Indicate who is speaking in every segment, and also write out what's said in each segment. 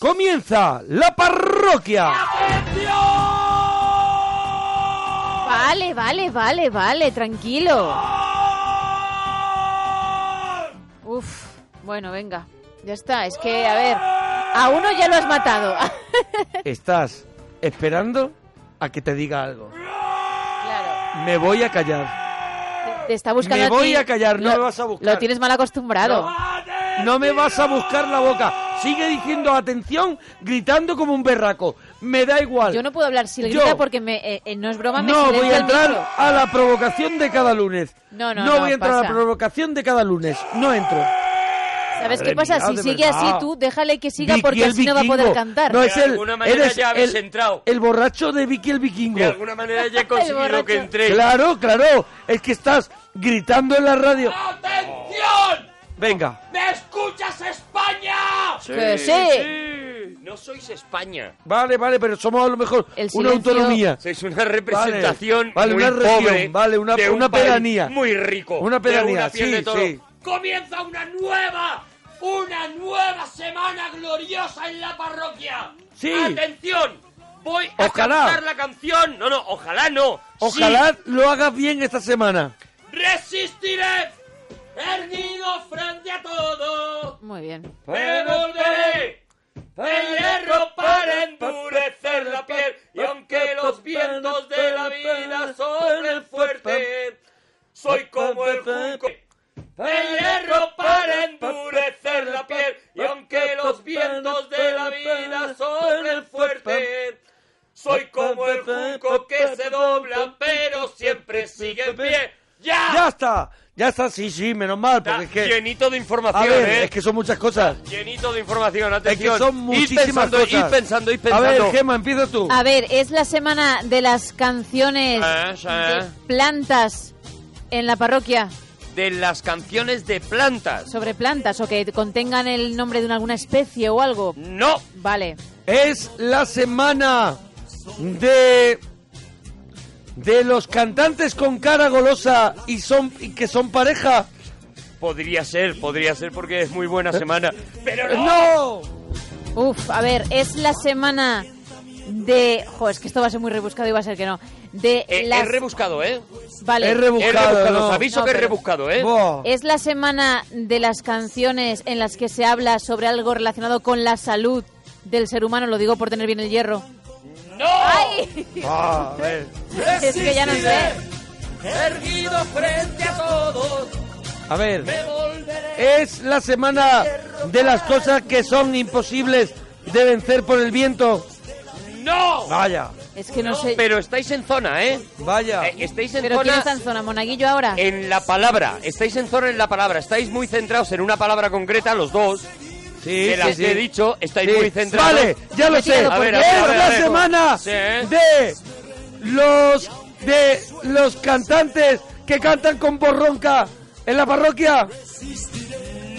Speaker 1: Comienza la parroquia.
Speaker 2: Vale, vale, vale, vale, tranquilo. Uf, bueno, venga. Ya está, es que, a ver, a uno ya lo has matado.
Speaker 1: Estás esperando a que te diga algo.
Speaker 2: claro,
Speaker 1: Me voy a callar.
Speaker 2: te- te está buscando
Speaker 1: Me
Speaker 2: a ti.
Speaker 1: voy a callar, no
Speaker 2: Lo-
Speaker 1: me vas a buscar.
Speaker 2: Lo tienes mal acostumbrado.
Speaker 1: No me vas a buscar la boca. Sigue diciendo atención, gritando como un berraco. Me da igual.
Speaker 2: Yo no puedo hablar si le
Speaker 1: Yo-
Speaker 2: grita porque me, eh, eh, no es broma, me
Speaker 1: No
Speaker 2: silencia
Speaker 1: voy a
Speaker 2: el
Speaker 1: entrar
Speaker 2: micro.
Speaker 1: a la provocación de cada lunes.
Speaker 2: No, no,
Speaker 1: no
Speaker 2: no,
Speaker 1: voy a entrar a la
Speaker 2: pasa.
Speaker 1: provocación de cada lunes. No entro.
Speaker 2: ¿Sabes
Speaker 1: Madre
Speaker 2: qué pasa?
Speaker 1: mía,
Speaker 2: Si
Speaker 1: de
Speaker 2: sigue
Speaker 1: verdad.
Speaker 2: así, tú déjale que siga
Speaker 1: Vicky
Speaker 2: porque
Speaker 1: el
Speaker 2: así no va a poder
Speaker 1: vikingo.
Speaker 2: cantar.
Speaker 1: No, es
Speaker 3: De
Speaker 1: el,
Speaker 3: alguna manera
Speaker 1: eres
Speaker 3: ya habéis
Speaker 1: el-
Speaker 3: entrado.
Speaker 1: El borracho de Vicky el vikingo.
Speaker 3: De alguna manera ya he
Speaker 2: El
Speaker 3: conseguido
Speaker 2: borracho.
Speaker 3: que entréis.
Speaker 1: Claro, claro. Es que estás gritando en la radio. ¡Atención! Venga.
Speaker 2: Que sí.
Speaker 3: sí. No sois España.
Speaker 1: Vale, vale, pero somos a lo mejor
Speaker 2: El
Speaker 1: una
Speaker 2: silencio-
Speaker 1: autonomía.
Speaker 3: Sois una representación
Speaker 1: vale,
Speaker 3: muy
Speaker 1: una región,
Speaker 3: pobre
Speaker 1: vale, una-
Speaker 3: de un
Speaker 1: una
Speaker 3: país
Speaker 1: pedanía.
Speaker 3: muy rico.
Speaker 1: Una
Speaker 3: de
Speaker 1: pedanía,
Speaker 3: piel
Speaker 1: sí,
Speaker 3: de toro.
Speaker 1: sí.
Speaker 3: Comienza una nueva, una nueva semana gloriosa en la parroquia.
Speaker 1: Sí.
Speaker 3: Atención, voy
Speaker 1: Ojalá.
Speaker 3: a cantar la canción. No, no, ojalá no.
Speaker 1: Ojalá lo hagas bien esta semana.
Speaker 3: Sí, resistiré, erguido frente a todo.
Speaker 2: Muy bien.
Speaker 3: Me volveré. El hierro para endurecer la piel y aunque los vientos de la vida soplen fuerte, soy como el junco. El hierro para endurecer la piel y aunque los vientos de la vida soplen fuerte, soy como el junco que se dobla pero siempre sigue en pie.
Speaker 1: Ya
Speaker 3: ¡Ya!
Speaker 1: está, ya está, sí, sí, menos mal,
Speaker 3: Está
Speaker 1: porque es que...
Speaker 3: llenito de
Speaker 1: A
Speaker 3: información,
Speaker 1: ver,
Speaker 3: ¿eh?
Speaker 1: es que son muchas cosas.
Speaker 3: Llenito de información,
Speaker 1: Es que
Speaker 3: atención.
Speaker 1: son
Speaker 3: Id
Speaker 1: muchísimas
Speaker 3: pensando,
Speaker 1: cosas.
Speaker 3: id pensando, id
Speaker 1: A
Speaker 3: pensando.
Speaker 1: ver, Gema, empieza tú.
Speaker 2: A ver, es la semana de las canciones
Speaker 3: Ah, sí.
Speaker 2: de plantas en la parroquia.
Speaker 3: De las canciones de plantas.
Speaker 2: Sobre plantas o que contengan el nombre de una- alguna especie o algo.
Speaker 3: No.
Speaker 2: Vale.
Speaker 1: Es la semana de... De los cantantes con cara golosa y son y que son pareja.
Speaker 3: Podría ser, podría ser porque es muy buena semana. Pero no.
Speaker 1: ¡No!
Speaker 2: Uf, a ver, es la semana de... Jo, es que esto va a ser muy rebuscado y va a ser que no. De
Speaker 3: Eh,
Speaker 2: las...
Speaker 3: Es rebuscado, ¿eh?
Speaker 2: Vale.
Speaker 1: Es rebu-
Speaker 3: Es
Speaker 1: Rebuscado,
Speaker 3: rebuscado,
Speaker 1: no.
Speaker 3: os aviso
Speaker 2: No,
Speaker 3: que es
Speaker 2: pero-
Speaker 3: rebuscado, ¿eh?
Speaker 1: Buah.
Speaker 2: Es la semana de las canciones en las que se habla sobre algo relacionado con la salud del ser humano. Lo digo por tener bien el hierro.
Speaker 3: ¡No!
Speaker 2: ¡Ay!
Speaker 1: Ah, a ver.
Speaker 2: Es que ya no sé.
Speaker 3: Erguido frente a todos.
Speaker 1: A ver. Es la semana de las cosas que son imposibles de vencer por el viento.
Speaker 3: ¡No!
Speaker 1: Vaya,
Speaker 2: Es que no sé.
Speaker 3: Pero estáis en zona, ¿eh?
Speaker 1: vaya.
Speaker 3: Eh, estáis en
Speaker 2: ¿Pero quién
Speaker 3: zona
Speaker 2: está en zona? ¿Monaguillo ahora?
Speaker 3: en la palabra. Estáis en zona en la palabra. Estáis muy centrados en una palabra concreta, los dos.
Speaker 1: Sí,
Speaker 3: de las
Speaker 1: sí,
Speaker 3: que
Speaker 1: sí.
Speaker 3: he dicho, estáis muy centrados.
Speaker 1: Vale, ya lo
Speaker 2: Me he
Speaker 1: sé.
Speaker 2: tirado
Speaker 3: por
Speaker 1: es
Speaker 3: ti. A ver, a ver, a
Speaker 1: la
Speaker 3: ver.
Speaker 1: semana
Speaker 3: Sí.
Speaker 1: de los de los cantantes que cantan con borronca en la parroquia.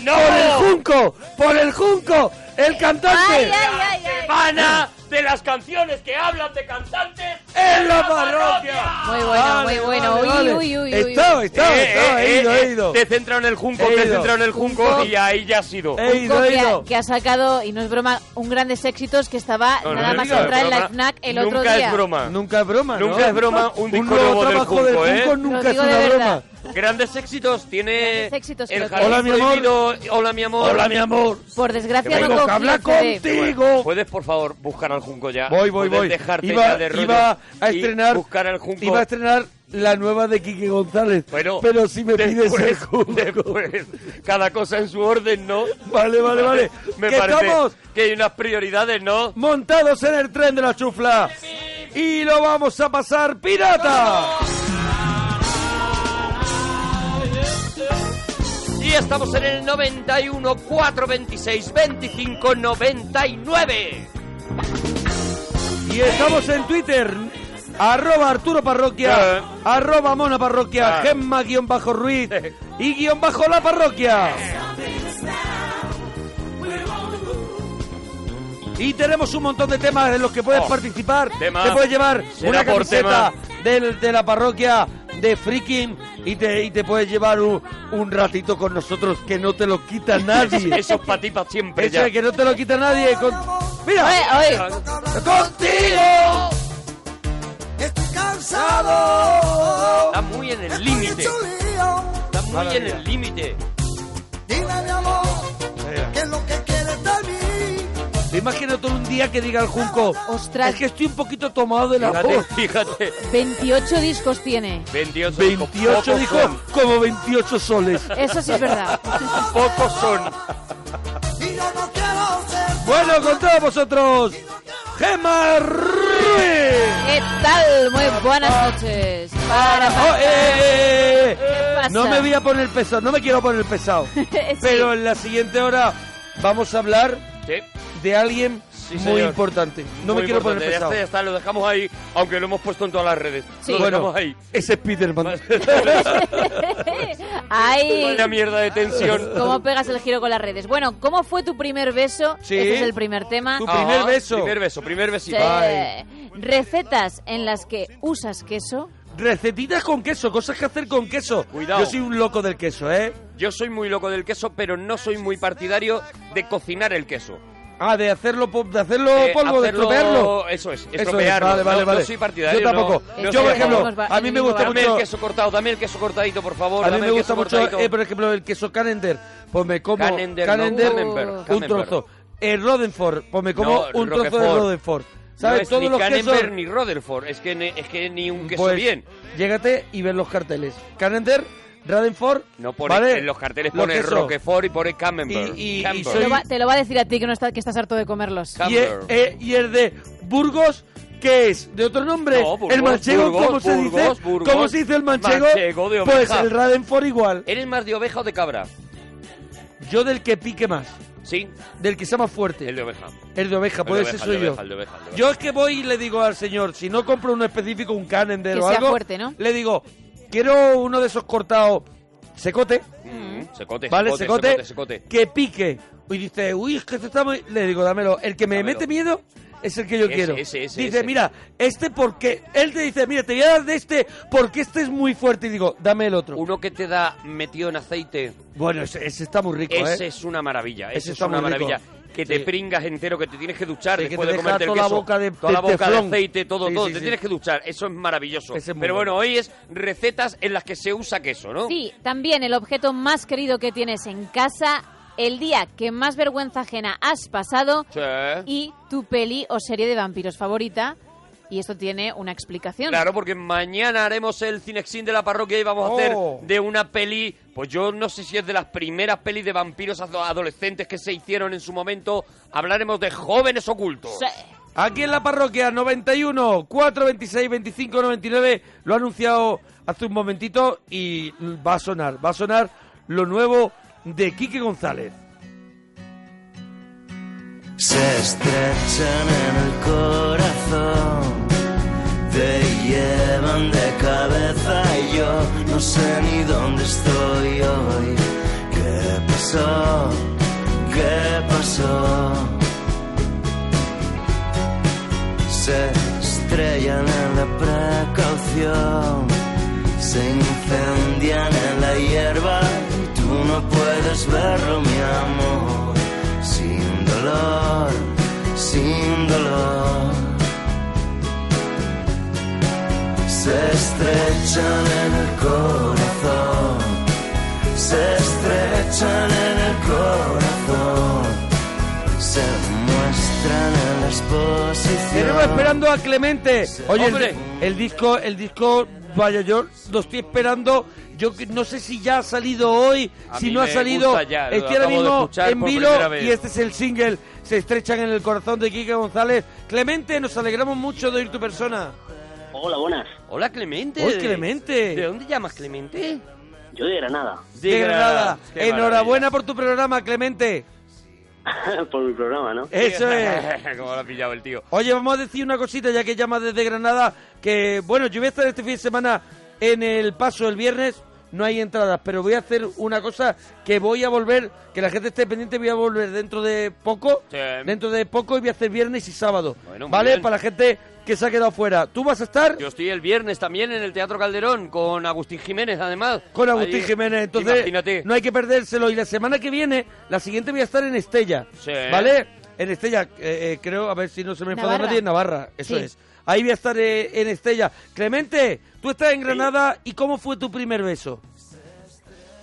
Speaker 3: ¡No!
Speaker 1: Por el junco, por el junco, el cantante
Speaker 2: ¡Ay, ay, ay, ay!
Speaker 3: semana de las canciones que hablan de cantantes
Speaker 1: en la parroquia.
Speaker 2: Muy bueno, muy bueno. Uy,
Speaker 1: Vale,
Speaker 2: uy, uy, uy,
Speaker 1: Está,
Speaker 2: uy.
Speaker 1: está, está,
Speaker 3: Eh, eh,
Speaker 1: he ido,
Speaker 3: eh,
Speaker 1: he ido.
Speaker 3: Te he centrado en el junco,
Speaker 1: He
Speaker 3: te he
Speaker 1: ido.
Speaker 3: centrado en el junco
Speaker 1: Junco.
Speaker 3: y ahí ya has Eh, ido.
Speaker 1: He ido, he
Speaker 2: que,
Speaker 1: ido.
Speaker 2: ha, que ha sacado, y no es broma, un grandes éxitos que estaba
Speaker 3: No, no
Speaker 2: nada
Speaker 3: es
Speaker 2: más
Speaker 3: broma,
Speaker 2: entrar en la
Speaker 3: broma.
Speaker 2: FNAC el
Speaker 3: Nunca
Speaker 2: otro día.
Speaker 3: es broma.
Speaker 1: Nunca es broma, ¿no?
Speaker 3: Nunca es broma un disco
Speaker 1: nuevo
Speaker 3: nuevo del
Speaker 1: trabajo
Speaker 3: Junco,
Speaker 1: del
Speaker 3: ¿eh?
Speaker 1: Junco
Speaker 2: Lo
Speaker 1: nunca es
Speaker 2: digo de
Speaker 1: una broma.
Speaker 2: verdad.
Speaker 3: Grandes éxitos tiene
Speaker 2: Grandes éxitos,
Speaker 3: el
Speaker 2: creo que
Speaker 3: jardín
Speaker 1: Hola, mi amor.
Speaker 3: prohibido. Hola, mi amor.
Speaker 1: Hola, mi amor.
Speaker 2: Por desgracia no
Speaker 3: Que vengo
Speaker 1: Tengo que
Speaker 2: cogí
Speaker 1: hablar
Speaker 2: el CD.
Speaker 1: contigo.
Speaker 3: ¿Puedes, por favor, buscar al junco ya?
Speaker 1: Voy,
Speaker 3: ¿Puedes
Speaker 1: voy, voy.
Speaker 3: dejarte ya
Speaker 1: Iba,
Speaker 3: de rollo
Speaker 1: iba a
Speaker 3: y
Speaker 1: estrenar.
Speaker 3: buscar al junco.
Speaker 1: Iba a estrenar la nueva de Quique González.
Speaker 3: Bueno,
Speaker 1: pero si me pides el
Speaker 3: después-
Speaker 1: Junco.
Speaker 3: después. Cada cosa en su orden, ¿no?
Speaker 1: Vale, vale, vale.
Speaker 3: Me
Speaker 1: que
Speaker 3: parece
Speaker 1: estamos
Speaker 3: que hay unas prioridades, ¿no?
Speaker 1: montados en el tren de la chufla. Y lo vamos a pasar pirata.
Speaker 3: Y estamos en el 91 426 25 99.
Speaker 1: Y estamos en Twitter. Arroba Arturo Parroquia.
Speaker 3: Eh.
Speaker 1: Arroba Mona Parroquia.
Speaker 3: Ah.
Speaker 1: Gemma guión bajo Ruiz. Y guión bajo la parroquia. Y tenemos un montón de temas en los que puedes
Speaker 3: Oh,
Speaker 1: participar.
Speaker 3: temas.
Speaker 1: Te puedes llevar
Speaker 3: Será
Speaker 1: una
Speaker 3: por
Speaker 1: camiseta del- de la parroquia de freaking y te, y te puedes llevar un, un ratito con nosotros que no te lo quita nadie.
Speaker 4: Eso es para ti, para siempre
Speaker 1: Eso
Speaker 4: ya.
Speaker 1: es que no te lo quita nadie. con- Mira,
Speaker 2: Oye, oye.
Speaker 1: contigo.
Speaker 3: Estoy cansado.
Speaker 4: Está muy en el
Speaker 3: Estoy
Speaker 4: límite.
Speaker 3: hecho lío.
Speaker 4: Está muy en el límite.
Speaker 3: Dime, mi amor, ¿qué es lo que quieres de mí?
Speaker 1: Me imagino todo un día que diga el Junco.
Speaker 2: Ostras.
Speaker 1: Es que estoy un poquito tomado de la
Speaker 4: Fíjate,
Speaker 1: voz.
Speaker 4: fíjate.
Speaker 2: 28 discos tiene.
Speaker 4: 28,
Speaker 1: 28
Speaker 4: pocos
Speaker 1: dijo
Speaker 4: son,
Speaker 1: como 28 soles.
Speaker 2: Eso sí es verdad.
Speaker 4: Pocos son.
Speaker 3: Y yo no quiero ser.
Speaker 1: Bueno, con todos vosotros, Gemma Ruiz.
Speaker 2: ¿Qué tal? Muy buenas noches. Para,
Speaker 1: Oh, eh, eh, eh.
Speaker 2: pasa?
Speaker 1: No me voy a poner pesado, no me quiero poner pesado. Pero en la siguiente hora vamos a hablar
Speaker 4: Sí,
Speaker 1: de alguien
Speaker 4: Sí,
Speaker 1: muy
Speaker 4: señor.
Speaker 1: importante. No me
Speaker 4: muy
Speaker 1: quiero
Speaker 4: importante.
Speaker 1: poner
Speaker 4: Ya
Speaker 1: pesado.
Speaker 4: está, ya está, lo dejamos ahí, aunque lo hemos puesto en todas las redes.
Speaker 2: Sí.
Speaker 4: Lo
Speaker 1: Bueno,
Speaker 4: dejamos ahí.
Speaker 1: ese es Spiderman.
Speaker 2: Ay,
Speaker 4: Vaya mierda de tensión.
Speaker 2: cómo pegas el giro con las redes. Bueno, ¿cómo fue tu primer beso?
Speaker 1: Sí.
Speaker 2: Ese es el primer tema.
Speaker 1: Tu primer
Speaker 4: Ah,
Speaker 1: beso.
Speaker 4: Primer beso, primer besito.
Speaker 2: Eh, Recetas en las que usas queso.
Speaker 1: Recetitas con queso, cosas que hacer con queso.
Speaker 4: Cuidado.
Speaker 1: Yo soy un loco del queso, ¿eh?
Speaker 4: Yo soy muy loco del queso, pero no soy muy partidario de cocinar el queso.
Speaker 1: Ah, de hacerlo, po- de hacerlo
Speaker 4: Eh,
Speaker 1: Oh, polvo, de
Speaker 4: hacerlo-
Speaker 1: estropearlo.
Speaker 4: Eso es,
Speaker 1: es,
Speaker 4: estropearlo.
Speaker 1: vale, vale,
Speaker 4: no,
Speaker 1: vale.
Speaker 4: no soy partidario.
Speaker 1: Yo tampoco.
Speaker 4: no,
Speaker 2: Yo,
Speaker 4: no
Speaker 1: Yo,
Speaker 4: soy
Speaker 1: por
Speaker 2: que
Speaker 1: ejemplo,
Speaker 2: tenemos va-
Speaker 1: a mí me
Speaker 2: en el
Speaker 1: gusta
Speaker 4: Dame
Speaker 1: mucho...
Speaker 4: el queso cortado, dame el queso cortadito, por favor.
Speaker 1: A mí
Speaker 4: dame
Speaker 1: me
Speaker 4: el
Speaker 1: gusta
Speaker 4: queso
Speaker 1: mucho,
Speaker 4: cortadito.
Speaker 1: eh, por ejemplo, el queso Canender. Pues me como
Speaker 4: Calendar, no,
Speaker 1: Calendar,
Speaker 4: Camembert,
Speaker 1: un
Speaker 4: Camembert.
Speaker 1: trozo. El Rodenford, pues me como
Speaker 4: No,
Speaker 1: un trozo de
Speaker 4: Roquefort.
Speaker 1: Rodenford.
Speaker 4: No
Speaker 1: ¿Sabes?
Speaker 4: es
Speaker 1: Todos
Speaker 4: ni
Speaker 1: los
Speaker 4: Camembert
Speaker 1: quesos...
Speaker 4: ni Rodelford. Es que, ni- es que ni un queso
Speaker 1: Pues,
Speaker 4: bien.
Speaker 1: Llégate y ves los carteles. Calendar, Rodenford...
Speaker 4: No pone,
Speaker 1: ¿vale?
Speaker 4: en los carteles
Speaker 1: Los
Speaker 4: pone
Speaker 1: quesos.
Speaker 4: Roquefort y pone Camembert.
Speaker 1: Y- y- y
Speaker 4: Camembert.
Speaker 2: Te lo,
Speaker 1: soy-
Speaker 2: va, te lo va a decir a ti que no está, que estás harto de comerlos.
Speaker 4: Ca-
Speaker 1: Y el,
Speaker 4: Camber.
Speaker 1: eh, y el de Burgos, ¿qué es? ¿De otro nombre?
Speaker 4: No, Burgos,
Speaker 1: ¿El manchego
Speaker 4: Burgos,
Speaker 1: cómo se
Speaker 4: Burgos,
Speaker 1: dice?
Speaker 4: Burgos.
Speaker 1: ¿Cómo se dice el manchego?
Speaker 4: Manchego de
Speaker 1: pues
Speaker 4: oveja.
Speaker 1: el Radenford igual.
Speaker 4: ¿Eres más de oveja o de cabra?
Speaker 1: Yo del que pique más,
Speaker 4: Sí,
Speaker 1: del que sea más fuerte.
Speaker 4: el de oveja.
Speaker 1: El de oveja,
Speaker 4: El
Speaker 1: pues
Speaker 4: de
Speaker 1: ese
Speaker 4: oveja,
Speaker 1: soy
Speaker 4: el de
Speaker 1: yo.
Speaker 4: oveja, el de oveja, el de oveja.
Speaker 1: Yo es que voy y le digo al señor, si no compro uno específico, un Canender
Speaker 2: Que
Speaker 1: o
Speaker 2: sea
Speaker 1: algo,
Speaker 2: fuerte, ¿no?
Speaker 1: le digo, quiero uno de esos cortados secote,
Speaker 4: Mm, Secote,
Speaker 1: ¿vale?
Speaker 4: secote, secote,
Speaker 1: Secote,
Speaker 4: secote.
Speaker 1: que pique. Y dice, uy, es que este está muy... Le digo, dámelo. El que me
Speaker 4: Dámelo.
Speaker 1: mete miedo es el que yo
Speaker 4: Ese,
Speaker 1: quiero.
Speaker 4: ese, ese,
Speaker 1: dice,
Speaker 4: ese.
Speaker 1: mira, este porque... Él te dice, mira, te voy a dar de este porque este es muy fuerte. Y digo, dame el otro.
Speaker 4: Uno que te da metido en aceite,
Speaker 1: Bueno, ese, ese está muy rico,
Speaker 4: ese
Speaker 1: ¿eh?
Speaker 4: es una maravilla,
Speaker 1: Ese
Speaker 4: ese es
Speaker 1: está
Speaker 4: una
Speaker 1: muy rico.
Speaker 4: maravilla. Que te
Speaker 1: Sí.
Speaker 4: pringas entero, que te tienes que duchar
Speaker 1: Sí, que
Speaker 4: después
Speaker 1: te
Speaker 4: de
Speaker 1: deja
Speaker 4: comerte el
Speaker 1: toda la
Speaker 4: queso.
Speaker 1: boca de-
Speaker 4: toda la
Speaker 1: de
Speaker 4: boca de
Speaker 1: teflón.
Speaker 4: aceite, todo,
Speaker 1: Sí,
Speaker 4: todo.
Speaker 1: sí,
Speaker 4: te
Speaker 1: sí.
Speaker 4: tienes que duchar, eso es maravilloso.
Speaker 1: Ese es muy
Speaker 4: Pero bueno,
Speaker 1: bueno.
Speaker 4: hoy es recetas en las que se usa queso, ¿no?
Speaker 2: Sí, también el objeto más querido que tienes en casa, el día que más vergüenza ajena has pasado
Speaker 4: Sí. ¿eh?
Speaker 2: y tu peli o serie de vampiros favorita. Y esto tiene una explicación.
Speaker 4: Claro, porque mañana haremos el Cinexin de la parroquia y vamos a
Speaker 1: Oh.
Speaker 4: hacer de una peli, pues yo no sé si es de las primeras pelis de vampiros ado- adolescentes que se hicieron en su momento, hablaremos de jóvenes ocultos.
Speaker 2: Sí.
Speaker 1: Aquí en la parroquia 91 426 25 99 lo ha anunciado hace un momentito y va a sonar, va a sonar lo nuevo de Quique González.
Speaker 5: se estrechan en el corazón, te llevan de cabeza y yo no sé ni dónde estoy hoy. ¿Qué pasó? ¿Qué pasó? Se estrellan en la precaución, se incendian en la hierba y tú no puedes verlo, mi amor, sin dolor, sin dolor. se estrechan en el corazón, se estrechan en el corazón, se muestran en la exposición.
Speaker 1: Tenemos esperando a Clemente. Oye, el,
Speaker 4: Hombre.
Speaker 1: el disco, el disco, vaya, yo lo estoy esperando. Yo que- no sé si ya ha salido hoy,
Speaker 4: A
Speaker 1: si
Speaker 4: mí
Speaker 1: no ha
Speaker 4: me
Speaker 1: salido.
Speaker 4: gusta ya, lo
Speaker 1: Estoy ahora
Speaker 4: acabo de
Speaker 1: mismo
Speaker 4: escuchar
Speaker 1: en
Speaker 4: por
Speaker 1: vilo
Speaker 4: primera vez.
Speaker 1: y este es el single. Se estrechan en el corazón de Quique González. Clemente, nos alegramos mucho de oír tu persona.
Speaker 6: Hola, buenas.
Speaker 4: Hola Clemente.
Speaker 1: Hoy
Speaker 4: ¿De-
Speaker 1: Clemente.
Speaker 4: ¿De dónde llamas Clemente?
Speaker 6: Yo de Granada.
Speaker 1: de, Granada. Enhorabuena por tu programa, Clemente.
Speaker 6: Por mi programa, ¿no?
Speaker 1: Eso es.
Speaker 4: Como lo ha pillado el tío.
Speaker 1: Oye, vamos a decir una cosita ya que llamas desde Granada, que bueno, yo voy a estar este fin de semana en el paso el viernes. no hay entradas, pero voy a hacer una cosa que voy a volver, que la gente esté pendiente, voy a volver dentro de poco,
Speaker 4: Sí.
Speaker 1: dentro de poco y voy a hacer viernes y sábado,
Speaker 4: Bueno, muy
Speaker 1: ¿vale?
Speaker 4: bien.
Speaker 1: Para la gente que se ha quedado fuera. ¿Tú vas a estar?
Speaker 4: Yo estoy el viernes también en el Teatro Calderón con Agustín Jiménez, además.
Speaker 1: Con Agustín
Speaker 4: Ahí-
Speaker 1: Jiménez, entonces
Speaker 4: Imagínate.
Speaker 1: no hay que perdérselo. Y la semana que viene, la siguiente voy a estar en Estella,
Speaker 4: Sí.
Speaker 1: ¿vale? En Estella, eh, eh, creo, a ver si no se me enfada
Speaker 2: Navarra.
Speaker 1: nadie, en Navarra, eso
Speaker 2: Sí.
Speaker 1: es. Ahí voy a estar eh, en Estella. Clemente, tú estás en Granada y ¿cómo fue tu primer beso?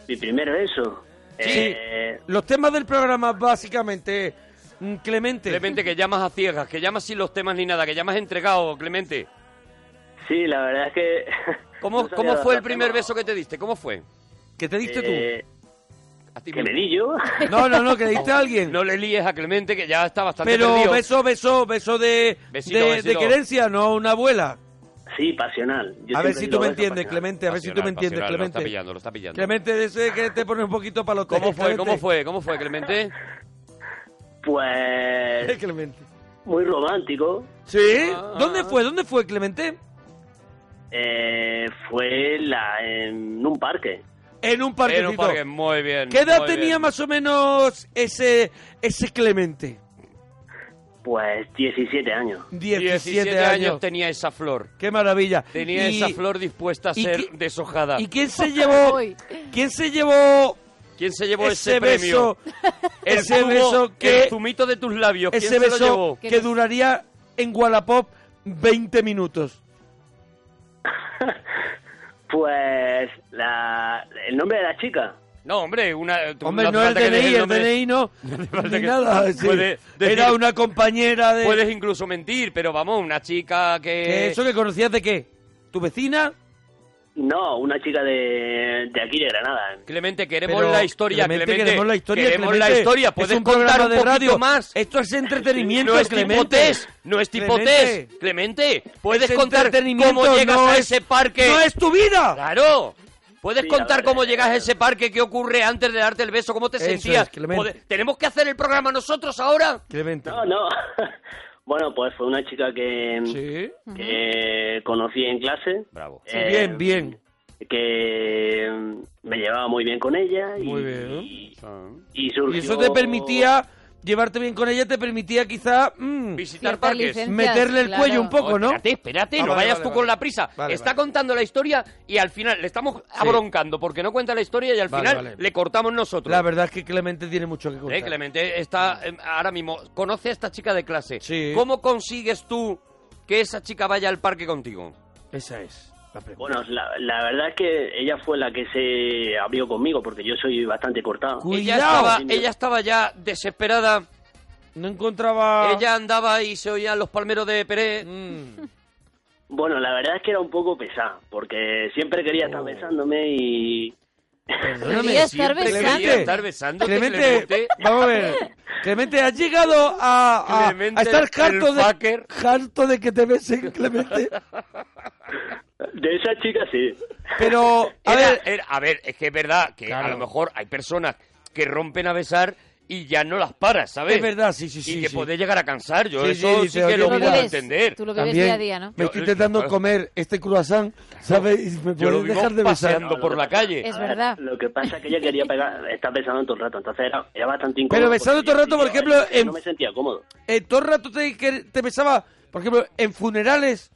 Speaker 6: Mi primer beso. Eh,
Speaker 1: Los temas del programa, básicamente, mm, Clemente.
Speaker 4: Clemente, que llamas a ciegas, que llamas sin los temas ni nada, que llamas entregado, Clemente.
Speaker 6: sí, la verdad es que...
Speaker 4: ¿Cómo,
Speaker 6: no sabía
Speaker 4: ¿cómo fue el
Speaker 6: bastante,
Speaker 4: primer
Speaker 6: no.
Speaker 4: beso que te diste? ¿Cómo fue?
Speaker 1: ¿Qué te diste
Speaker 6: Eh,
Speaker 4: A ti
Speaker 6: que
Speaker 4: mismo.
Speaker 6: le di yo.
Speaker 1: tú? No, no, no, que le diste a alguien.
Speaker 4: No le líes a Clemente, que ya está bastante
Speaker 1: Pero
Speaker 4: perdido.
Speaker 1: beso, beso, beso de,
Speaker 4: Besito,
Speaker 1: de, de
Speaker 4: besito.
Speaker 1: querencia, no una abuela.
Speaker 6: Sí, pasional. Yo
Speaker 1: a
Speaker 6: siempre
Speaker 1: ver si
Speaker 6: digo
Speaker 1: tú me
Speaker 6: beso
Speaker 1: entiendes,
Speaker 6: pasional.
Speaker 1: Clemente, a ver si tú me
Speaker 4: Pasional,
Speaker 1: entiendes,
Speaker 4: pasional, Lo está
Speaker 1: Clemente.
Speaker 4: pillando, lo está pillando.
Speaker 1: Clemente, de ese que te pone un poquito palote.
Speaker 4: ¿Cómo fue,
Speaker 1: Clemente.
Speaker 4: cómo fue, cómo fue, Clemente?
Speaker 1: Eh,
Speaker 6: Pues
Speaker 1: Clemente.
Speaker 6: muy romántico.
Speaker 1: ¿Sí?
Speaker 4: Ah.
Speaker 1: ¿Dónde fue? ¿Dónde fue, Clemente?
Speaker 6: Eh, fue la, en un parque.
Speaker 1: En un
Speaker 4: Era un
Speaker 1: parquecito.
Speaker 4: parque, muy bien.
Speaker 1: ¿Qué edad
Speaker 4: muy
Speaker 1: tenía
Speaker 4: bien.
Speaker 1: más o menos ese, ese Clemente?
Speaker 6: Pues 17 años.
Speaker 1: 17,
Speaker 4: 17
Speaker 1: años.
Speaker 4: años tenía esa flor.
Speaker 1: Qué maravilla.
Speaker 4: Tenía
Speaker 1: Y-
Speaker 4: esa flor dispuesta a
Speaker 1: y
Speaker 4: ser
Speaker 1: qué-
Speaker 4: deshojada.
Speaker 1: ¿Y quién se llevó?
Speaker 2: Voy.
Speaker 1: ¿Quién se llevó
Speaker 4: ¿Quién se llevó ese,
Speaker 1: ese
Speaker 4: premio?
Speaker 1: beso?
Speaker 4: El
Speaker 1: Ese
Speaker 4: zumo-
Speaker 1: beso
Speaker 4: El
Speaker 1: que
Speaker 4: zumito de tus labios. ¿Quién
Speaker 1: ese
Speaker 4: se lo llevó?
Speaker 1: beso
Speaker 2: ¿Qué
Speaker 1: que
Speaker 2: nos-
Speaker 1: duraría en Wallapop 20 minutos.
Speaker 6: Pues la, el nombre de la chica.
Speaker 4: No, hombre, una... tú-
Speaker 1: Hombre,
Speaker 4: hace
Speaker 1: no el
Speaker 4: falta que digas
Speaker 1: DNI, el
Speaker 4: nombre.
Speaker 1: DNI no.
Speaker 4: falta
Speaker 1: Ni
Speaker 4: que-
Speaker 1: nada. sí.
Speaker 4: Puede decir-
Speaker 1: Era una compañera de.
Speaker 4: Puedes Eh, incluso mentir, pero vamos, una chica
Speaker 1: ¿Que
Speaker 4: que...
Speaker 1: ¿Eso que conocías de qué? ¿Tu vecina?
Speaker 6: No, una chica de, de aquí de Granada.
Speaker 4: Clemente, queremos
Speaker 1: Pero,
Speaker 4: la historia,
Speaker 1: Clemente,
Speaker 4: Clemente.
Speaker 1: queremos la historia.
Speaker 4: Queremos
Speaker 1: Clemente.
Speaker 4: la historia.
Speaker 1: Es
Speaker 4: Puedes
Speaker 1: un
Speaker 4: contar
Speaker 1: programa
Speaker 4: un
Speaker 1: de
Speaker 4: poquito
Speaker 1: radio
Speaker 4: más.
Speaker 1: Esto es entretenimiento,
Speaker 4: No es
Speaker 1: Clemente.
Speaker 4: tipo test, no es tipo
Speaker 1: Clemente.
Speaker 4: test. Clemente, puedes
Speaker 1: Es
Speaker 4: contar
Speaker 1: entretenimiento,
Speaker 4: cómo llegas
Speaker 1: no
Speaker 4: a
Speaker 1: es-
Speaker 4: ese parque.
Speaker 1: ¡No es tu vida!
Speaker 4: Claro. Puedes
Speaker 6: Sí, eh, la
Speaker 4: contar
Speaker 6: verdad
Speaker 4: cómo
Speaker 6: es-
Speaker 4: llegas a ese parque, qué ocurre antes de darte el beso, cómo te
Speaker 1: Eso
Speaker 4: sentías.
Speaker 1: es, Clemente.
Speaker 4: Pode- ¿Tenemos que hacer el programa nosotros ahora?
Speaker 1: Clemente.
Speaker 6: No, no. Bueno, pues fue una chica que,
Speaker 1: Sí.
Speaker 6: que conocí en clase.
Speaker 4: Bravo.
Speaker 6: Eh,
Speaker 1: bien, bien.
Speaker 6: Que me llevaba muy bien con ella. Y,
Speaker 1: Muy bien.
Speaker 6: Y, y surgió...
Speaker 1: Y eso te permitía llevarte bien con ella, te permitía quizá mm,
Speaker 4: Visitar
Speaker 2: Cierta
Speaker 4: parques.
Speaker 2: licencia.
Speaker 1: meterle el
Speaker 2: Claro.
Speaker 1: cuello un poco, ¿no?
Speaker 4: Espérate, espérate,
Speaker 1: Ah,
Speaker 4: no
Speaker 1: vale,
Speaker 4: vayas
Speaker 1: vale,
Speaker 4: tú
Speaker 1: vale.
Speaker 4: con la prisa.
Speaker 1: Vale,
Speaker 4: Está
Speaker 1: vale.
Speaker 4: contando la historia y al final le estamos abroncando porque no cuenta la historia y al
Speaker 1: Vale,
Speaker 4: final
Speaker 1: vale.
Speaker 4: le cortamos nosotros.
Speaker 1: La verdad es que Clemente tiene mucho que contar.
Speaker 4: Eh, Clemente está eh, ahora mismo. Conoce a esta chica de clase.
Speaker 1: Sí.
Speaker 4: ¿Cómo consigues tú que esa chica vaya al parque contigo?
Speaker 1: Esa es la pregunta.
Speaker 6: Bueno, la, la verdad es que ella fue la que se abrió conmigo porque yo soy bastante cortado.
Speaker 1: Cu-
Speaker 4: Ella
Speaker 1: Cuidado.
Speaker 4: estaba, ella estaba ya desesperada.
Speaker 1: No encontraba...
Speaker 4: Ella andaba y se oían los palmeros de Pérez.
Speaker 1: Mm,
Speaker 6: Bueno, la verdad es que era un poco pesada porque siempre quería
Speaker 1: Oh.
Speaker 6: estar besándome y...
Speaker 1: perdóname,
Speaker 2: Quería estar
Speaker 1: siempre-
Speaker 2: besando.
Speaker 1: Clemente,
Speaker 4: Quería estar besándote,
Speaker 1: Clemente,
Speaker 4: Clemente.
Speaker 1: vamos a ver. Clemente, has llegado a, a-
Speaker 4: Clemente,
Speaker 1: a estar
Speaker 4: el
Speaker 1: harto de,
Speaker 4: fucker.
Speaker 1: harto de que te besen, Clemente.
Speaker 6: De esa chica sí.
Speaker 1: Pero, a
Speaker 4: Era-
Speaker 1: ver,
Speaker 4: era- a ver, es que es verdad que
Speaker 1: Claro.
Speaker 4: a lo mejor hay personas que rompen a besar y ya no las paras, ¿sabes?
Speaker 1: Es verdad, sí, sí, sí,
Speaker 4: Y que
Speaker 1: sí.
Speaker 4: puede llegar a cansar. Yo
Speaker 1: Sí, sí,
Speaker 4: eso sí,
Speaker 1: dice, oye,
Speaker 4: que lo
Speaker 1: mira.
Speaker 4: puedo
Speaker 1: Tú lo ves,
Speaker 4: entender.
Speaker 2: tú lo que ves
Speaker 1: también
Speaker 2: día a día, ¿no?
Speaker 1: me estoy intentando comer este croissant, ¿sabes? Y me
Speaker 4: Yo lo
Speaker 1: puedes
Speaker 4: vivo
Speaker 1: dejar de besar.
Speaker 4: paseando por la calle.
Speaker 2: Es verdad.
Speaker 6: Lo que pasa es que ella quería pegar, estar besando todo el rato, entonces era, era bastante incómodo.
Speaker 1: Pero besando
Speaker 6: porque
Speaker 1: todo el rato,
Speaker 6: yo-
Speaker 1: por ejemplo,
Speaker 6: yo
Speaker 1: en-
Speaker 6: No me sentía cómodo.
Speaker 1: Eh, todo el rato te, que te besaba, por ejemplo, en funerales.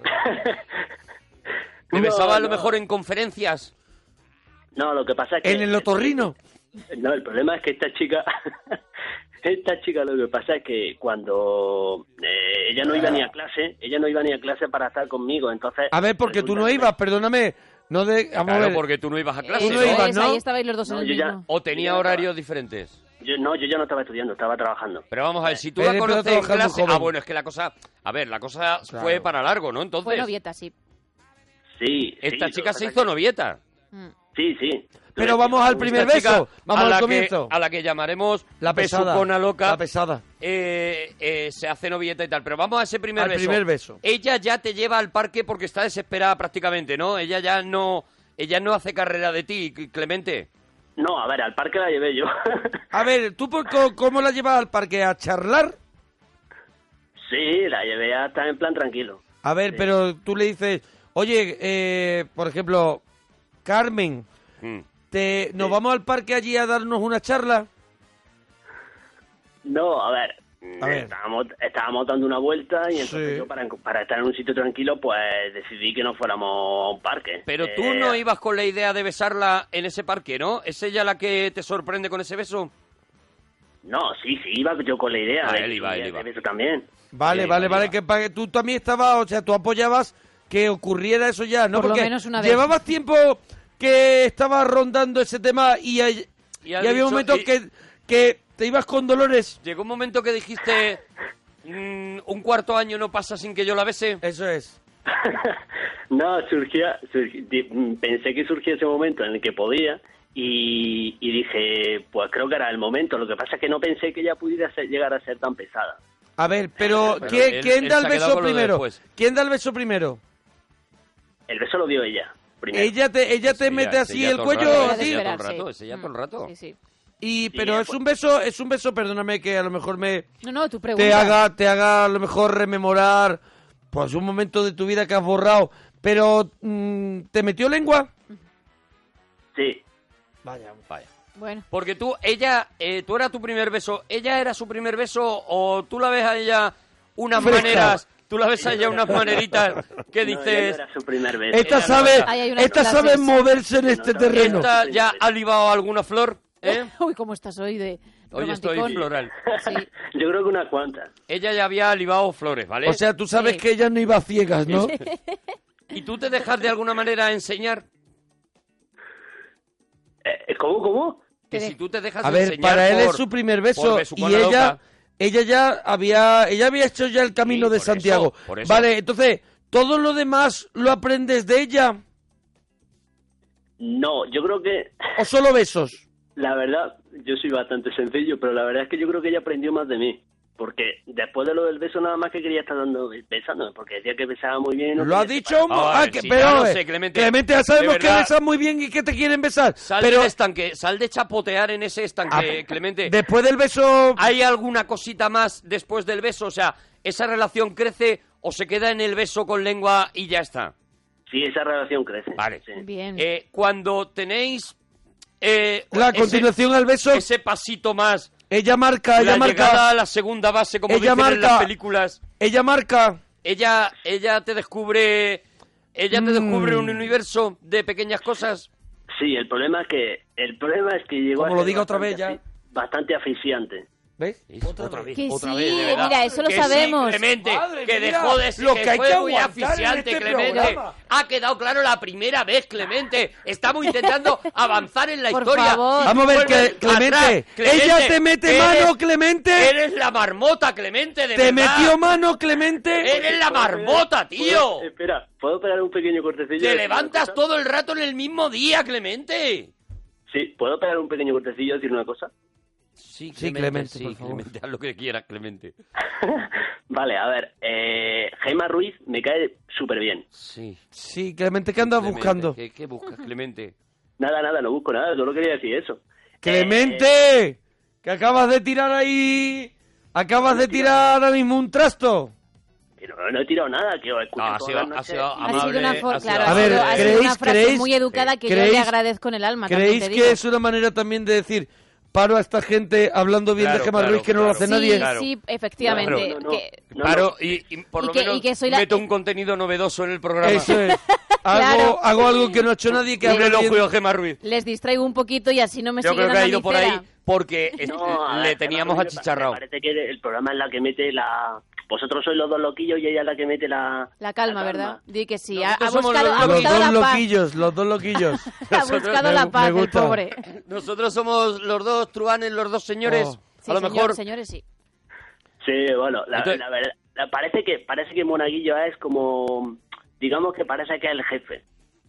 Speaker 4: Me
Speaker 6: No,
Speaker 4: besaba a lo
Speaker 6: no.
Speaker 4: mejor en conferencias.
Speaker 6: No, lo que pasa es que...
Speaker 1: En el otorrino.
Speaker 6: No, el problema es que esta chica... Esta chica lo que pasa es que cuando eh, ella no iba ni a clase, ella no iba ni a clase para estar conmigo, entonces...
Speaker 1: A ver, porque tú no
Speaker 6: resulta que-
Speaker 1: ibas, perdóname. No de. Vamos a
Speaker 4: Claro,
Speaker 1: ver.
Speaker 4: porque tú no ibas a clase,
Speaker 1: Tú no
Speaker 4: ¿no?
Speaker 1: ibas, ¿no?
Speaker 2: Ahí estabais los dos
Speaker 6: No,
Speaker 2: en el
Speaker 6: yo ya-
Speaker 2: mismo.
Speaker 4: O tenía horarios diferentes.
Speaker 6: Yo, no, yo ya no estaba estudiando, estaba trabajando.
Speaker 4: Pero vamos a ver, si tú la
Speaker 1: Pero he empezado
Speaker 4: conoces en
Speaker 1: trabajando
Speaker 4: clase...
Speaker 1: joven.
Speaker 4: Ah, bueno, es que la cosa... A ver, la cosa
Speaker 1: Claro.
Speaker 4: fue para largo, ¿no? Entonces,
Speaker 2: Fue novieta, sí.
Speaker 6: Sí.
Speaker 4: esta
Speaker 6: sí, lo
Speaker 4: chica
Speaker 6: que
Speaker 4: se
Speaker 6: pasa
Speaker 4: hizo
Speaker 6: es
Speaker 4: novieta.
Speaker 2: Mm.
Speaker 6: que- Sí, sí.
Speaker 1: Pero vamos al
Speaker 6: primer
Speaker 1: primer
Speaker 4: Esta chica
Speaker 1: beso. Vamos
Speaker 4: a
Speaker 1: al
Speaker 4: la que-
Speaker 1: comienzo.
Speaker 4: a la que llamaremos
Speaker 1: La pesada.
Speaker 4: Besucona loca.
Speaker 1: La pesada.
Speaker 4: eh, eh, se hace novieta y tal. Pero vamos a ese primer
Speaker 1: Al
Speaker 4: beso.
Speaker 1: primer beso.
Speaker 4: Ella ya te lleva al parque porque está desesperada prácticamente, ¿no? Ella ya no, ella no hace carrera de ti, Clemente.
Speaker 6: No, a ver, al parque la llevé yo.
Speaker 1: A ver, ¿tú por co- cómo la llevas al parque? ¿A charlar?
Speaker 6: sí, la llevé hasta en plan tranquilo.
Speaker 1: A ver, pero tú le dices, oye, eh, por ejemplo, Carmen,
Speaker 4: Mm.
Speaker 1: te, ¿nos vamos al parque allí a darnos una charla?
Speaker 6: No, a ver.
Speaker 1: A ver.
Speaker 6: Estábamos, estábamos dando una vuelta y entonces
Speaker 1: Sí.
Speaker 6: yo para, para estar en un sitio tranquilo pues decidí que no fuéramos a un parque.
Speaker 4: Pero tú
Speaker 6: Eh,
Speaker 4: no ibas con la idea de besarla en ese parque, ¿no? ¿Es ella la que te sorprende con ese beso?
Speaker 6: No, sí, sí, iba yo con la idea.
Speaker 4: Ah,
Speaker 6: de
Speaker 4: él
Speaker 6: que
Speaker 4: iba, él
Speaker 6: tuviera
Speaker 4: iba.
Speaker 6: que ver Eso también.
Speaker 1: Vale,
Speaker 4: Sí,
Speaker 1: vale,
Speaker 4: vale,
Speaker 1: vale,
Speaker 4: va.
Speaker 1: que pa- que tú también estabas, o sea, tú apoyabas que ocurriera eso ya, ¿no?
Speaker 2: Por lo
Speaker 1: Porque
Speaker 2: menos una vez.
Speaker 1: llevabas tiempo que estabas rondando ese tema y, hay-
Speaker 4: Y
Speaker 1: y
Speaker 4: has
Speaker 1: había
Speaker 4: dicho-
Speaker 1: momentos
Speaker 4: y-
Speaker 1: que, que te ibas con dolores.
Speaker 4: Llegó un momento que dijiste, mm, un cuarto año no pasa sin que yo la bese.
Speaker 1: Eso es.
Speaker 6: no, surgía, surgi- di- mm, pensé que surgía ese momento en el que podía y, y dije, pues creo que era el momento. Lo que pasa es que no pensé que ella pudiera ser- llegar a ser tan pesada.
Speaker 1: A ver, pero,
Speaker 4: Pero
Speaker 1: ¿quién,
Speaker 4: él-
Speaker 1: quién
Speaker 4: él
Speaker 1: da
Speaker 4: se
Speaker 1: el
Speaker 4: ha quedado
Speaker 1: beso
Speaker 4: con lo de
Speaker 1: primero?
Speaker 4: después.
Speaker 1: ¿Quién da el beso primero?
Speaker 6: El beso lo dio ella. Primero.
Speaker 1: Ella te, ella te
Speaker 4: Ella-
Speaker 1: mete
Speaker 4: ella
Speaker 1: así
Speaker 4: todo
Speaker 1: el
Speaker 4: el
Speaker 1: cuello,
Speaker 4: rato,
Speaker 2: Era de
Speaker 1: así.
Speaker 4: ella todo el
Speaker 2: esperarse.
Speaker 4: rato, es ella todo el
Speaker 2: Mm,
Speaker 4: rato.
Speaker 2: sí, sí.
Speaker 1: Y,
Speaker 6: Sí,
Speaker 1: pero
Speaker 6: ella
Speaker 1: es
Speaker 6: fue-
Speaker 1: un beso, es un beso, perdóname que a lo mejor me
Speaker 2: No, no, tu pregunta.
Speaker 1: te haga, te haga a lo mejor rememorar pues un momento de tu vida que has borrado, pero mm, ¿te metió lengua?
Speaker 6: Sí.
Speaker 1: Vaya.
Speaker 4: Vaya.
Speaker 2: Bueno,
Speaker 4: Porque tú, ella, eh, tú era tu primer beso, ella era su primer beso o tú la ves a ella unas
Speaker 1: Fresca.
Speaker 4: maneras, tú la ves a ella unas maneritas que
Speaker 6: No, ella no
Speaker 4: dices,
Speaker 6: era su primer beso.
Speaker 1: Esta
Speaker 4: Era
Speaker 1: sabe,
Speaker 2: Ahí hay unas
Speaker 1: esta sabe
Speaker 2: clases.
Speaker 1: moverse en este
Speaker 6: No, no,
Speaker 1: terreno.
Speaker 6: esta-
Speaker 4: ¿esta ya ha libado alguna flor? ¿Eh?
Speaker 2: uy, cómo estás hoy de
Speaker 4: Hoy estoy
Speaker 2: romanticón.
Speaker 4: floral.
Speaker 2: Sí.
Speaker 6: Yo creo que unas cuantas.
Speaker 4: Ella ya había libado flores, ¿vale?
Speaker 1: O sea, tú sabes
Speaker 2: Sí.
Speaker 1: que ella no iba a ciegas, ¿no?
Speaker 4: ¿Y tú te dejas de alguna manera enseñar?
Speaker 6: Eh, ¿Cómo, cómo?
Speaker 4: Que
Speaker 2: Te de-
Speaker 4: si tú te dejas
Speaker 1: A ver,
Speaker 4: enseñar
Speaker 1: para él es
Speaker 4: por-
Speaker 1: su primer beso
Speaker 4: por besucona
Speaker 1: y ella,
Speaker 4: loca,
Speaker 1: ella ya había, ella había hecho ya el camino
Speaker 4: Sí,
Speaker 1: de
Speaker 4: por
Speaker 1: Santiago.
Speaker 4: eso, por eso.
Speaker 1: Vale, entonces todo lo demás lo aprendes de ella
Speaker 6: No, yo creo que
Speaker 1: o solo besos.
Speaker 6: La verdad, yo soy bastante sencillo, pero la verdad es que yo creo que ella aprendió más de mí. Porque después de lo del beso nada más que quería estar dando besándome, porque decía que besaba muy bien. y no
Speaker 1: Lo ha
Speaker 6: quería
Speaker 1: dicho,
Speaker 6: separarme.
Speaker 4: Ah,
Speaker 1: ah,
Speaker 4: vale,
Speaker 1: que-
Speaker 4: sí,
Speaker 1: pero
Speaker 4: ya lo
Speaker 1: eh,
Speaker 4: sé, Clemente.
Speaker 1: ya sabemos
Speaker 4: De
Speaker 1: que
Speaker 4: verdad.
Speaker 1: besas muy bien y que te quieren besar,
Speaker 4: Sal
Speaker 1: pero
Speaker 4: del estanque, sal de chapotear en ese estanque,
Speaker 1: Ah,
Speaker 4: Clemente.
Speaker 1: después del beso
Speaker 4: ¿Hay alguna cosita más después del beso? O sea, ¿esa relación crece o se queda en el beso con lengua y ya está?
Speaker 6: Sí, esa relación crece.
Speaker 4: Vale.
Speaker 6: sí.
Speaker 2: Bien.
Speaker 4: Eh, cuando tenéis... eh,
Speaker 1: la
Speaker 4: ese-
Speaker 1: continuación al beso,
Speaker 4: Ese, pasito más,
Speaker 1: ella marca, ella
Speaker 4: la llegada
Speaker 1: marca,
Speaker 4: a la segunda base, como
Speaker 1: Ella
Speaker 4: dicen en las
Speaker 1: marca.
Speaker 4: películas,
Speaker 1: ella marca.
Speaker 4: ella, ella te descubre... Ella
Speaker 1: Mm.
Speaker 4: te descubre un universo de pequeñas cosas.
Speaker 6: Sí, el problema es que el problema es que llegó
Speaker 1: Como
Speaker 6: a
Speaker 1: lo
Speaker 6: ser
Speaker 1: digo otra vez
Speaker 6: bastante
Speaker 1: ya.
Speaker 6: afi- bastante asfixiante.
Speaker 1: ¿Ves?
Speaker 2: Que
Speaker 4: otra
Speaker 2: sí, eh,
Speaker 4: vez, de verdad.
Speaker 2: mira, eso lo
Speaker 4: Que sí,
Speaker 2: sabemos.
Speaker 4: Clemente,
Speaker 1: Madre
Speaker 4: que
Speaker 1: mía,
Speaker 4: dejó de ser
Speaker 1: lo
Speaker 4: que
Speaker 1: que hay
Speaker 4: fue
Speaker 1: que
Speaker 4: muy
Speaker 1: aguantar en
Speaker 4: asfixiante,
Speaker 1: este
Speaker 4: Clemente.
Speaker 1: programa.
Speaker 4: Ha quedado claro la primera vez, Clemente. Estamos intentando avanzar en la
Speaker 2: Por
Speaker 4: historia.
Speaker 2: favor.
Speaker 4: Y tú
Speaker 1: Vamos a ver,
Speaker 4: vuelves
Speaker 1: Cle- Clemente,
Speaker 4: atrás. Clemente,
Speaker 1: ella te mete
Speaker 4: eres-
Speaker 1: mano, Clemente.
Speaker 4: Eres la marmota, Clemente, de
Speaker 1: te
Speaker 4: verdad.
Speaker 1: metió mano, Clemente.
Speaker 4: Eres la marmota, tío.
Speaker 6: ¿Puedo- espera, ¿puedo operar un pequeño cortecillo?
Speaker 4: Te
Speaker 6: de-
Speaker 4: levantas todo el rato en el mismo día, Clemente.
Speaker 6: Sí, ¿puedo pegar un pequeño cortecillo y decir una cosa?
Speaker 4: Sí,
Speaker 1: Clemente, Clemente, sí, por favor.
Speaker 4: Clemente, haz lo que quieras, Clemente.
Speaker 6: Vale, a ver, eh, Gemma Ruiz me cae súper bien.
Speaker 4: Sí.
Speaker 1: Sí, Clemente, ¿qué andas
Speaker 4: Clemente,
Speaker 1: buscando?
Speaker 4: ¿Qué, qué buscas, Clemente?
Speaker 6: Nada, nada, no busco nada, solo quería decir eso.
Speaker 1: Clemente, que acabas de tirar ahí, acabas de tirar ahora mismo un trasto.
Speaker 6: Que no, no he tirado nada, que os
Speaker 4: No,
Speaker 6: escucho
Speaker 4: ha
Speaker 6: todas
Speaker 4: sido,
Speaker 6: las
Speaker 4: ha
Speaker 6: noches.
Speaker 4: sido amable.
Speaker 2: ha sido una, for-
Speaker 4: ha sido
Speaker 2: claro, ha
Speaker 1: A ver,
Speaker 2: sido- ha sido
Speaker 1: ¿creéis-
Speaker 2: una frase
Speaker 1: creéis-
Speaker 2: muy educada que yo le
Speaker 1: ¿creéis-
Speaker 2: agradezco en el alma. también
Speaker 1: ¿Creéis
Speaker 2: te digo.
Speaker 1: que es una manera también de decir, paro a esta gente hablando bien
Speaker 4: Claro,
Speaker 1: de Gemma
Speaker 4: claro,
Speaker 1: Ruiz que no lo
Speaker 4: claro.
Speaker 1: hace
Speaker 2: sí,
Speaker 1: nadie?
Speaker 4: Claro.
Speaker 2: Sí, efectivamente.
Speaker 6: Claro. No, no,
Speaker 2: que-
Speaker 6: No,
Speaker 4: claro,
Speaker 6: no.
Speaker 4: y, y por
Speaker 2: Y
Speaker 4: lo
Speaker 2: que-
Speaker 4: menos
Speaker 2: y que soy la-
Speaker 4: meto un contenido novedoso en el programa.
Speaker 1: Eso es. Hago,
Speaker 2: Claro.
Speaker 1: hago algo que no ha hecho nadie que
Speaker 4: Que abre
Speaker 1: hable
Speaker 4: el ojo
Speaker 1: bien.
Speaker 4: a Gemma Ruiz.
Speaker 2: Les distraigo un poquito y así no me
Speaker 4: Yo
Speaker 2: siguen
Speaker 4: creo que ha
Speaker 2: a
Speaker 4: ido por ahí porque es-
Speaker 6: No, a
Speaker 4: le
Speaker 6: ver,
Speaker 4: teníamos
Speaker 6: Gemma Ruiz me pa-
Speaker 4: achicharrado.
Speaker 6: me Parece que el programa es la que mete la. Vosotros sois los dos loquillos y ella es la que mete la.
Speaker 2: La calma, ¿verdad? Di que sí. Ha,
Speaker 4: Nosotros
Speaker 2: ha
Speaker 4: somos
Speaker 2: buscado,
Speaker 4: los-
Speaker 2: ha
Speaker 1: Los
Speaker 2: buscado
Speaker 1: dos
Speaker 2: la paz.
Speaker 1: loquillos, los dos loquillos.
Speaker 2: Ha
Speaker 4: Nosotros-
Speaker 2: buscado
Speaker 1: me-
Speaker 2: la
Speaker 1: me
Speaker 2: paz, el
Speaker 1: gusta.
Speaker 2: pobre.
Speaker 4: Nosotros somos los dos truanes, los dos señores.
Speaker 1: Oh.
Speaker 2: Sí,
Speaker 4: a lo
Speaker 2: señor-
Speaker 4: mejor
Speaker 2: Señores, sí.
Speaker 6: Sí, bueno, la,
Speaker 4: Entonces-
Speaker 6: la verdad. la- parece, que, parece que Monaguillo es como. Digamos que parece que es el jefe.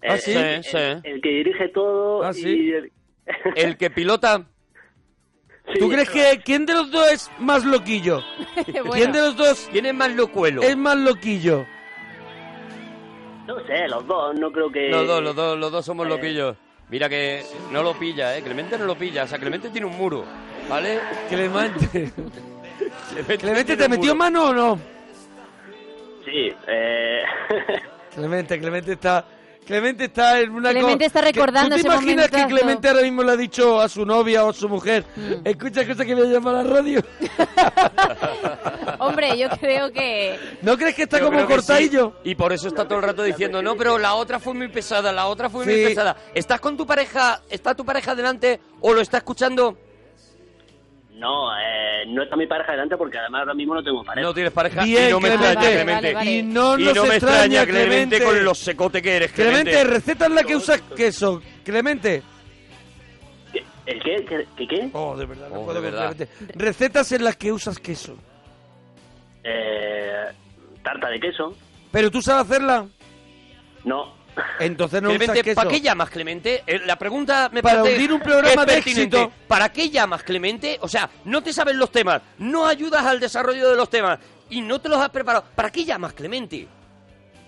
Speaker 6: Eh,
Speaker 1: Ah,
Speaker 6: El-
Speaker 1: sí.
Speaker 6: el,
Speaker 4: Sí,
Speaker 6: el-
Speaker 4: sí.
Speaker 6: el que dirige todo.
Speaker 1: Ah,
Speaker 6: y
Speaker 1: sí.
Speaker 6: el-
Speaker 4: el que pilota.
Speaker 6: Sí,
Speaker 1: ¿Tú crees que quién de los dos es más loquillo?
Speaker 2: Bueno,
Speaker 1: ¿Quién de los dos
Speaker 4: ¿Quién es más locuelo?
Speaker 1: es más loquillo?
Speaker 6: No sé, los dos, no creo que.
Speaker 4: Los dos, los dos, los dos somos
Speaker 6: eh,
Speaker 4: loquillos. Mira que no lo pilla, ¿eh? Clemente no lo pilla. O sea, Clemente tiene un muro, ¿vale?
Speaker 1: Clemente.
Speaker 4: Clemente,
Speaker 1: Clemente,
Speaker 4: tiene
Speaker 1: ¿te
Speaker 4: un muro.
Speaker 1: metió mano o no?
Speaker 6: Sí, eh.
Speaker 1: Clemente, Clemente está, Clemente está en una... co-
Speaker 2: Clemente está
Speaker 1: que-
Speaker 2: recordando
Speaker 1: ¿Tú te
Speaker 2: ese
Speaker 1: imaginas que
Speaker 2: momentazo?
Speaker 1: Clemente ahora mismo le ha dicho a su novia o a su mujer, escucha cosas que voy a llamar a la radio?
Speaker 2: Hombre, yo creo que...
Speaker 1: ¿No crees que está
Speaker 3: Yo
Speaker 1: como
Speaker 3: creo que sí.
Speaker 1: cortadillo?
Speaker 3: Y por eso está todo el rato diciendo, no, pero la otra fue muy pesada, la otra fue muy
Speaker 1: Sí.
Speaker 3: pesada. ¿Estás con tu pareja, está tu pareja delante o lo está escuchando?
Speaker 6: No, eh, no está mi pareja delante porque además ahora mismo no tengo pareja.
Speaker 3: No tienes pareja
Speaker 1: Bien,
Speaker 3: y no me
Speaker 1: Clemente.
Speaker 3: extraña,
Speaker 2: Vale, vale,
Speaker 3: Clemente.
Speaker 2: vale.
Speaker 1: Y no
Speaker 3: y
Speaker 1: nos
Speaker 3: no me
Speaker 1: extraña,
Speaker 3: extraña, Clemente,
Speaker 1: Clemente.
Speaker 3: con lo secote que eres, Clemente.
Speaker 1: Clemente, receta es la que usas queso. Clemente.
Speaker 6: ¿Qué- ¿El qué? ¿Qué? qué, qué?
Speaker 1: Oh, de verdad, no
Speaker 3: Oh,
Speaker 1: puedo
Speaker 3: de
Speaker 1: con
Speaker 3: verdad.
Speaker 1: Clemente. Recetas en las que usas queso.
Speaker 6: Eh, tarta de queso.
Speaker 1: ¿Pero tú sabes hacerla?
Speaker 6: No.
Speaker 1: Entonces no usas
Speaker 3: Clemente,
Speaker 1: queso.
Speaker 3: ¿para qué llamas, Clemente? Eh, La pregunta me
Speaker 1: Para
Speaker 3: parece
Speaker 1: hundir un
Speaker 3: que
Speaker 1: programa
Speaker 3: es
Speaker 1: de
Speaker 3: pertinente.
Speaker 1: éxito.
Speaker 3: ¿Para qué llamas, Clemente? O sea, no te sabes los temas, no ayudas al desarrollo de los temas y no te los has preparado. ¿Para qué llamas, Clemente?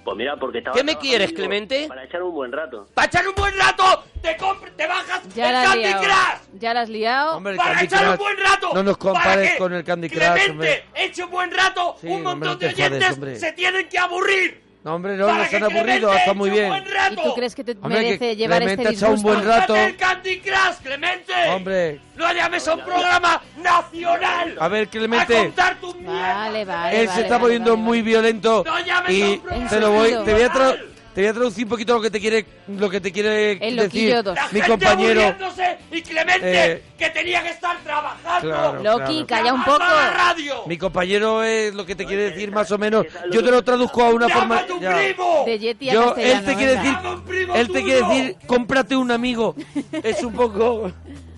Speaker 6: Pues mira, porque estaba...
Speaker 3: ¿Qué me
Speaker 6: trabajando,
Speaker 3: quieres,
Speaker 6: digo,
Speaker 3: Clemente?
Speaker 6: Para echar un buen rato.
Speaker 3: ¡Para echar un buen rato! ¡Te, compr- te bajas
Speaker 2: Ya
Speaker 3: el
Speaker 2: la has
Speaker 3: Candy
Speaker 2: liado.
Speaker 3: Crush!
Speaker 2: Ya la has liado.
Speaker 1: Hombre, el
Speaker 3: para
Speaker 1: Candy
Speaker 3: echar un
Speaker 1: Crush.
Speaker 3: buen rato.
Speaker 1: No nos
Speaker 3: ¿Para
Speaker 1: compares
Speaker 3: qué?
Speaker 1: con el Candy Crush,
Speaker 3: Clemente,
Speaker 1: hombre.
Speaker 3: eche un buen rato.
Speaker 1: Sí,
Speaker 3: un
Speaker 1: hombre,
Speaker 3: montón
Speaker 1: no
Speaker 3: de
Speaker 1: te jodes,
Speaker 3: oyentes
Speaker 1: hombre.
Speaker 3: se tienen que aburrir.
Speaker 1: No, hombre, no,
Speaker 3: para
Speaker 1: nos
Speaker 3: que
Speaker 1: han aburrido,
Speaker 3: Clemente
Speaker 1: está
Speaker 3: eche
Speaker 1: muy
Speaker 3: un
Speaker 1: bien.
Speaker 3: buen rato.
Speaker 2: ¿Y tú crees que te
Speaker 1: Hombre,
Speaker 2: merece
Speaker 1: que
Speaker 2: llevar
Speaker 1: Clemente ha
Speaker 2: este
Speaker 1: echado un
Speaker 2: disgusto?
Speaker 1: buen rato.
Speaker 3: ¡Bájate el Candy Crush, Clemente!
Speaker 1: Hombre.
Speaker 3: ¡No llames a un programa nacional!
Speaker 1: A ver, Clemente.
Speaker 3: ¡A contar tu mierda.
Speaker 2: Vale, vale,
Speaker 1: Él se
Speaker 2: vale,
Speaker 1: está
Speaker 2: vale,
Speaker 1: poniendo
Speaker 2: vale,
Speaker 1: muy
Speaker 2: vale.
Speaker 1: violento
Speaker 3: No llames a
Speaker 1: y
Speaker 3: un programa
Speaker 1: te lo voy, te voy a tra-
Speaker 3: nacional.
Speaker 1: te voy a traducir un poquito lo que te quiere lo que te quiere
Speaker 2: El
Speaker 1: decir
Speaker 2: loquillo dos.
Speaker 3: La
Speaker 1: mi
Speaker 3: gente
Speaker 1: compañero.
Speaker 3: aburriéndose y Clemente,
Speaker 1: Eh,
Speaker 3: que tenía que estar trabajando.
Speaker 1: Claro.
Speaker 2: Loki,
Speaker 1: Claro.
Speaker 2: calla un
Speaker 3: Llamando
Speaker 2: poco.
Speaker 3: a la radio.
Speaker 1: Mi compañero es lo que te quiere decir más o menos.
Speaker 6: esa es
Speaker 1: Yo
Speaker 6: lo
Speaker 1: te lo
Speaker 6: que-
Speaker 1: traduzco a una
Speaker 3: ¡Llama
Speaker 1: forma
Speaker 3: a tu
Speaker 1: ya.
Speaker 3: primo!
Speaker 2: De Yeti a
Speaker 1: Yo,
Speaker 2: castellano,
Speaker 1: él te quiere
Speaker 2: venga.
Speaker 1: decir,
Speaker 3: Llama a un primo
Speaker 1: él te quiere
Speaker 3: tuyo.
Speaker 1: decir, cómprate un amigo. Es un poco.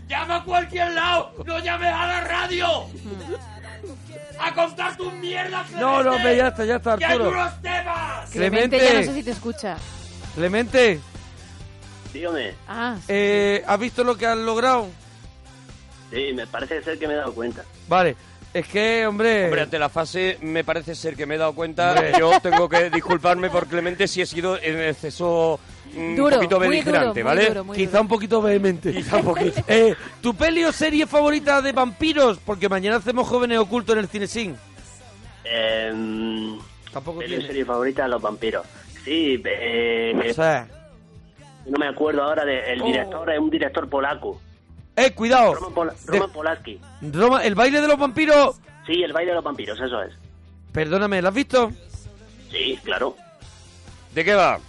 Speaker 3: Llama a cualquier lado, no llames a la radio. A contar tus mierdas.
Speaker 1: No, no,
Speaker 3: Clemente,
Speaker 1: hombre, ya está, ya está,
Speaker 3: que hay
Speaker 1: Arturo.
Speaker 3: unos temas.
Speaker 2: Clemente,
Speaker 1: Clemente.
Speaker 2: ya no sé si te escucha.
Speaker 1: Clemente,
Speaker 6: Dígame.
Speaker 2: Ah,
Speaker 1: eh, ¿has visto lo que has logrado?
Speaker 6: Sí, me parece ser que me he dado cuenta.
Speaker 1: Vale, es que, hombre,
Speaker 3: Hombre, ante la fase me parece ser que me he dado cuenta.
Speaker 1: Hombre.
Speaker 3: Yo tengo que disculparme por Clemente si he sido en exceso mm, un
Speaker 2: Duro,
Speaker 3: poquito
Speaker 2: muy
Speaker 3: beligerante,
Speaker 2: duro, muy
Speaker 3: ¿vale?
Speaker 2: duro, muy
Speaker 1: quizá un poquito vehemente.
Speaker 3: Quizá un poquito.
Speaker 1: Eh, ¿Tu peli o serie favorita de vampiros? Porque mañana hacemos Jóvenes Ocultos en el Cine Sin.
Speaker 6: Eh,
Speaker 1: Tampoco
Speaker 6: mi
Speaker 1: tiene.
Speaker 6: serie favorita, Los Vampiros. Sí, eh,
Speaker 1: O sea,
Speaker 6: no me acuerdo ahora del
Speaker 1: Oh.
Speaker 6: director, es un director polaco.
Speaker 1: eh,
Speaker 3: Oh.
Speaker 1: cuidado.
Speaker 6: Roman, Pola-
Speaker 1: De-
Speaker 6: Roman Polanski.
Speaker 1: Roma- el baile de los vampiros.
Speaker 6: Sí, el baile de los vampiros, eso es.
Speaker 1: Perdóname, ¿la has visto?
Speaker 6: Sí, claro.
Speaker 3: ¿De qué va?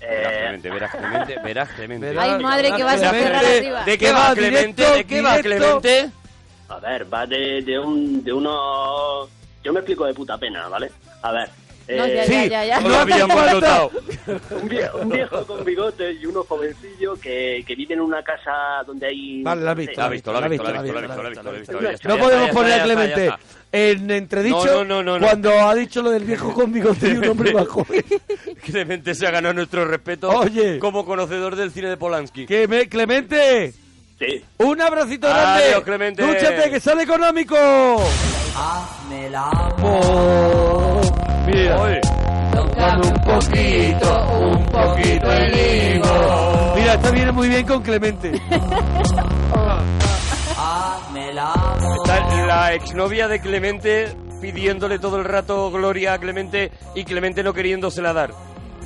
Speaker 3: Verás,
Speaker 6: Eh,
Speaker 3: Clemente, verás, Clemente, verás, Clemente.
Speaker 1: Verás,
Speaker 2: Ay, madre, que vas a
Speaker 1: Clemente,
Speaker 2: cerrar arriba.
Speaker 3: ¿De qué va, Clemente?
Speaker 1: directo,
Speaker 3: ¿De qué va,
Speaker 1: directo.
Speaker 3: Clemente?
Speaker 6: a ver, va de, de un, de unos... Yo me explico de puta pena, ¿vale? A ver.
Speaker 2: No,
Speaker 6: eh,
Speaker 2: ya,
Speaker 1: sí.
Speaker 2: ya, ya,
Speaker 1: No
Speaker 2: ya.
Speaker 1: hace falta.
Speaker 6: Un, vie- un viejo con bigote y unos jovencillos que, que viven en una casa donde hay...
Speaker 1: Vale, la has
Speaker 6: no sé,
Speaker 1: visto,
Speaker 3: La ha visto, la ha visto, la ha visto, la ha
Speaker 1: la
Speaker 3: visto,
Speaker 1: ha
Speaker 3: la ha visto, la
Speaker 1: visto, la ha
Speaker 3: ha
Speaker 1: visto.
Speaker 3: visto. ya está,
Speaker 1: No
Speaker 3: Pues ya
Speaker 1: podemos
Speaker 3: está,
Speaker 1: poner
Speaker 3: ya
Speaker 1: a
Speaker 3: está, ya
Speaker 1: Clemente
Speaker 3: está.
Speaker 1: en entredicho
Speaker 3: No, no, no, no, no.
Speaker 1: cuando ha dicho lo del viejo con bigote y un hombre más joven.
Speaker 3: Clemente se ha ganado nuestro respeto
Speaker 1: Oye.
Speaker 3: como conocedor del cine de Polanski.
Speaker 1: Que me- Clemente,
Speaker 6: Sí.
Speaker 1: un abracito
Speaker 3: Adiós,
Speaker 1: grande.
Speaker 3: Clemente.
Speaker 1: Dúchate, que sale económico.
Speaker 7: Hazme el amor.
Speaker 1: Mira.
Speaker 3: Oye,
Speaker 2: Tócame un poquito, un poquito el higo.
Speaker 1: Mira, está bien, muy bien con Clemente.
Speaker 7: Hazme el amor.
Speaker 3: está la exnovia de Clemente pidiéndole todo el rato gloria a Clemente y Clemente no queriéndosela dar.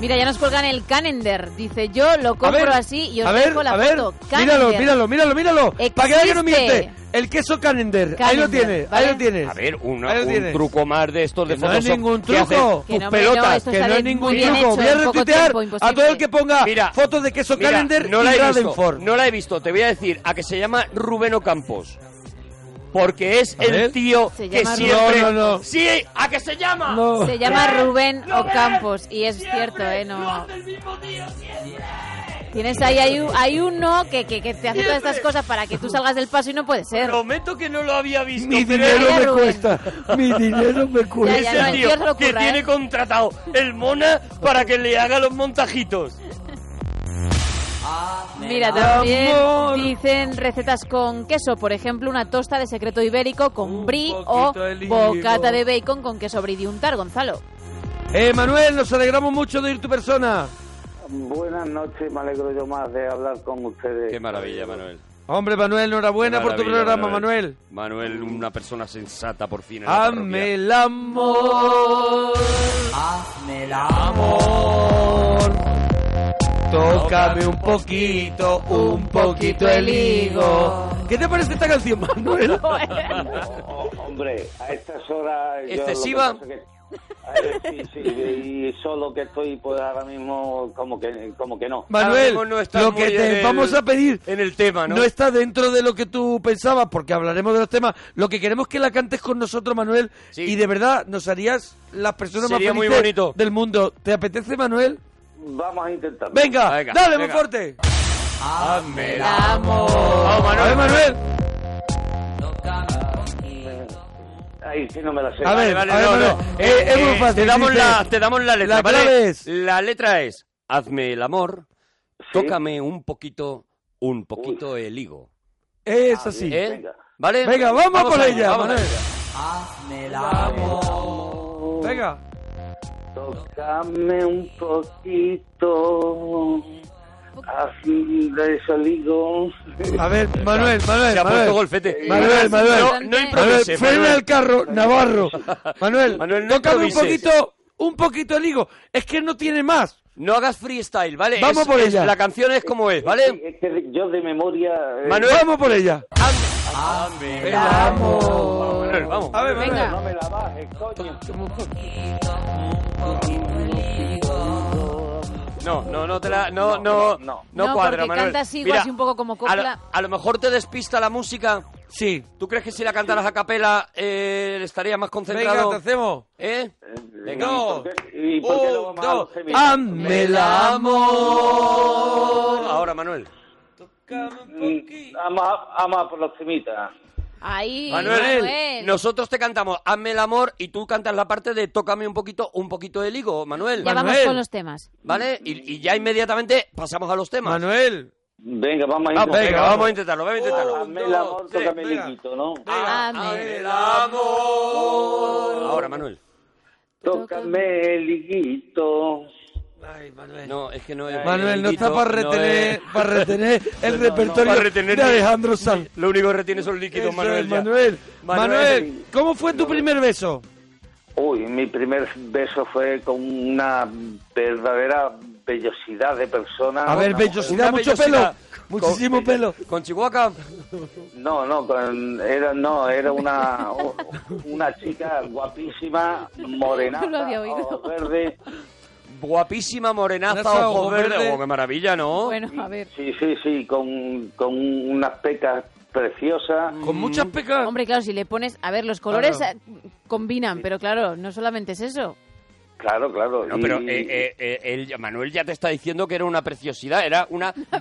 Speaker 2: Mira, ya nos cuelgan el calendar. Dice, yo lo
Speaker 1: A
Speaker 2: compro
Speaker 1: ver,
Speaker 2: así y os
Speaker 1: a ver,
Speaker 2: dejo la
Speaker 1: a ver,
Speaker 2: foto.
Speaker 1: Míralo,
Speaker 2: Calendar.
Speaker 1: míralo, míralo, míralo. Para que vea que no
Speaker 2: Existe.
Speaker 1: miente. El queso Calendar. Ahí lo
Speaker 2: Calendar,
Speaker 1: tienes, ahí
Speaker 2: ¿vale?
Speaker 1: lo tienes.
Speaker 3: A ver, una-
Speaker 1: Ahí lo
Speaker 3: un
Speaker 1: tienes.
Speaker 3: truco más de estos de
Speaker 1: Que no es
Speaker 3: Photoshop.
Speaker 1: ningún
Speaker 3: ¿Qué haces?
Speaker 1: truco.
Speaker 2: Que no,
Speaker 1: Tus
Speaker 2: hombre, no,
Speaker 1: pelotas,
Speaker 2: esto
Speaker 1: que
Speaker 2: está
Speaker 1: no es
Speaker 2: bien-
Speaker 1: ningún
Speaker 2: muy bien
Speaker 1: truco.
Speaker 2: hecho,
Speaker 1: Voy
Speaker 2: en
Speaker 1: a
Speaker 2: poco
Speaker 1: retuitear
Speaker 2: tiempo,
Speaker 1: a
Speaker 2: imposible.
Speaker 1: todo el que ponga
Speaker 3: Mira,
Speaker 1: fotos de queso
Speaker 3: Mira,
Speaker 1: Calendar
Speaker 3: no
Speaker 1: y
Speaker 3: la he visto,
Speaker 1: Radenford.
Speaker 3: no la he visto. Te voy a decir a que se llama Rubén Ocampos. Porque es
Speaker 1: A
Speaker 3: el
Speaker 1: ver.
Speaker 3: tío
Speaker 2: Se
Speaker 3: que
Speaker 2: llama
Speaker 3: siempre...
Speaker 1: Rubén. No, no, no.
Speaker 3: Sí, a que se llama.
Speaker 1: No.
Speaker 2: Se llama
Speaker 3: ¿Eh?
Speaker 2: Rubén
Speaker 3: ¿Lo ves?
Speaker 2: Ocampos y es
Speaker 3: Siempre
Speaker 2: cierto, ¿eh?
Speaker 3: lo
Speaker 2: No.
Speaker 3: hace el mismo tío, siempre.
Speaker 2: Tienes ahí, hay, un- hay uno que, que, que te hace todas estas cosas para que tú salgas del paso y no puede ser.
Speaker 3: Prometo que no lo había visto.
Speaker 1: Mi
Speaker 3: pero
Speaker 1: dinero
Speaker 2: Mira,
Speaker 1: me
Speaker 2: Rubén.
Speaker 1: cuesta. Mi dinero me
Speaker 2: Ya,
Speaker 1: cuesta.
Speaker 2: ya,
Speaker 3: es el
Speaker 2: no, el
Speaker 3: tío
Speaker 2: tío se lo
Speaker 3: que
Speaker 2: curra,
Speaker 3: tiene
Speaker 2: ¿eh?
Speaker 3: contratado el Mona para que le haga los montajitos.
Speaker 2: Mira, también dicen recetas con queso, por ejemplo, una tosta de secreto ibérico con
Speaker 1: Un
Speaker 2: brie o
Speaker 1: poquito de ligo.
Speaker 2: bocata de bacon con queso brie de untar, Gonzalo.
Speaker 1: Eh, Manuel, nos alegramos mucho de ir tu persona.
Speaker 8: Buenas noches, me alegro yo más de hablar con ustedes.
Speaker 3: Qué maravilla, Manuel.
Speaker 1: Hombre, Manuel, enhorabuena
Speaker 3: Qué
Speaker 1: por tu
Speaker 3: maravilla,
Speaker 1: programa, Manuel.
Speaker 3: Manuel, una persona sensata por fin. en
Speaker 1: Ah,
Speaker 3: la
Speaker 1: Hazme el amor.
Speaker 7: Hazme el amor.
Speaker 1: Tócame un poquito, un poquito el higo. ¿Qué te parece esta canción, Manuel?
Speaker 8: Oh, hombre, a estas horas... yo lo que
Speaker 1: ¿Excesiva?
Speaker 8: pasa que- a ver, sí, sí, y solo que estoy, pues ahora mismo, como que, como que no.
Speaker 4: Ahora
Speaker 1: Manuel,
Speaker 4: mismo no estás
Speaker 1: lo que
Speaker 4: muy en
Speaker 1: te
Speaker 4: el-
Speaker 1: vamos a pedir
Speaker 4: en el tema, ¿no?
Speaker 1: no está dentro de lo que tú pensabas, porque hablaremos de los temas. Lo que queremos es que la cantes con nosotros, Manuel,
Speaker 4: Sí.
Speaker 1: y de verdad nos harías las personas
Speaker 4: Sería
Speaker 1: más
Speaker 4: muy
Speaker 1: felices
Speaker 4: bonito.
Speaker 1: del mundo. ¿Te apetece, Manuel?
Speaker 8: Vamos a intentar.
Speaker 1: Venga,
Speaker 4: Venga,
Speaker 1: dale muy
Speaker 4: venga.
Speaker 1: fuerte.
Speaker 4: Hazme la-
Speaker 2: Vamos.
Speaker 1: Vamos, Manuel. A ver, Manuel.
Speaker 8: Ay, Eh, sí, no me la sé.
Speaker 1: A ver,
Speaker 4: Vale,
Speaker 1: a ver,
Speaker 4: no,
Speaker 1: Manuel.
Speaker 4: no.
Speaker 1: Eh,
Speaker 4: Eh,
Speaker 1: es muy
Speaker 4: eh,
Speaker 1: fácil,
Speaker 4: Te damos,
Speaker 1: dice,
Speaker 4: la, te damos la letra,
Speaker 1: la
Speaker 4: ¿vale?
Speaker 1: clave es-
Speaker 4: La letra es, hazme el amor,
Speaker 8: Sí.
Speaker 4: tócame un poquito, un poquito el higo.
Speaker 1: Es así.
Speaker 4: ¿Eh?
Speaker 8: venga.
Speaker 4: ¿Vale?
Speaker 1: Venga, vamos, por
Speaker 4: a
Speaker 1: ella,
Speaker 4: vamos a
Speaker 1: Manuel.
Speaker 4: ello.
Speaker 1: Venga.
Speaker 8: Tócame un poquito. Hazme saligo.
Speaker 1: A ver, Manuel, Manuel,
Speaker 4: Se ha
Speaker 1: Manuel.
Speaker 4: puesto golfete.
Speaker 1: Manuel,
Speaker 4: No,
Speaker 1: Manuel.
Speaker 4: no
Speaker 1: Manuel,
Speaker 4: improvise,
Speaker 1: frena
Speaker 4: Manuel.
Speaker 1: el carro, Navarro. Manuel,
Speaker 4: Manuel, no
Speaker 1: tócame un
Speaker 4: improvises.
Speaker 1: poquito, un poquito el higo. Es que no tiene más.
Speaker 4: No hagas freestyle, ¿vale?
Speaker 1: Vamos
Speaker 4: Es-
Speaker 1: por
Speaker 4: es-
Speaker 1: ella.
Speaker 4: La canción es como es, ¿vale?
Speaker 8: Es que yo de memoria. eh,
Speaker 4: Manuel.
Speaker 1: Vamos por ella.
Speaker 4: Hazme el amor. Manuel, vamos.
Speaker 1: A ver, Manuel.
Speaker 2: Venga.
Speaker 8: No me la bajes, coño.
Speaker 4: No, no, no te la, no, no, no,
Speaker 2: No,
Speaker 4: cuadra,
Speaker 2: porque
Speaker 4: Manuel.
Speaker 2: canta así, igual así un poco como
Speaker 4: a lo- A
Speaker 2: copla.
Speaker 4: lo, mejor te despista la música.
Speaker 1: Sí.
Speaker 4: ¿Tú crees que si la cantaras a capela eh, estarías más
Speaker 1: Venga,
Speaker 4: concentrado?
Speaker 1: te hacemos.
Speaker 4: ¿Eh? Venga.
Speaker 1: No.
Speaker 8: ¿Y por qué lo
Speaker 1: Un,
Speaker 8: vamos a
Speaker 1: dos.
Speaker 8: los semis?
Speaker 1: Hazme el amor.
Speaker 4: Ahora, Manuel.
Speaker 8: Vamos a- vamos a Mm, por los semitas.
Speaker 2: Ahí,
Speaker 4: Manuel,
Speaker 2: Manuel.
Speaker 4: nosotros te cantamos Hazme el amor y tú cantas la parte de Tócame un poquito, un poquito el higo, Manuel.
Speaker 2: Ya vamos
Speaker 1: Manuel.
Speaker 2: con los temas.
Speaker 4: ¿Vale? Y, y ya inmediatamente pasamos a los temas.
Speaker 1: Manuel.
Speaker 8: Venga, vamos a
Speaker 4: Ah,
Speaker 8: intentar.
Speaker 4: venga,
Speaker 1: venga,
Speaker 4: vamos
Speaker 1: vamos.
Speaker 4: a intentarlo, vamos a intentarlo.
Speaker 1: Oh.
Speaker 8: Hazme el amor,
Speaker 1: dos, tres,
Speaker 8: tócame el
Speaker 1: venga.
Speaker 8: hijito, ¿no?
Speaker 2: Amén.
Speaker 4: Ahora, Manuel.
Speaker 8: Tócame el higuito.
Speaker 1: Ay, Manuel.
Speaker 4: No, es que no es.
Speaker 1: Manuel, no
Speaker 4: Liguito,
Speaker 1: está para
Speaker 4: no
Speaker 1: retener,
Speaker 4: es-
Speaker 1: para retener el repertorio
Speaker 4: para retener
Speaker 1: de
Speaker 4: ni-
Speaker 1: Alejandro Sanz.
Speaker 4: Lo único que retiene son líquidos,
Speaker 1: Eso
Speaker 4: Manuel.
Speaker 1: es,
Speaker 4: ya.
Speaker 1: Manuel.
Speaker 4: Manuel.
Speaker 1: Manuel, ¿cómo fue tu primer beso?
Speaker 8: Uy, mi primer beso fue con una verdadera vellosidad de persona.
Speaker 1: A ver,
Speaker 8: Una
Speaker 1: vellosidad.
Speaker 4: Una
Speaker 1: mucho
Speaker 4: vellosidad.
Speaker 1: pelo, muchísimo
Speaker 4: Con-
Speaker 1: pelo.
Speaker 4: Con Chihuahua.
Speaker 8: mujer- No, no, con- era, no, era una, o- una chica guapísima, morenata,
Speaker 2: Lo había oído.
Speaker 8: ojos verdes.
Speaker 4: Guapísima morenaza,
Speaker 1: Morenaza,
Speaker 4: ojos
Speaker 1: ojos
Speaker 4: verdes.
Speaker 1: verdes.
Speaker 4: Oh, qué maravilla, ¿no?
Speaker 2: Bueno, a ver.
Speaker 8: Sí, sí, sí, con, con unas pecas preciosas.
Speaker 1: Con muchas pecas.
Speaker 2: Hombre, claro, si le pones... A ver, los colores
Speaker 1: Claro.
Speaker 2: eh, combinan, pero claro, no solamente es eso.
Speaker 8: Claro, claro.
Speaker 4: No, pero
Speaker 8: y-
Speaker 4: eh, eh, eh, él- Manuel ya te está diciendo que era una preciosidad, era una vellosidad.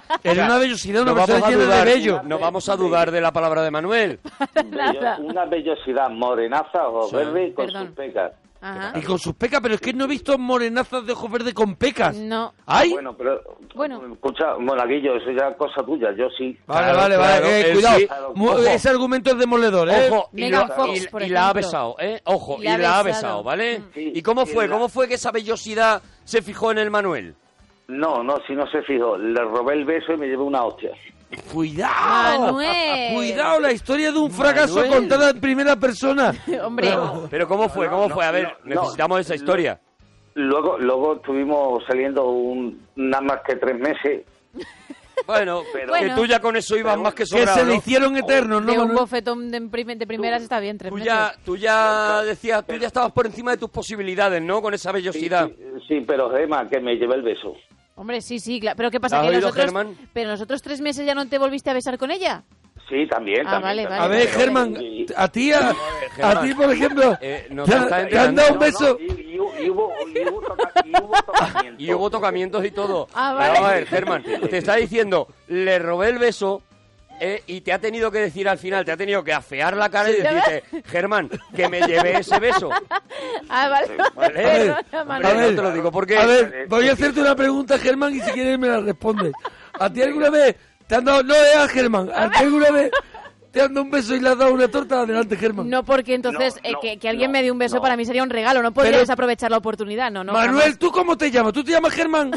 Speaker 2: vellosidad.
Speaker 1: Era una vellosidad, una persona llena de vello.
Speaker 4: No vamos a dudar de la palabra de Manuel.
Speaker 8: Bello- una vellosidad morenaza o verde con
Speaker 2: Perdón.
Speaker 8: sus pecas.
Speaker 2: Ajá.
Speaker 1: Y con sus pecas, pero es que no he visto morenazas de ojos verdes con pecas.
Speaker 2: No.
Speaker 1: ¡Ay!
Speaker 8: Bueno, pero.
Speaker 2: Bueno.
Speaker 8: Escucha, monaguillo, eso ya es cosa tuya, yo sí.
Speaker 1: vale,
Speaker 4: claro,
Speaker 1: vale, vale,
Speaker 4: claro,
Speaker 1: eh,
Speaker 4: él
Speaker 1: cuidado.
Speaker 4: sí.
Speaker 1: Mu-
Speaker 4: Ojo.
Speaker 1: Ese argumento es demoledor, ¿eh?
Speaker 4: Ojo, y,
Speaker 2: Megan
Speaker 4: la-
Speaker 2: Fox,
Speaker 4: y-
Speaker 2: por
Speaker 4: y la ha
Speaker 2: ejemplo.
Speaker 4: besado, ¿eh? Ojo,
Speaker 2: Y
Speaker 4: y
Speaker 2: la ha
Speaker 4: la ha besado,
Speaker 2: besado. Mm.
Speaker 4: ¿vale?
Speaker 8: Sí,
Speaker 4: ¿Y cómo
Speaker 8: y
Speaker 4: fue?
Speaker 8: la-
Speaker 4: ¿Cómo fue que esa vellosidad se fijó en el Manuel?
Speaker 8: No, no, si no se fijó, le robé el beso y me llevé una hostia.
Speaker 1: ¡Cuidado!
Speaker 2: Manuel.
Speaker 1: ¡Cuidado! La historia de un fracaso
Speaker 4: Manuel.
Speaker 1: contada en primera persona.
Speaker 2: Hombre.
Speaker 4: Pero ¿cómo fue?
Speaker 8: no,
Speaker 4: ¿Cómo
Speaker 8: no,
Speaker 4: fue? A ver,
Speaker 8: no,
Speaker 4: necesitamos
Speaker 8: no.
Speaker 4: esa historia.
Speaker 8: Luego, luego estuvimos saliendo un, nada más que tres meses.
Speaker 4: Bueno, pero que
Speaker 2: Bueno.
Speaker 4: tú ya con eso ibas más que
Speaker 1: Que
Speaker 4: sobrado,
Speaker 1: se le
Speaker 4: ¿no?
Speaker 1: hicieron eternos, ¿no,
Speaker 2: de un
Speaker 1: Manuel?
Speaker 2: bofetón de, prim- de primeras está bien, tres
Speaker 4: Tú
Speaker 2: meses.
Speaker 4: ya, tú ya decías, tú ya estabas por encima de tus posibilidades, ¿no? Con esa
Speaker 8: Sí,
Speaker 4: vellosidad.
Speaker 8: sí, sí, pero Gemma, que me llevé el beso.
Speaker 2: Hombre, sí, sí, claro. Pero ¿qué pasa?
Speaker 4: ¿La has
Speaker 2: Que
Speaker 4: oído,
Speaker 2: nosotros,
Speaker 4: Germán?
Speaker 2: pero nosotros tres meses ya no te volviste a besar con ella.
Speaker 8: Sí, también,
Speaker 2: Ah,
Speaker 8: también,
Speaker 2: vale,
Speaker 8: también.
Speaker 1: A ver,
Speaker 8: Pero-
Speaker 1: Germán,
Speaker 8: y-
Speaker 1: a ti, a,
Speaker 4: Germán.
Speaker 1: a ti, por ejemplo,
Speaker 4: Eh, no
Speaker 1: te,
Speaker 4: te
Speaker 1: han-
Speaker 4: está
Speaker 1: te han
Speaker 4: enterando.
Speaker 1: dado
Speaker 8: no,
Speaker 1: un
Speaker 8: no,
Speaker 1: beso.
Speaker 8: y, y hu- y hubo, y hubo toca- y hubo tocamiento.
Speaker 4: Y hubo tocamientos y todo.
Speaker 2: Ah,
Speaker 4: Pero
Speaker 2: vale.
Speaker 4: Vamos a ver, Germán, te está diciendo, le robé el beso eh, y te ha tenido que decir al final, te ha tenido que afear la cara y decirte, Germán, que me llevé ese beso.
Speaker 2: Ah, vale.
Speaker 4: Vale.
Speaker 2: Perdona,
Speaker 4: Hombre,
Speaker 2: Manuel.
Speaker 4: no te lo digo porque...
Speaker 1: A ver, voy a hacerte una pregunta, Germán, y si eh, quieres me la respondes. ¿A ti alguna vez te han dado... No, es a Germán. ¿A ti alguna vez te han dado un beso y le has dado una torta, adelante, Germán.
Speaker 2: No, porque entonces
Speaker 8: No,
Speaker 2: eh,
Speaker 8: no,
Speaker 2: que, que alguien
Speaker 8: no,
Speaker 2: me dé un beso
Speaker 8: no.
Speaker 2: para mí sería un regalo. No podría
Speaker 1: Pero-
Speaker 2: desaprovechar la oportunidad, no, no.
Speaker 1: Manuel, ¿tú cómo te llamas? ¿Tú te llamas Germán?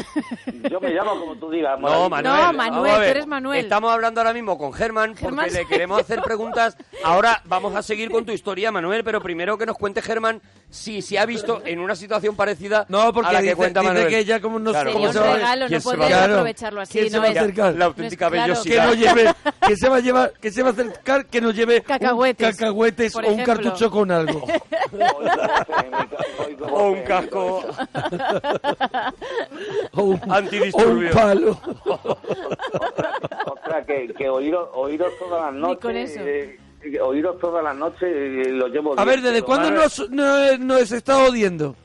Speaker 8: Yo me llamo como tú digas.
Speaker 4: No,
Speaker 8: Moradito.
Speaker 2: jamás.
Speaker 4: Manuel.
Speaker 2: No,
Speaker 4: Vamos
Speaker 2: Manuel,
Speaker 4: a
Speaker 2: tú
Speaker 4: ver,
Speaker 2: eres Manuel.
Speaker 4: Estamos hablando ahora mismo con Germán
Speaker 2: Germán.
Speaker 4: porque le queremos hacer preguntas. Ahora vamos a seguir con tu historia, Manuel, pero primero que nos cuente Germán si se ha visto en una situación parecida
Speaker 1: No,
Speaker 4: a
Speaker 1: porque
Speaker 4: la que
Speaker 1: dice,
Speaker 4: cuenta
Speaker 1: dice
Speaker 4: Manuel.
Speaker 1: que ya como no
Speaker 4: Claro,
Speaker 2: Sería
Speaker 1: cómo
Speaker 2: un
Speaker 1: se va a-
Speaker 2: regalo,
Speaker 4: ¿quién
Speaker 2: no
Speaker 4: se va a-
Speaker 2: podría
Speaker 1: Claro.
Speaker 2: aprovecharlo así.
Speaker 1: ¿Quién se
Speaker 2: no
Speaker 1: va a
Speaker 2: es-
Speaker 1: acercar?
Speaker 4: La auténtica
Speaker 2: No es- claro.
Speaker 1: que
Speaker 4: vellosidad.
Speaker 1: no lleve, que se va a llevar, que se va a acercar, que no lleve un
Speaker 2: Cacahuetes,
Speaker 1: cacahuetes
Speaker 2: por
Speaker 1: o un
Speaker 2: ejemplo.
Speaker 1: cartucho con algo.
Speaker 4: O un casco
Speaker 1: o un,
Speaker 4: Antidisturbio.
Speaker 1: o un palo.
Speaker 8: Ostras, que, que oíros, oíros todas las noches.
Speaker 2: con eso.
Speaker 8: eh, oíros todas las noches eh, lo llevo.
Speaker 1: A
Speaker 8: bien,
Speaker 1: ver, ¿desde
Speaker 8: pero
Speaker 1: cuándo
Speaker 8: madre-
Speaker 1: nos, no- eh, nos está odiando?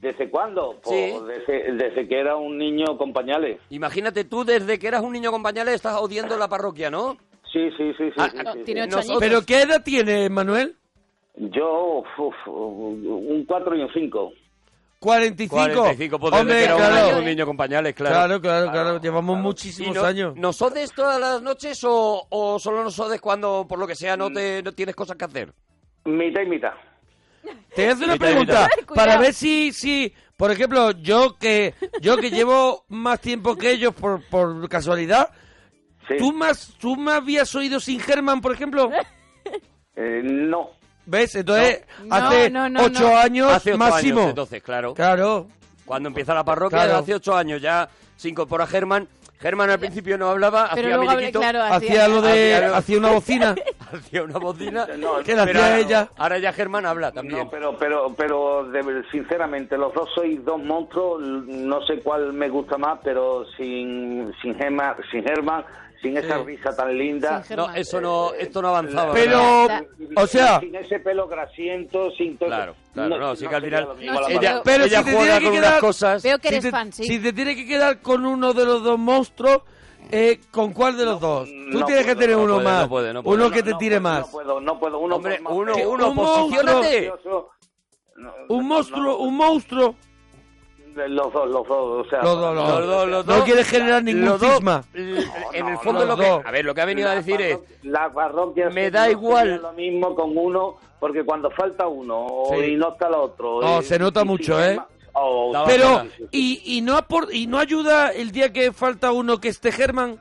Speaker 8: ¿Desde cuándo?
Speaker 4: Sí.
Speaker 8: Pues desde, desde que era un niño con pañales.
Speaker 4: Imagínate tú, desde que eras un niño con pañales estás odiando la parroquia, ¿no?
Speaker 8: Sí, sí, sí, sí.
Speaker 4: Ah,
Speaker 8: sí,
Speaker 4: ah,
Speaker 8: sí,
Speaker 2: tiene
Speaker 8: sí.
Speaker 2: ocho
Speaker 4: Nosotros-
Speaker 2: añitos.
Speaker 1: ¿Pero qué edad tiene, Manuel?
Speaker 8: Yo, uf, un 4 y un 5.
Speaker 1: 45.
Speaker 4: 45, pues desde
Speaker 1: Hombre,
Speaker 4: que era un-
Speaker 1: claro.
Speaker 4: un niño con pañales, claro.
Speaker 1: Claro, claro, claro. Llevamos muchísimos
Speaker 4: no-
Speaker 1: años.
Speaker 4: ¿Nos odes todas las noches o, o solo nos odes cuando, por lo que sea,
Speaker 2: Mm.
Speaker 4: no, te, no tienes cosas que hacer?
Speaker 8: Mitad y mitad.
Speaker 1: Te voy a hacer una
Speaker 4: Mira, mira.
Speaker 1: pregunta
Speaker 2: Cuidado.
Speaker 1: para ver si, si, por ejemplo, yo que yo que llevo más tiempo que ellos por, por casualidad,
Speaker 8: Sí.
Speaker 1: ¿tú más tú me habías oído sin Germán, por ejemplo?
Speaker 8: Eh, no.
Speaker 1: ¿Ves? Entonces,
Speaker 2: No.
Speaker 1: hace
Speaker 2: No, no, no,
Speaker 1: ocho
Speaker 2: no.
Speaker 1: años
Speaker 4: Hace ocho
Speaker 1: máximo.
Speaker 4: años, entonces, claro.
Speaker 1: Claro.
Speaker 4: Cuando empieza la parroquia,
Speaker 1: Claro.
Speaker 4: hace ocho años ya se incorpora Germán. Germán al principio no hablaba,
Speaker 2: Pero
Speaker 4: hacía
Speaker 2: luego hablé,
Speaker 4: amiguito,
Speaker 2: claro,
Speaker 1: Hacía lo de
Speaker 4: Hacía lo-
Speaker 1: hacía una bocina.
Speaker 4: hacía una bocina.
Speaker 8: No,
Speaker 1: ¿Qué le
Speaker 4: pero
Speaker 1: hacía
Speaker 4: ahora-
Speaker 1: ella?
Speaker 4: Ahora ya Germán habla también.
Speaker 8: No, pero, pero, pero de- sinceramente, los dos sois dos monstruos. No sé cuál me gusta más, pero sin, sin Germán, sin Germán, sin esa
Speaker 1: Sí.
Speaker 8: risa tan linda.
Speaker 2: Sin Germán.
Speaker 4: No, eso no, esto no avanzaba. ¿verdad?
Speaker 1: Pero
Speaker 2: Claro.
Speaker 1: o sea,
Speaker 8: sin ese pelo grasiento, sin todo.
Speaker 4: Claro, claro, no, sí que al
Speaker 8: sería
Speaker 4: final
Speaker 8: lo mismo
Speaker 2: No,
Speaker 8: la
Speaker 2: sí,
Speaker 4: ella,
Speaker 2: pero-
Speaker 1: Pero
Speaker 4: ella
Speaker 1: si te
Speaker 4: juega
Speaker 1: tiene que
Speaker 4: con unas
Speaker 1: quedar-
Speaker 4: cosas.
Speaker 2: Veo que
Speaker 1: si
Speaker 2: eres
Speaker 1: te,
Speaker 2: fan, sí.
Speaker 1: si te tienes que quedar con uno de los dos monstruos, eh, ¿con cuál de los dos? Tú
Speaker 8: no
Speaker 1: tienes que
Speaker 8: puedo,
Speaker 1: tener
Speaker 4: no
Speaker 1: uno
Speaker 4: puedo,
Speaker 1: más,
Speaker 4: no puedo, no puedo.
Speaker 1: uno
Speaker 4: No,
Speaker 1: que te
Speaker 8: No,
Speaker 1: tire
Speaker 8: pues,
Speaker 1: más.
Speaker 8: No puedo, no puedo. Uno
Speaker 4: Hombre,
Speaker 8: más
Speaker 4: uno,
Speaker 8: feo,
Speaker 4: uno,
Speaker 1: Un
Speaker 4: posiciónate.
Speaker 8: gracioso. No,
Speaker 1: Un
Speaker 8: no,
Speaker 1: monstruo,
Speaker 8: no,
Speaker 1: un monstruo.
Speaker 8: Los dos, los dos. O sea,
Speaker 1: Los dos, los
Speaker 4: Los dos, los
Speaker 1: No
Speaker 4: dos.
Speaker 1: quieres generar ningún
Speaker 4: Los dos,
Speaker 1: cisma.
Speaker 4: l- en el
Speaker 8: no,
Speaker 4: fondo
Speaker 1: los
Speaker 4: lo que...
Speaker 1: dos.
Speaker 4: A ver, lo que ha venido a decir es...
Speaker 8: La parroquia
Speaker 4: me
Speaker 8: sería-
Speaker 4: da igual.
Speaker 8: sería lo mismo con uno, porque cuando falta uno o-
Speaker 1: Sí.
Speaker 8: y no está el otro.
Speaker 1: No,
Speaker 8: eh,
Speaker 1: se nota
Speaker 8: y- y
Speaker 1: mucho,
Speaker 8: sin
Speaker 1: ¿eh?
Speaker 8: Germán- Oh,
Speaker 4: La-
Speaker 1: Pero,
Speaker 4: Barcelona.
Speaker 1: y, y, no apor- ¿y no ayuda el día que falta uno que esté Germán?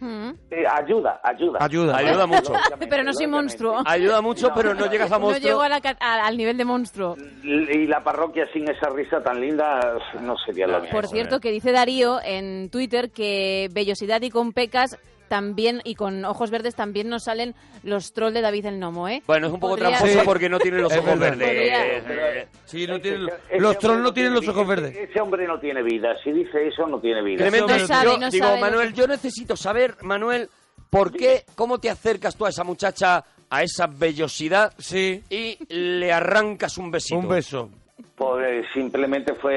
Speaker 2: Mm.
Speaker 8: eh, ayuda, ayuda.
Speaker 1: Ayuda.
Speaker 4: Ayuda mucho.
Speaker 8: Lógicamente,
Speaker 2: Pero no soy
Speaker 8: lógicamente.
Speaker 2: monstruo.
Speaker 4: Ayuda mucho, pero no llegas a
Speaker 2: No
Speaker 4: monstruo.
Speaker 2: llego a la ca- a- al nivel de monstruo.
Speaker 8: Y la parroquia sin esa risa tan linda no sería lo mismo. ¿eh?
Speaker 2: Por cierto, que dice Darío en Twitter que vellosidad y con pecas también y con ojos verdes también nos salen los trolls de David el Nomo, ¿eh?
Speaker 4: Bueno, es un poco
Speaker 2: Podría-
Speaker 4: tramposo
Speaker 1: Sí.
Speaker 4: porque no tiene los
Speaker 1: Es
Speaker 4: ojos
Speaker 1: verdad.
Speaker 4: verdes.
Speaker 1: Sí, no
Speaker 8: Ese-
Speaker 1: tiene,
Speaker 8: ese
Speaker 1: los
Speaker 8: hombre
Speaker 1: trolls no tienen los
Speaker 8: tiene-
Speaker 1: ojos verdes.
Speaker 8: Ese hombre no tiene vida. Si dice eso, no tiene vida.
Speaker 4: Clemente,
Speaker 1: No
Speaker 2: sabe,
Speaker 4: yo
Speaker 2: no
Speaker 4: digo,
Speaker 2: sabe lo
Speaker 4: Manuel,
Speaker 2: que-
Speaker 4: yo necesito saber, Manuel, ¿por qué, cómo te acercas tú a esa muchacha, a esa vellosidad
Speaker 1: Sí,
Speaker 4: y le arrancas un besito?
Speaker 1: un beso.
Speaker 8: Pues eh, simplemente fue,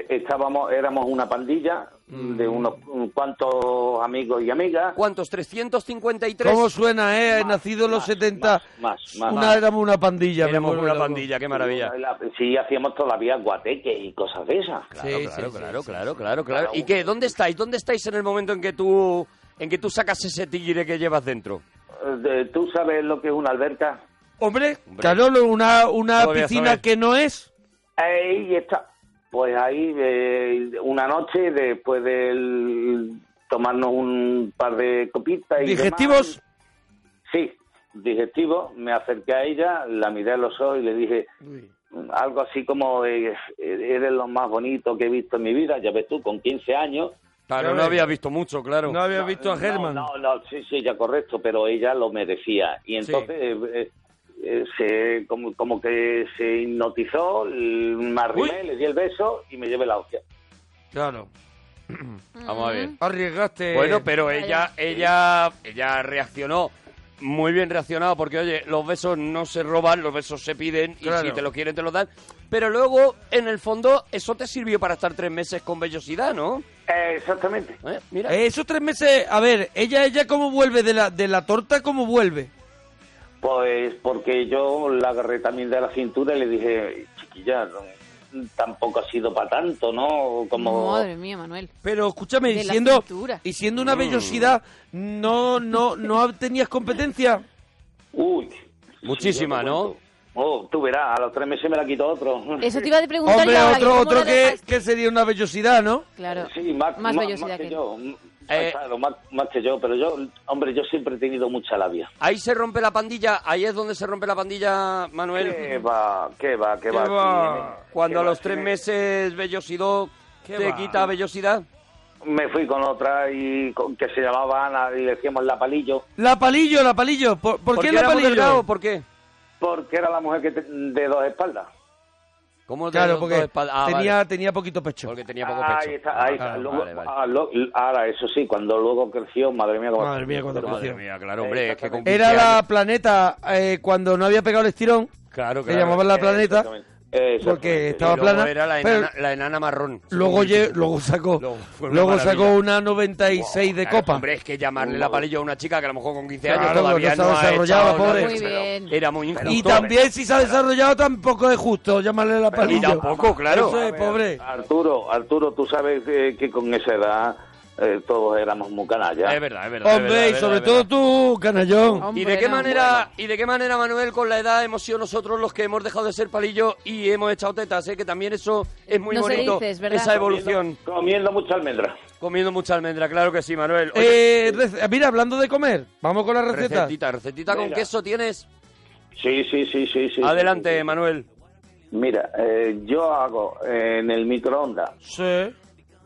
Speaker 8: eh, estábamos, éramos una pandilla de unos cuantos amigos y amigas.
Speaker 4: Mm. ¿Cuántos? ¿353?
Speaker 1: ¿Cómo suena, eh? He nacido en los
Speaker 8: más,
Speaker 1: 70.
Speaker 8: más, más,
Speaker 1: una,
Speaker 8: más.
Speaker 1: éramos una pandilla. me
Speaker 4: Éramos
Speaker 1: vuelvo
Speaker 4: una
Speaker 1: loco.
Speaker 4: pandilla, qué maravilla.
Speaker 8: La- Sí, hacíamos todavía guateque y cosas de esas.
Speaker 4: Claro,
Speaker 1: Sí,
Speaker 4: claro,
Speaker 1: sí,
Speaker 4: claro,
Speaker 1: sí,
Speaker 4: claro, claro, claro. ¿Y qué? ¿Dónde estáis? ¿Dónde estáis en el momento en que tú en que tú sacas ese tigre que llevas dentro?
Speaker 8: Eh, de- ¿Tú sabes lo que es una alberca?
Speaker 1: Hombre, claro, lo- una, una
Speaker 4: ¿Cómo voy a
Speaker 1: piscina
Speaker 4: saber?
Speaker 1: que no es.
Speaker 8: Ahí está. Pues ahí, eh, una noche, después de tomarnos un par de copitas y
Speaker 1: Digestivos.
Speaker 8: demás, sí, digestivo. Me acerqué a ella, la miré a los ojos y le dije algo así como, eh, eres lo más bonito que he visto en mi vida, ya ves tú, con 15 años.
Speaker 4: Claro,
Speaker 1: Ya
Speaker 4: no
Speaker 1: ves.
Speaker 4: había visto mucho, claro.
Speaker 1: No había visto a Germán.
Speaker 8: No, no, no, sí, sí, ya correcto, pero ella lo merecía. Y
Speaker 1: Sí.
Speaker 8: entonces eh, eh, se, como, como que se hipnotizó, l- me arrimé, le di el beso y me llevé la hostia.
Speaker 1: Claro.
Speaker 4: Vamos a ver.
Speaker 1: Arriesgaste.
Speaker 4: Bueno, pero ella ella ella reaccionó muy bien reaccionado porque oye, los besos no se roban, los besos se piden y
Speaker 1: Claro.
Speaker 4: si te lo quieren te lo dan. Pero luego, en el fondo, eso te sirvió para estar tres meses con vellosidad, ¿no?
Speaker 8: Eh, exactamente.
Speaker 4: Eh, Mira.
Speaker 1: Eh, esos tres meses, a ver, ella, ella cómo vuelve de la, de la torta, cómo vuelve.
Speaker 8: Pues porque yo la agarré también de la cintura y le dije, chiquilla, no, tampoco ha sido para tanto, ¿no? Como
Speaker 2: Madre mía, Manuel.
Speaker 1: Pero escúchame, y
Speaker 2: De la
Speaker 1: siendo,
Speaker 2: cintura.
Speaker 1: y siendo
Speaker 4: Mm.
Speaker 1: una vellosidad, no, no, no tenías competencia.
Speaker 8: Uy.
Speaker 4: Muchísima,
Speaker 8: sí, ya te
Speaker 4: ¿no?
Speaker 8: cuento. Oh, tú verás, a los tres meses me la quitó otro.
Speaker 2: Eso te iba a preguntar
Speaker 1: Hombre,
Speaker 2: yo ahora,
Speaker 1: otro,
Speaker 2: ¿cómo
Speaker 1: otro
Speaker 2: la
Speaker 1: que,
Speaker 2: dejaste?
Speaker 1: que sería una vellosidad, ¿no?
Speaker 2: Claro.
Speaker 8: Sí, más,
Speaker 2: Más
Speaker 8: más,
Speaker 2: vellosidad
Speaker 8: más que,
Speaker 2: que-
Speaker 8: yo.
Speaker 4: Eh.
Speaker 8: Claro, más, más que yo, pero yo, hombre, yo siempre he tenido mucha labia.
Speaker 4: Ahí se rompe la pandilla, ahí es donde se rompe la pandilla, Manuel.
Speaker 8: ¿Qué va? ¿Qué va? ¿Qué va?
Speaker 1: ¿Qué va?
Speaker 4: Cuando a
Speaker 8: ¿Qué va?
Speaker 4: los tres
Speaker 8: Sí,
Speaker 4: meses vellosidad
Speaker 1: ¿Qué
Speaker 4: te
Speaker 1: va?
Speaker 4: quita vellosidad.
Speaker 8: Me fui con otra y con- que se llamaba Ana y le decíamos la palillo,
Speaker 1: La palillo, la palillo. ¿Por, por
Speaker 4: ¿Por
Speaker 1: qué
Speaker 4: qué
Speaker 1: la
Speaker 4: era muy delgado?
Speaker 1: palillo?
Speaker 4: ¿Por qué?
Speaker 8: porque era la mujer que te- de dos espaldas.
Speaker 4: ¿Cómo te
Speaker 1: Claro,
Speaker 4: dos
Speaker 1: porque
Speaker 4: espal- ah,
Speaker 1: tenía,
Speaker 4: vale,
Speaker 1: tenía poquito pecho.
Speaker 4: porque tenía poco pecho.
Speaker 8: Ahí está, ahí está.
Speaker 4: Ah,
Speaker 8: Luego-
Speaker 4: vale, vale.
Speaker 8: ah, lo- ahora, eso sí, cuando luego creció, madre mía, cómo-
Speaker 1: Madre mía, cuando
Speaker 8: pero-
Speaker 1: creció.
Speaker 4: Madre mía, claro, hombre, es que con
Speaker 1: Era
Speaker 4: 15
Speaker 1: la
Speaker 4: años-
Speaker 1: planeta eh, cuando no había pegado el estirón.
Speaker 4: Claro,
Speaker 1: Le
Speaker 4: claro. Eh,
Speaker 1: llamaban la planeta
Speaker 8: Exactamente. Exactamente.
Speaker 1: porque
Speaker 4: Y
Speaker 1: estaba
Speaker 4: luego
Speaker 1: plana.
Speaker 4: Era la
Speaker 1: pero
Speaker 4: enana, la enana marrón.
Speaker 1: luego,
Speaker 4: Sí.
Speaker 1: lle- luego sacó
Speaker 4: Luego fue una
Speaker 1: luego sacó
Speaker 4: maravilla.
Speaker 1: una 96 de
Speaker 4: Claro,
Speaker 1: copa.
Speaker 4: Hombre, es que llamarle la palillo a una chica que a lo mejor con 15 años
Speaker 1: Claro,
Speaker 4: todavía
Speaker 1: no
Speaker 4: no,
Speaker 1: se
Speaker 4: ha
Speaker 1: desarrollaba,
Speaker 4: echado nada
Speaker 1: pobre.
Speaker 4: de-
Speaker 2: Muy bien.
Speaker 4: Era muy injusto.
Speaker 1: y también si se ha desarrollado tampoco es justo llamarle la palillo.
Speaker 4: Y tampoco, claro.
Speaker 1: Eso es, pobre.
Speaker 8: Arturo, Arturo, tú sabes eh, que con esa edad eh, todos éramos muy canallas.
Speaker 4: Es verdad, es verdad. es verdad,
Speaker 1: Hombre,
Speaker 4: es
Speaker 1: y
Speaker 4: verdad,
Speaker 1: sobre
Speaker 4: es verdad.
Speaker 1: todo tú, canallón.
Speaker 2: Hombre,
Speaker 4: ¿Y de, qué
Speaker 2: no,
Speaker 4: manera, ¿Y de qué manera, Manuel, con la edad hemos sido nosotros los que hemos dejado de ser palillo y hemos echado tetas? ¿eh? Que también eso es muy
Speaker 2: No se
Speaker 4: bonito,
Speaker 2: dice, es verdad.
Speaker 4: esa evolución.
Speaker 8: Comiendo mucha almendra.
Speaker 4: Comiendo mucha almendra, claro que sí, Manuel. Oye,
Speaker 1: Eh, rece- mira, hablando de comer, vamos con la receta.
Speaker 4: recetita, recetita con
Speaker 8: Venga.
Speaker 4: queso tienes.
Speaker 8: Sí, sí, sí, sí. sí
Speaker 4: Adelante,
Speaker 8: sí, sí.
Speaker 4: Manuel.
Speaker 8: Mira, eh, yo hago eh, en el microondas
Speaker 1: Sí. ¿En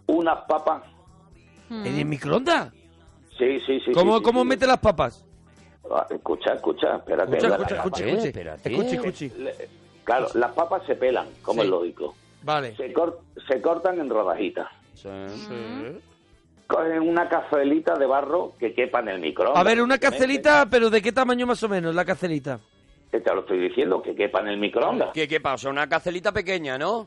Speaker 8: unas papas.
Speaker 1: el microondas?
Speaker 8: Mm. Sí, sí, sí.
Speaker 1: ¿Cómo,
Speaker 8: sí, sí,
Speaker 1: cómo
Speaker 8: sí.
Speaker 1: mete las papas?
Speaker 8: Ah, Escucha, escucha, espérate.
Speaker 1: Escucha,
Speaker 8: La-
Speaker 1: escucha,
Speaker 8: la-
Speaker 1: escucha,
Speaker 4: eh,
Speaker 1: escucha.
Speaker 4: espérate.
Speaker 1: Escucha, escucha.
Speaker 8: le- claro, las papas se pelan, como
Speaker 1: Sí.
Speaker 8: es lógico.
Speaker 1: Vale.
Speaker 8: Se, cor- se cortan en rodajitas.
Speaker 1: Sí.
Speaker 8: Cogen una cazuelita de barro que quepa en el microondas.
Speaker 1: A ver, una
Speaker 8: lógicamente.
Speaker 1: cacelita, pero ¿de qué tamaño más o menos la cacelita?
Speaker 8: Que Eh, Te lo estoy diciendo, que quepa en el microondas.
Speaker 4: ¿Qué, ¿Qué pasa? Una cacelita pequeña, ¿no?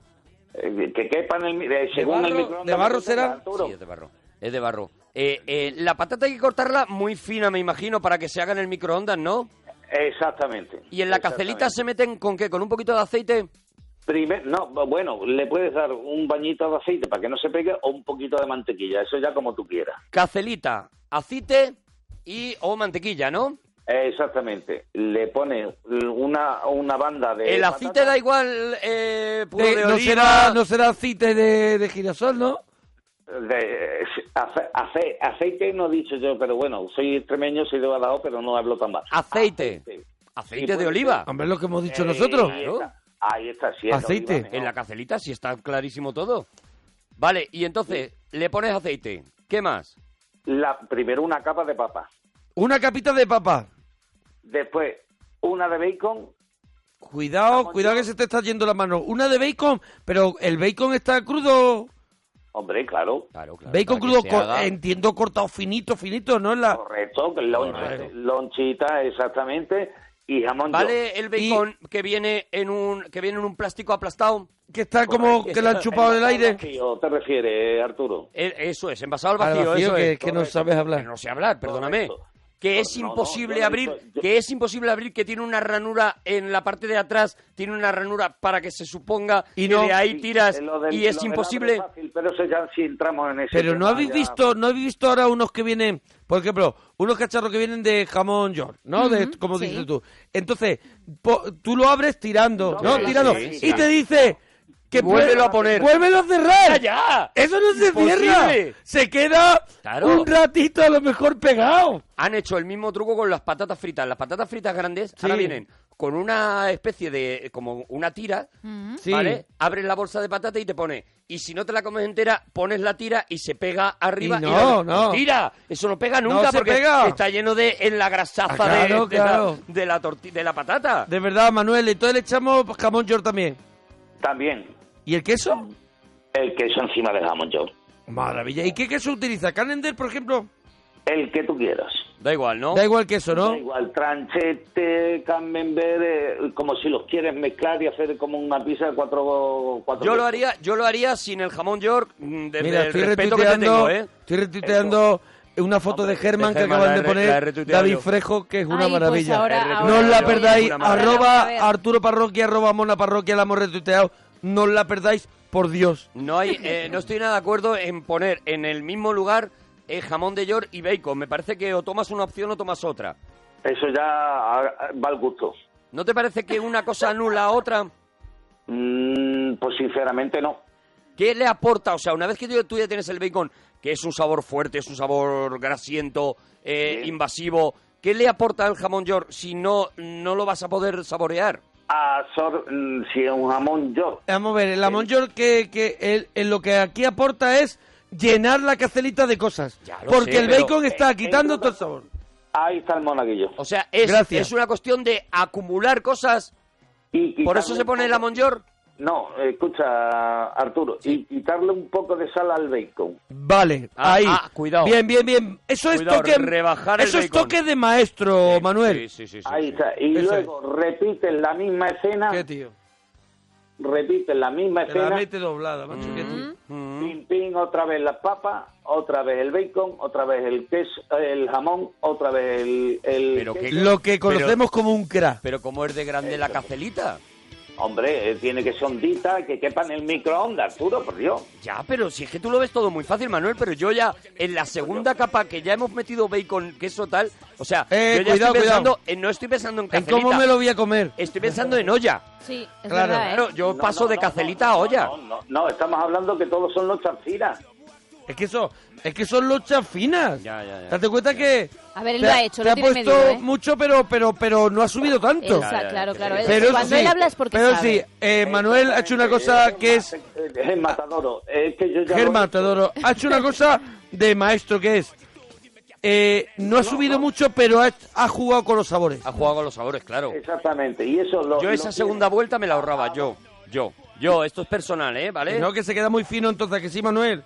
Speaker 8: Eh, Que quepa en el, mi- eh, según el
Speaker 1: barro-
Speaker 8: microondas.
Speaker 1: de barro
Speaker 8: que
Speaker 1: será?
Speaker 8: tenga, Arturo.
Speaker 4: Sí, es de barro. Es de barro. Eh, eh, la patata hay que cortarla muy fina, me imagino, para que se haga en el microondas, ¿no?
Speaker 8: Exactamente.
Speaker 4: Y en la cacelita
Speaker 8: exactamente.
Speaker 4: se meten con qué? Con un poquito de aceite.
Speaker 8: Primer- no, bueno, le puedes dar un bañito de aceite para que no se pegue o un poquito de mantequilla, eso ya como tú quieras.
Speaker 4: Cacelita, aceite y o mantequilla, ¿no?
Speaker 8: Eh, exactamente, le pones una, una banda de...
Speaker 4: el
Speaker 8: patata.
Speaker 4: aceite da igual eh, puro
Speaker 1: Eh,
Speaker 4: de
Speaker 1: no,
Speaker 4: oliva.
Speaker 1: será, no será aceite de, de girasol, ¿no?
Speaker 8: de- ace- ace- aceite no he dicho yo, pero bueno, soy extremeño, soy de Badajoz, pero no hablo tan mal.
Speaker 4: Aceite. Aceite de oliva.
Speaker 1: Hombre, es lo que hemos dicho
Speaker 8: Pues Eh,
Speaker 1: nosotros.
Speaker 8: Ahí está, ahí está, sí, es
Speaker 1: Aceite.
Speaker 8: oliva,
Speaker 4: En
Speaker 8: ¿no?
Speaker 4: la cacelita sí está clarísimo todo. Vale, y entonces le pones aceite. ¿Qué más?
Speaker 8: La, primero una capa de papa,
Speaker 1: Ah. Una capita de papa.
Speaker 8: después una de bacon
Speaker 1: Cuidado, cuidado que se te está yendo la mano. Una de bacon, pero el bacon está crudo.
Speaker 8: Hombre, claro.
Speaker 4: Claro, claro.
Speaker 1: Bacon
Speaker 4: para que
Speaker 1: crudo,
Speaker 4: se
Speaker 1: co-
Speaker 4: haga.
Speaker 1: entiendo cortado finito, finito, ¿no? En La...
Speaker 8: Correcto, lon-
Speaker 4: Correcto.
Speaker 8: lonchita, exactamente. Y jamón.
Speaker 4: Vale, el bacon que viene en un que viene en un plástico aplastado.
Speaker 1: Que está como que la han chupado del aire.
Speaker 8: Vacío, ¿Te refieres, Arturo?
Speaker 4: Eh, Eso es, envasado al
Speaker 1: Al
Speaker 4: vacío,
Speaker 1: vacío,
Speaker 4: eso
Speaker 1: que,
Speaker 4: es.
Speaker 1: que no sabes
Speaker 4: Que
Speaker 1: hablar.
Speaker 4: no sé hablar, perdóname.
Speaker 8: Correcto.
Speaker 4: Que
Speaker 8: Cor-
Speaker 4: es
Speaker 8: no, no,
Speaker 4: imposible
Speaker 8: yo no
Speaker 4: abrir,
Speaker 8: soy- yo-
Speaker 4: que es imposible abrir, que tiene una ranura en la parte de atrás, tiene una ranura para que se suponga
Speaker 1: Y
Speaker 4: que
Speaker 1: no-
Speaker 4: de ahí tiras
Speaker 8: Eh, lo del-
Speaker 4: y es
Speaker 8: lo del
Speaker 4: imposible.
Speaker 8: abre fácil, pero eso ya si entramos en ese.
Speaker 1: Pero no
Speaker 8: tema,
Speaker 1: habéis
Speaker 8: ya-
Speaker 1: visto, no habéis visto ahora unos que vienen, por ejemplo, unos cacharros que vienen de jamón york, ¿no? De,
Speaker 2: Ujú,
Speaker 1: como
Speaker 2: sí.
Speaker 1: dices tú. Entonces, po- tú lo abres tirando, ¿no?
Speaker 8: sí,
Speaker 1: tirando.
Speaker 8: sí,
Speaker 1: y
Speaker 8: sí.
Speaker 1: te dice que
Speaker 4: Vuélvelo a poner.
Speaker 1: Vuélvelo a
Speaker 4: ¡Ya,
Speaker 1: cerrar.
Speaker 4: ya!
Speaker 1: Eso no se
Speaker 4: Imposible.
Speaker 1: cierra. Se queda
Speaker 4: Claro.
Speaker 1: un ratito a lo mejor pegado.
Speaker 4: ¡Ah! Han hecho el mismo truco con las patatas fritas. Las patatas fritas grandes ahora
Speaker 1: Sí.
Speaker 4: vienen con una especie de como una tira,
Speaker 1: Sí.
Speaker 4: ¿vale? Abres la bolsa de patata y te pone. Y si no te la comes entera, pones la tira y se pega arriba.
Speaker 1: Y
Speaker 4: Y la-
Speaker 1: no, no.
Speaker 4: Tira, eso no pega
Speaker 1: No
Speaker 4: nunca
Speaker 1: se
Speaker 4: porque
Speaker 1: pega.
Speaker 4: está lleno de en la grasaza
Speaker 1: Ah,
Speaker 4: de-
Speaker 1: claro,
Speaker 4: de,
Speaker 1: claro.
Speaker 4: la, de la torti- de la patata.
Speaker 1: De verdad, Manuel, entonces le echamos jamón york también.
Speaker 8: También
Speaker 1: ¿Y el queso?
Speaker 8: el queso encima del jamón, yo.
Speaker 1: Maravilla. ¿Y qué queso utiliza? ¿Calendar, por ejemplo?
Speaker 8: El que tú quieras.
Speaker 4: Da igual, ¿no?
Speaker 1: Da igual queso, ¿no?
Speaker 8: Da igual, tranchete, camembert, eh, como si los quieres mezclar y hacer como una pizza de cuatro, cuatro
Speaker 4: Yo lo
Speaker 8: quesos.
Speaker 4: haría, yo lo haría sin el jamón York, mm, desde
Speaker 1: Mira,
Speaker 4: el
Speaker 1: estoy
Speaker 4: respeto que te
Speaker 1: retuiteando,
Speaker 4: tengo, ¿eh?
Speaker 1: estoy retuiteando una foto de Germán que
Speaker 4: Germán,
Speaker 1: acaban
Speaker 4: la
Speaker 1: de
Speaker 4: he- la he
Speaker 1: poner
Speaker 4: retuiteado
Speaker 1: David
Speaker 4: yo.
Speaker 1: Frejo, que es una
Speaker 2: Ay, pues
Speaker 1: maravilla.
Speaker 2: ahora-
Speaker 1: no
Speaker 4: ahora
Speaker 1: os la
Speaker 4: yo.
Speaker 1: perdáis.
Speaker 4: Una maravilla.
Speaker 1: Arroba
Speaker 2: A ver.
Speaker 1: Arturo Parroquia, arroba Mona Parroquia, la hemos retuiteado no os la perdáis, por Dios.
Speaker 4: No, hay, eh, no estoy nada de acuerdo en poner en el mismo lugar eh, jamón de york y bacon. Me parece que o tomas una opción o tomas otra.
Speaker 8: Eso ya ah, va al gusto.
Speaker 4: ¿No te parece que una cosa anula a otra?
Speaker 8: Mm, pues sinceramente no.
Speaker 4: ¿Qué le aporta? O sea, una vez que tú, tú ya tienes el bacon, que es un sabor fuerte, es un sabor grasiento, eh, invasivo, ¿qué le aporta el jamón york si no, no lo vas a poder saborear?
Speaker 8: A sor- mm, si es un jamón york.
Speaker 1: Vamos a ver, el Amon York que, que el- en lo que aquí aporta es llenar la cacelita de cosas.
Speaker 4: Ya lo
Speaker 1: Porque
Speaker 4: sé,
Speaker 1: el
Speaker 4: pero-
Speaker 1: bacon está quitando
Speaker 8: en-
Speaker 1: todo el sabor.
Speaker 8: Ahí está el monaguillo.
Speaker 4: O sea, es,
Speaker 1: Gracias.
Speaker 4: es una cuestión de acumular cosas.
Speaker 8: Y quitarle
Speaker 4: ¿Por eso se
Speaker 8: un
Speaker 4: pone el
Speaker 8: poco-
Speaker 4: jamón york?
Speaker 8: No, escucha, Arturo, y quitarle un poco de sal al bacon.
Speaker 1: Vale,
Speaker 4: Ah,
Speaker 1: ahí.
Speaker 4: ah, cuidado.
Speaker 1: Bien, bien, bien. Eso
Speaker 4: Cuidado,
Speaker 1: es toque.
Speaker 4: rebajar el
Speaker 1: eso es
Speaker 4: bacon.
Speaker 1: toque de maestro, Manuel.
Speaker 4: Sí, sí, sí. sí,
Speaker 8: Ahí
Speaker 4: sí.
Speaker 8: está. Y
Speaker 1: Eso
Speaker 8: luego repites la misma escena,
Speaker 1: ¿Qué tío?
Speaker 8: repites la misma
Speaker 1: Te la
Speaker 8: escena,
Speaker 1: mete doblada, macho. qué tío.
Speaker 4: Mm.
Speaker 8: pim, pim, otra vez las papas, otra vez el bacon, otra vez el queso, el jamón, otra vez el... el
Speaker 4: Pero qué-
Speaker 8: queso.
Speaker 1: Lo que
Speaker 4: Pero-
Speaker 1: conocemos como un crack.
Speaker 4: Pero cómo es de grande la cacelita.
Speaker 8: Hombre, eh, tiene que ser hondita, que quepa en el microondas, Arturo, por Dios.
Speaker 4: Ya, pero si es que tú lo ves todo muy fácil, Manuel, pero yo ya en la segunda capa que ya hemos metido bacon, queso tal, o sea,
Speaker 1: Eh,
Speaker 4: yo ya
Speaker 1: cuidado,
Speaker 4: estoy pensando,
Speaker 1: cuidado.
Speaker 4: en- no estoy pensando en
Speaker 1: ¿En
Speaker 4: cacelita,
Speaker 1: cómo me lo voy a comer?
Speaker 4: estoy pensando en olla.
Speaker 2: Sí, es
Speaker 1: Claro,
Speaker 2: verdad, ¿eh?
Speaker 4: Claro, yo
Speaker 8: No,
Speaker 4: paso
Speaker 8: no,
Speaker 4: de
Speaker 8: no,
Speaker 4: cacelita
Speaker 8: no,
Speaker 4: a olla.
Speaker 8: No, no, no, estamos hablando que todos son los chafiras.
Speaker 1: Es que eso, es que son luchas finas.
Speaker 4: Ya, ya, ya.
Speaker 1: Date cuenta que
Speaker 2: A ver, él
Speaker 1: te
Speaker 2: lo
Speaker 1: ha-
Speaker 2: ha hecho,
Speaker 1: te
Speaker 2: lo
Speaker 1: ha
Speaker 2: tiene
Speaker 1: puesto
Speaker 2: medido, ¿eh?
Speaker 1: mucho, pero, pero, pero no ha subido tanto.
Speaker 2: Él sa-
Speaker 4: Ya, ya,
Speaker 2: claro,
Speaker 4: ya,
Speaker 2: claro.
Speaker 4: ya.
Speaker 2: él-
Speaker 1: Pero
Speaker 2: cuando
Speaker 1: sí,
Speaker 2: él habla es porque
Speaker 1: pero
Speaker 2: sabe.
Speaker 1: sí, eh, Manuel ha hecho una cosa que es
Speaker 8: Es
Speaker 4: eh,
Speaker 8: el matadoro. Es que yo ya lo-
Speaker 1: Germán Teodoro ha hecho una cosa de maestro que es eh, no ha subido mucho, pero ha, ha jugado con los sabores.
Speaker 4: Ha jugado con los sabores, claro.
Speaker 8: Exactamente, y eso lo.
Speaker 4: Yo
Speaker 8: lo
Speaker 4: esa
Speaker 8: tiene-
Speaker 4: segunda vuelta me la ahorraba yo, yo, yo, esto es personal, ¿eh? ¿Vale?
Speaker 1: No que se queda muy fino entonces que sí, Manuel.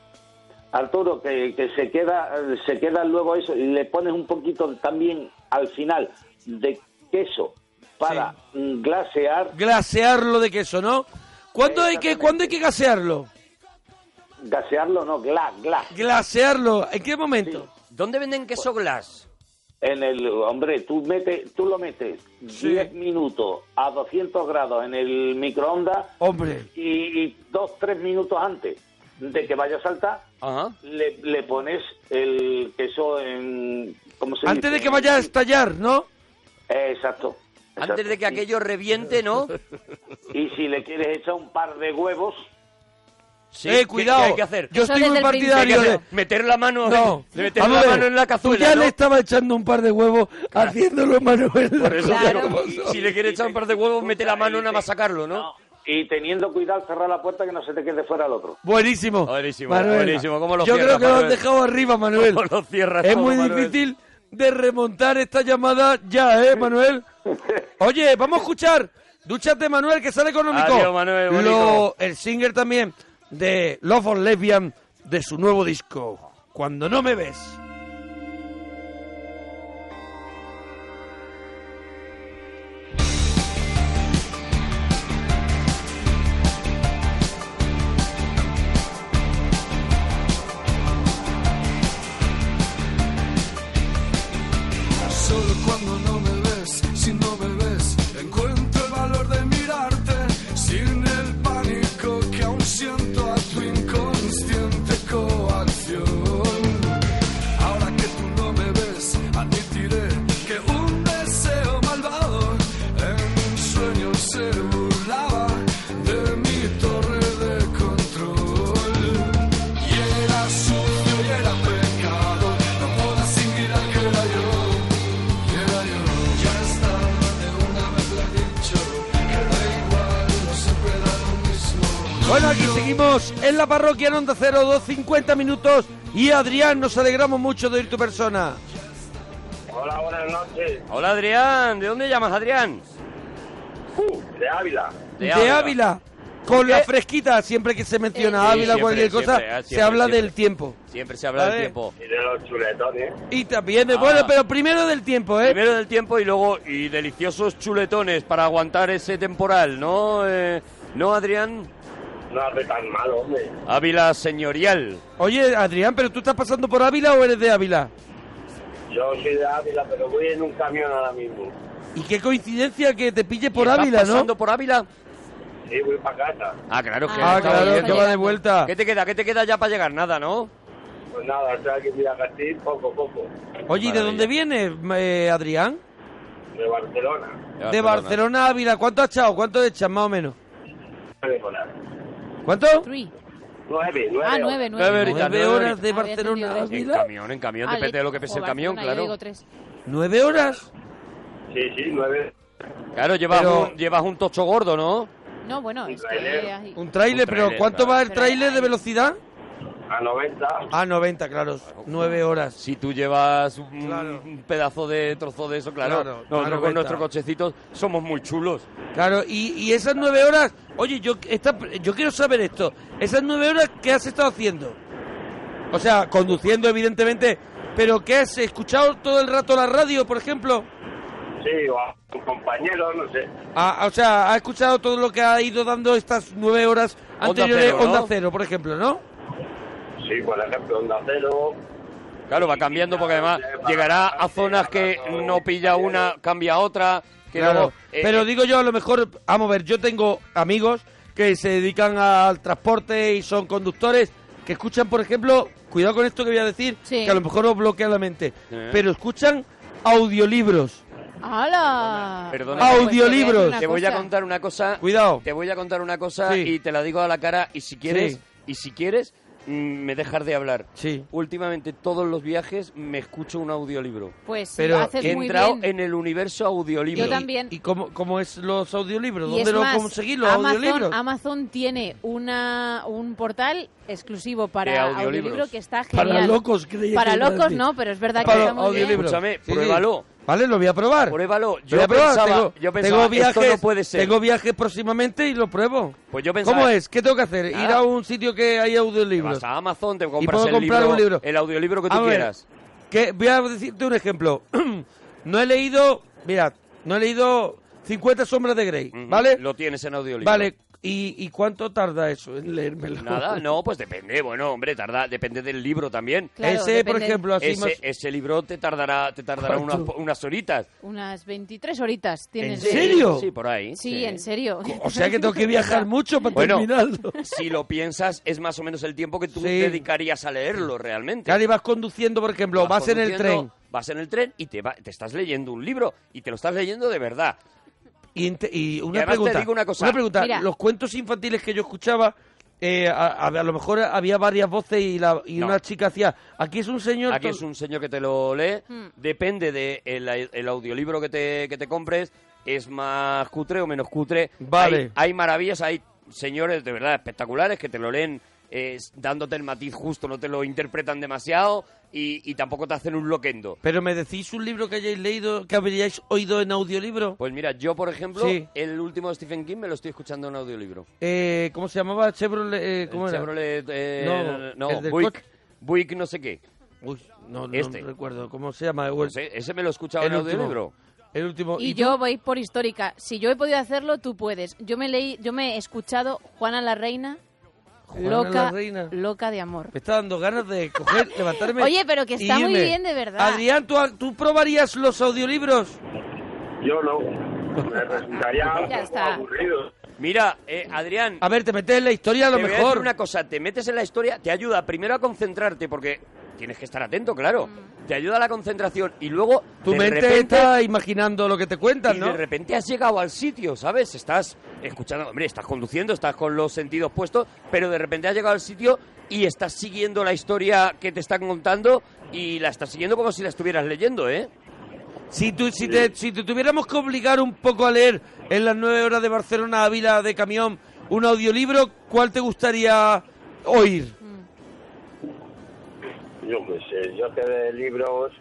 Speaker 8: Arturo, que, que se queda eh, se queda luego eso, y le pones un poquito también al final de queso para mm, glasear,
Speaker 1: Glasearlo de queso, ¿no? ¿Cuándo hay que
Speaker 8: Exactamente.
Speaker 1: cuándo hay que glasearlo?
Speaker 8: glasearlo no, glas, glas.
Speaker 1: Glasearlo, ¿en qué momento? Pues,
Speaker 4: ¿Dónde venden queso glass?
Speaker 8: En el, hombre, tú, metes, tú lo metes
Speaker 1: Sí.
Speaker 8: 10 minutos a 200 grados en el microondas
Speaker 1: Hombre,
Speaker 8: y, y dos, tres minutos antes de que vaya a saltar,
Speaker 4: Ajá.
Speaker 8: le, le pones el queso en... ¿cómo se
Speaker 1: antes
Speaker 8: dice?
Speaker 1: de que vaya a estallar, ¿no?
Speaker 8: Eh, Exacto.
Speaker 4: Antes
Speaker 8: exacto.
Speaker 4: de que aquello reviente, ¿no?
Speaker 8: Y si le quieres echar un par de huevos,
Speaker 4: Sí, ¿qué-
Speaker 1: eh,
Speaker 4: qué
Speaker 1: cuidado.
Speaker 4: hay que hacer?
Speaker 1: Yo
Speaker 2: Eso
Speaker 1: estoy
Speaker 2: desde
Speaker 1: muy
Speaker 2: el
Speaker 4: Hay que
Speaker 1: partidario
Speaker 4: hacer-
Speaker 1: de
Speaker 4: meter la mano,
Speaker 1: no,
Speaker 4: de meter
Speaker 1: vamos
Speaker 4: la
Speaker 1: a ver,
Speaker 4: mano en la cazuela,
Speaker 1: Tú ya
Speaker 4: ¿no?
Speaker 1: le estaba echando un par de huevos haciéndolo Manuel.
Speaker 4: Por eso
Speaker 2: Claro.
Speaker 4: digo, si le quiere echar un par de huevos, mete la mano nada más sacarlo, ¿no?
Speaker 8: y teniendo cuidado, cerrar la puerta que no se te quede fuera el otro.
Speaker 1: Buenísimo.
Speaker 4: Buenísimo, buenísimo. ¿Cómo lo
Speaker 1: Yo
Speaker 4: cierra,
Speaker 1: creo que lo
Speaker 4: Manuel?
Speaker 1: has dejado arriba, Manuel.
Speaker 4: ¿Cómo lo cierras
Speaker 1: es
Speaker 4: todo,
Speaker 1: muy
Speaker 4: Manuel?
Speaker 1: difícil de remontar esta llamada ya, ¿eh, Manuel? Oye, vamos a escuchar. Dúchate, Manuel, que sale económico.
Speaker 4: Adiós, Manuel, bonito.
Speaker 1: Lo- el singer también de Love of Lesbian de su nuevo disco, Cuando no me ves.
Speaker 7: Solo cuando no me ves, si no me ves, encuentro el valor de mirarte sin el pánico que aún siento a tu inconsciente coacción. Ahora que tú no me ves, admitiré que un deseo malvado en un sueño se burlaba de mi torre de control. Y era sucio y era pecado, no puedo asimilar que era yo, que era yo. Ya está, más de una vez lo he dicho, que da igual, no siempre da lo mismo.
Speaker 1: Bueno, aquí seguimos en la parroquia en Onda 0, 250 minutos. Y Adrián, nos alegramos mucho de oír tu persona.
Speaker 3: Hola, buenas noches.
Speaker 4: Hola, Adrián. ¿De dónde llamas, Adrián?
Speaker 3: Uh, de Ávila.
Speaker 1: de, Ávila. Con la fresquita, siempre que se menciona
Speaker 4: Sí,
Speaker 1: Ávila o
Speaker 4: Eh, siempre,
Speaker 1: cualquier cosa,
Speaker 4: siempre, ah,
Speaker 1: se
Speaker 4: siempre,
Speaker 1: habla
Speaker 4: siempre.
Speaker 1: del tiempo.
Speaker 4: Siempre se habla del
Speaker 1: Vale.
Speaker 4: tiempo. Ah.
Speaker 3: Y de los chuletones.
Speaker 1: Y también, de, bueno, pero primero del tiempo, ¿eh?
Speaker 4: Primero del tiempo y luego y deliciosos chuletones para aguantar ese temporal, ¿no? Eh, ¿No, Adrián?
Speaker 3: No hace tan mal, hombre.
Speaker 4: Ávila señorial.
Speaker 1: Oye, Adrián, ¿pero tú estás pasando por Ávila o eres de Ávila?
Speaker 3: Yo soy de Ávila, pero voy en un camión ahora mismo.
Speaker 1: Y qué coincidencia que te pille por
Speaker 4: ¿Estás
Speaker 1: Ávila, ¿no?
Speaker 4: pasando por Ávila?
Speaker 8: Sí, voy para casa.
Speaker 4: Ah, claro, que
Speaker 1: Ah, claro, que va de vuelta.
Speaker 4: ¿Qué te queda? ¿Qué te queda ya para llegar? Nada, ¿no?
Speaker 8: Pues nada, o sea, que voy a Castilla poco a poco.
Speaker 1: Oye, ¿y de dónde vienes, eh, Adrián?
Speaker 8: De Barcelona.
Speaker 1: De Barcelona a Ávila. ¿Cuánto has echado? ¿Cuánto echas, más o menos? ¿Cuánto?
Speaker 2: Three.
Speaker 8: Nueve, nueve.
Speaker 2: Ah, nueve, nueve.
Speaker 4: Nueve horitas,
Speaker 1: Nueve
Speaker 4: nueve
Speaker 1: horas de
Speaker 2: Había
Speaker 1: Barcelona a
Speaker 2: entendido
Speaker 4: En
Speaker 1: Ávila.
Speaker 4: camión, en camión,
Speaker 2: Ah,
Speaker 4: depende de lo que pese
Speaker 2: o
Speaker 4: el camión,
Speaker 2: Barcelona, yo
Speaker 4: claro.
Speaker 2: digo tres.
Speaker 1: ¿Nueve horas?
Speaker 8: Sí, sí, nueve.
Speaker 4: Claro, llevas,
Speaker 1: Pero-
Speaker 4: un, llevas un tocho gordo, ¿no?
Speaker 2: No, bueno, es que... ahí-
Speaker 1: Un
Speaker 8: trailer.
Speaker 1: tráiler,
Speaker 4: Un tráiler,
Speaker 1: pero ¿cuánto
Speaker 4: claro.
Speaker 1: va el tráiler de velocidad?
Speaker 8: A 90.
Speaker 1: Ah, 90, claro. Nueve horas.
Speaker 4: Si tú llevas un,
Speaker 1: Claro.
Speaker 4: un pedazo de trozo de eso, claro.
Speaker 1: Claro,
Speaker 4: nosotros
Speaker 1: claro,
Speaker 4: con
Speaker 1: venta.
Speaker 4: nuestros cochecitos somos muy chulos.
Speaker 1: Claro, y, y esas nueve horas... Oye, yo, esta, yo quiero saber esto. Esas nueve horas, ¿qué has estado haciendo? O sea, conduciendo, evidentemente, pero ¿qué has escuchado todo el rato la radio, por ejemplo?
Speaker 8: Sí, o a un compañero, no sé.
Speaker 1: Ah, o sea, ha escuchado todo lo que ha ido dando estas nueve horas
Speaker 4: Onda
Speaker 1: anteriores
Speaker 4: Cero, ¿no?
Speaker 1: Onda Cero, por ejemplo, ¿no?
Speaker 8: Sí, por ejemplo, Onda Cero.
Speaker 4: Claro, va cambiando porque además llegará a zonas que no pilla una, cambia a otra. Que
Speaker 1: Claro.
Speaker 4: luego, eh,
Speaker 1: Pero
Speaker 4: eh,
Speaker 1: digo yo, a lo mejor, vamos a ver, yo tengo amigos que se dedican al transporte y son conductores que escuchan, por ejemplo, cuidado con esto que voy a decir,
Speaker 2: Sí.
Speaker 1: que a lo mejor os bloquea la mente,
Speaker 4: Sí.
Speaker 1: pero escuchan audiolibros.
Speaker 2: ¡Hala!
Speaker 4: Ah, Perdona.
Speaker 2: Bueno, pues
Speaker 1: Audiolibros.
Speaker 2: te voy a decir una
Speaker 4: te voy a
Speaker 2: cosa.
Speaker 4: contar una cosa.
Speaker 1: Cuidado.
Speaker 4: Te voy a contar una cosa
Speaker 1: Sí.
Speaker 4: y te la digo a la cara y si quieres,
Speaker 1: Sí.
Speaker 4: y si quieres, mm, me dejas de hablar.
Speaker 1: Sí.
Speaker 4: Últimamente todos los viajes me escucho un audiolibro.
Speaker 2: Pues
Speaker 1: Pero
Speaker 2: haces
Speaker 4: He
Speaker 2: muy
Speaker 4: entrado
Speaker 2: bien.
Speaker 4: en el universo audiolibro.
Speaker 2: Yo también.
Speaker 1: ¿Y cómo, cómo es los audiolibros?
Speaker 2: Y
Speaker 1: ¿Dónde
Speaker 2: es
Speaker 1: lo
Speaker 2: más,
Speaker 1: conseguís los
Speaker 2: Amazon,
Speaker 1: audiolibros?
Speaker 2: Amazon tiene una, un portal exclusivo
Speaker 4: De
Speaker 2: para
Speaker 4: audiolibros.
Speaker 2: audiolibro que está genial.
Speaker 1: Para locos, creía
Speaker 2: Para
Speaker 1: que iba a
Speaker 2: locos
Speaker 1: decir.
Speaker 2: no, pero es verdad que
Speaker 1: Para
Speaker 2: está muy bien.
Speaker 1: audiolibros.
Speaker 4: Escúchame,
Speaker 1: Sí, sí.
Speaker 4: pruébalo.
Speaker 1: Vale, lo voy a probar.
Speaker 4: Pruébalo.
Speaker 1: Lo
Speaker 4: Yo
Speaker 1: voy a probar,
Speaker 4: pensaba,
Speaker 1: tengo,
Speaker 4: yo pensaba,
Speaker 1: tengo viajes,
Speaker 4: esto no puede ser.
Speaker 1: Tengo viajes próximamente y lo pruebo.
Speaker 4: Pues yo pensaba- "Ah,
Speaker 1: ¿Cómo es? ¿Qué tengo que hacer?
Speaker 4: Nada.
Speaker 1: Ir a un sitio que hay
Speaker 4: Te
Speaker 1: audiolibros.
Speaker 4: vas a Amazon, te
Speaker 1: Y
Speaker 4: compras
Speaker 1: puedo
Speaker 4: el
Speaker 1: comprar
Speaker 4: libro,
Speaker 1: un libro.
Speaker 4: el audiolibro que tú
Speaker 1: A ver,
Speaker 4: quieras.
Speaker 1: que voy a decirte un ejemplo. no he leído, mira, no he leído 50 sombras de Grey,
Speaker 4: Ujú,
Speaker 1: ¿vale?
Speaker 4: Lo tienes en audiolibro.
Speaker 1: Vale, ¿Y, y cuánto tarda eso en leérmelo?
Speaker 4: Nada, no, pues depende. Bueno, hombre, tarda, depende del libro también.
Speaker 2: Claro,
Speaker 1: Ese, por
Speaker 2: depende.
Speaker 1: ejemplo, así
Speaker 4: Ese,
Speaker 1: más...
Speaker 4: ese libro te tardará, te tardará unas,
Speaker 1: ¿Cuánto?
Speaker 4: unas horitas.
Speaker 2: Unas 23 horitas
Speaker 1: ¿En
Speaker 2: tienes.
Speaker 1: serio?
Speaker 4: Sí, por ahí.
Speaker 2: Sí, en serio.
Speaker 1: O sea que tengo que viajar mucho para
Speaker 4: Bueno.
Speaker 1: terminarlo.
Speaker 4: Si lo piensas, es más o menos el tiempo que tú
Speaker 1: Sí.
Speaker 4: dedicarías a leerlo realmente.
Speaker 1: Claro, y vas conduciendo, por ejemplo, vas, en el
Speaker 4: conduciendo,
Speaker 1: tren
Speaker 4: Vas en el tren y te, va- te estás leyendo un libro y te lo estás leyendo de verdad.
Speaker 1: y, ente- y
Speaker 4: Y
Speaker 1: una
Speaker 4: además te
Speaker 1: pregunta,
Speaker 4: digo una cosa.
Speaker 1: pregunta,
Speaker 2: Mira.
Speaker 1: los cuentos infantiles que yo escuchaba, eh, a, a- a lo mejor había varias voces y, la, y
Speaker 4: No.
Speaker 1: una chica hacía, aquí es un señor...
Speaker 4: Aquí
Speaker 1: to-
Speaker 4: es un señor que te lo lee.
Speaker 2: Mm.
Speaker 4: Depende del el el audiolibro que te, que te compres. Es más cutre o menos cutre.
Speaker 1: Vale.
Speaker 4: Hay, hay maravillas, hay señores de verdad espectaculares que te lo leen eh, dándote el matiz justo, no te lo interpretan demasiado y, y tampoco te hacen un loquendo.
Speaker 1: Pero me decís un libro que hayáis leído, que habríais oído en audiolibro.
Speaker 4: Pues mira, yo por ejemplo,
Speaker 1: Sí.
Speaker 4: el último de Stephen King me lo estoy escuchando en audiolibro.
Speaker 1: Eh, ¿Cómo se llamaba? Chevrolet. eh, ¿Cómo
Speaker 4: El
Speaker 1: era?
Speaker 4: Chevrolet, eh,
Speaker 1: No,
Speaker 4: no,
Speaker 1: el del
Speaker 4: Buick,
Speaker 1: coche.
Speaker 4: Buick no sé qué.
Speaker 1: Uy, no, no
Speaker 4: Este.
Speaker 1: recuerdo. ¿Cómo se llama?
Speaker 4: No sé, ese me lo he escuchado en
Speaker 1: último.
Speaker 4: audiolibro.
Speaker 1: El último.
Speaker 2: Y
Speaker 1: tú?
Speaker 2: yo voy por histórica. Si yo he podido hacerlo, tú puedes. Yo me leí, yo me he escuchado Juana la Reina,
Speaker 1: Juana la
Speaker 2: loca,
Speaker 1: Reina.
Speaker 2: loca de amor.
Speaker 1: Me está dando ganas de coger, levantarme.
Speaker 2: Oye, pero que está
Speaker 1: y
Speaker 2: muy
Speaker 1: irme.
Speaker 2: bien, de verdad.
Speaker 1: Adrián, ¿tú, ¿tú probarías los audiolibros?
Speaker 8: Yo no. Me resultaría un
Speaker 2: Ya
Speaker 8: poco
Speaker 2: está.
Speaker 8: aburrido.
Speaker 4: Mira, eh, Adrián,
Speaker 1: A ver, te metes en la historia a lo
Speaker 4: Te voy a
Speaker 1: mejor.
Speaker 4: decir una cosa, te metes en la historia, te ayuda primero a concentrarte, porque tienes que estar atento, claro. Te ayuda a la concentración y luego
Speaker 1: Tu
Speaker 4: de
Speaker 1: mente
Speaker 4: repente,
Speaker 1: está imaginando lo que te cuentan,
Speaker 4: y
Speaker 1: ¿no?
Speaker 4: de repente has llegado al sitio, ¿sabes? Estás escuchando, hombre, estás conduciendo, estás con los sentidos puestos, pero de repente has llegado al sitio y estás siguiendo la historia que te están contando y la estás siguiendo como si la estuvieras leyendo, ¿eh?
Speaker 1: Si, tú, si, te, si te tuviéramos que obligar un poco a leer en las nueve horas de Barcelona a Ávila de camión un audiolibro, ¿cuál te gustaría oír?
Speaker 8: Yo qué sé, yo que de libros.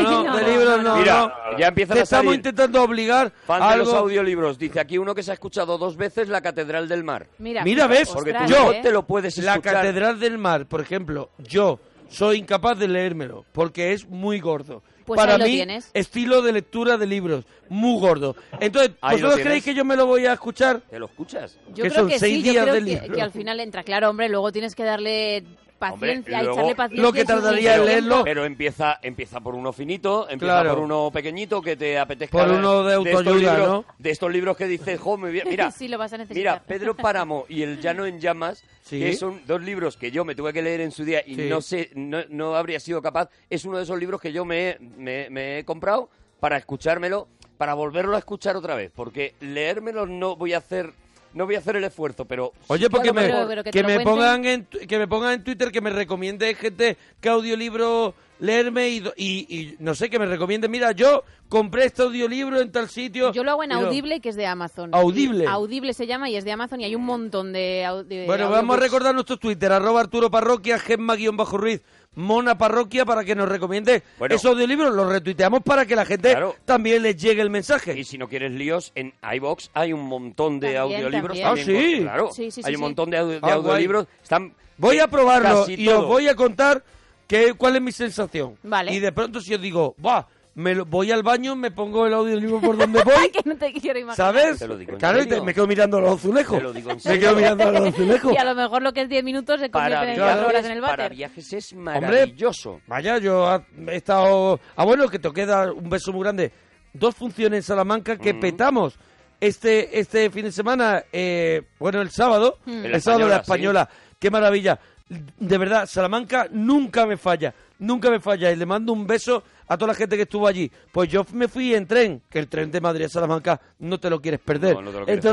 Speaker 1: no,
Speaker 2: No,
Speaker 1: de libros
Speaker 2: no,
Speaker 1: no.
Speaker 4: Mira,
Speaker 1: no.
Speaker 4: ya empiezan
Speaker 1: Te
Speaker 4: a salir.
Speaker 1: estamos intentando obligar
Speaker 4: Fan
Speaker 1: a
Speaker 4: de los
Speaker 1: algo.
Speaker 4: audiolibros. Dice aquí uno que se ha escuchado dos veces La Catedral del Mar.
Speaker 2: Mira,
Speaker 1: Mira, ¿ves?
Speaker 4: Porque
Speaker 2: ostras, eh.
Speaker 4: tú
Speaker 1: Yo-
Speaker 4: no te lo puedes
Speaker 1: La
Speaker 4: escuchar.
Speaker 1: Catedral del Mar, por ejemplo, yo soy incapaz de leérmelo porque es muy gordo.
Speaker 2: Pues
Speaker 1: Para
Speaker 2: ahí lo
Speaker 1: mí,
Speaker 2: tienes.
Speaker 1: estilo de lectura de libros, muy gordo. Entonces,
Speaker 4: Ahí lo
Speaker 1: ¿vosotros
Speaker 4: tienes.
Speaker 1: creéis que yo me lo voy a escuchar?
Speaker 4: ¿Te lo escuchas?
Speaker 2: Yo
Speaker 1: que
Speaker 2: creo
Speaker 1: son
Speaker 2: que
Speaker 1: seis
Speaker 2: sí, yo
Speaker 1: días
Speaker 2: creo
Speaker 1: del
Speaker 2: que,
Speaker 1: libro.
Speaker 2: que al final entra. Claro, hombre, luego tienes que darle paciencia,
Speaker 4: Hombre, luego-
Speaker 2: echarle paciencia.
Speaker 1: Lo que
Speaker 2: y su-
Speaker 1: tardaría en
Speaker 2: su-
Speaker 1: leerlo.
Speaker 4: Pero empieza, empieza por uno finito, empieza
Speaker 1: Claro.
Speaker 4: por uno pequeñito que te apetezca.
Speaker 1: Por uno de
Speaker 4: estos
Speaker 1: autoayuda,
Speaker 4: libros-
Speaker 1: ¿no?
Speaker 4: De estos libros que dices, jo, me voy a- mira,
Speaker 2: Sí, lo vas a necesitar.
Speaker 4: mira, Pedro Páramo y El Llano en Llamas,
Speaker 1: Sí.
Speaker 4: que son dos libros que yo me tuve que leer en su día y
Speaker 1: Sí.
Speaker 4: no sé, no, no habría sido capaz. Es uno de esos libros que yo me, me- me he comprado para escuchármelo, para volverlo a escuchar otra vez, porque leérmelo no voy a hacer, no voy a hacer el esfuerzo, pero
Speaker 1: Oye, porque
Speaker 2: Claro,
Speaker 1: me,
Speaker 2: pero- pero
Speaker 1: que,
Speaker 2: que te lo
Speaker 1: me
Speaker 2: cuenten.
Speaker 1: pongan en, tu- que me pongan en Twitter que me recomiende gente que audiolibro leerme y, do- y, y no sé, que me recomiende, mira, yo compré este audiolibro en tal sitio.
Speaker 2: Yo lo hago en
Speaker 1: y
Speaker 2: Audible, que es de Amazon.
Speaker 1: Audible.
Speaker 2: Audible se llama y es de Amazon y hay un montón de, au- de
Speaker 1: Bueno, vamos a
Speaker 2: audiobooks.
Speaker 1: recordar nuestro Twitter, arroba Arturo Parroquia, Gemma-Ruiz, Mona Parroquia, para que nos recomiende
Speaker 4: Bueno.
Speaker 1: esos audiolibros. Los retuiteamos para que la gente
Speaker 4: Claro.
Speaker 1: también les llegue el mensaje.
Speaker 4: Y si no quieres líos, en iBox hay un montón de
Speaker 2: También,
Speaker 4: audiolibros.
Speaker 2: también.
Speaker 1: Ah, sí.
Speaker 4: con- Claro,
Speaker 2: Sí, sí, sí,
Speaker 4: hay un
Speaker 2: sí.
Speaker 4: montón de, audio- de
Speaker 1: Ah, guay.
Speaker 4: audiolibros. Están
Speaker 1: Voy a probarlo y os voy
Speaker 4: a...
Speaker 1: a contar que, cuál es mi sensación.
Speaker 2: Vale.
Speaker 1: Y de pronto si os digo, va, me lo- voy al baño, me pongo el audiolibro por donde voy,
Speaker 2: que no te quiero imaginar.
Speaker 1: ¿sabes?
Speaker 4: Te lo digo en
Speaker 1: claro, y te-
Speaker 4: serio.
Speaker 1: me quedo mirando a los azulejos.
Speaker 4: Te lo digo en
Speaker 1: me
Speaker 4: serio.
Speaker 1: quedo mirando a los azulejos.
Speaker 2: Y a lo mejor lo que es 10 minutos se
Speaker 4: Para,
Speaker 2: convierte en
Speaker 1: Claro.
Speaker 2: cuatro
Speaker 4: viajes,
Speaker 2: horas en el
Speaker 4: para
Speaker 2: váter.
Speaker 4: viajes es
Speaker 1: Hombre.
Speaker 4: maravilloso.
Speaker 1: Vaya, yo ha- he estado... Ah, bueno, que te queda un beso muy grande. Dos funciones en Salamanca que
Speaker 4: Mm.
Speaker 1: petamos. Este, este fin de semana, eh, bueno, el sábado,
Speaker 4: En
Speaker 1: el
Speaker 4: la
Speaker 1: sábado la
Speaker 4: Española,
Speaker 1: española, qué maravilla. De verdad, Salamanca nunca me falla, nunca me falla. Y le mando un beso a toda la gente que estuvo allí. Pues yo me fui en tren, que el tren de Madrid a Salamanca no te lo quieres perder.
Speaker 4: No, no te lo quieres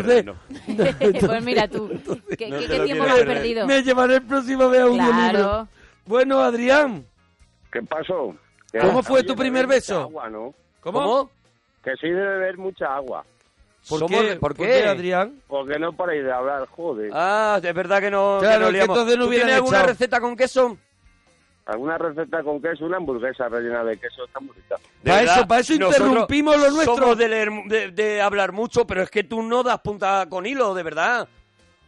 Speaker 1: Entonces,
Speaker 2: pues mira tú, ¿qué,
Speaker 4: No
Speaker 2: qué-
Speaker 4: te
Speaker 2: qué tiempo
Speaker 4: lo quiero
Speaker 2: has
Speaker 4: creer.
Speaker 2: perdido?
Speaker 1: me llevaré el próximo vez a un
Speaker 2: Claro.
Speaker 1: Bueno, Adrián,
Speaker 8: ¿Qué pasó? ¿Qué?
Speaker 1: ¿Cómo fue
Speaker 8: Oye,
Speaker 1: tu primer
Speaker 8: beber
Speaker 1: beso?
Speaker 8: mucha Agua, ¿no?
Speaker 4: ¿Cómo?
Speaker 8: Que soy de beber mucha agua.
Speaker 1: ¿Por,
Speaker 4: Somos-
Speaker 1: qué,
Speaker 4: ¿Por qué?
Speaker 1: Adrián?
Speaker 8: Porque no paráis de hablar, joder.
Speaker 4: Ah, es verdad que no.
Speaker 1: Claro,
Speaker 4: nos
Speaker 1: que
Speaker 4: liamos.
Speaker 1: entonces no
Speaker 4: ¿Tú
Speaker 1: hubieran
Speaker 4: ¿Tienes alguna
Speaker 1: echado.
Speaker 4: receta con queso?
Speaker 8: ¿Alguna receta con queso? Una hamburguesa rellena de queso está bonita.
Speaker 4: De
Speaker 1: Pa'
Speaker 4: verdad,
Speaker 1: eso- pa' eso
Speaker 4: nosotros
Speaker 1: interrumpimos lo nuestro.
Speaker 4: Somos de, leer- de- de hablar mucho, pero es que tú no das punta con hilo, de verdad.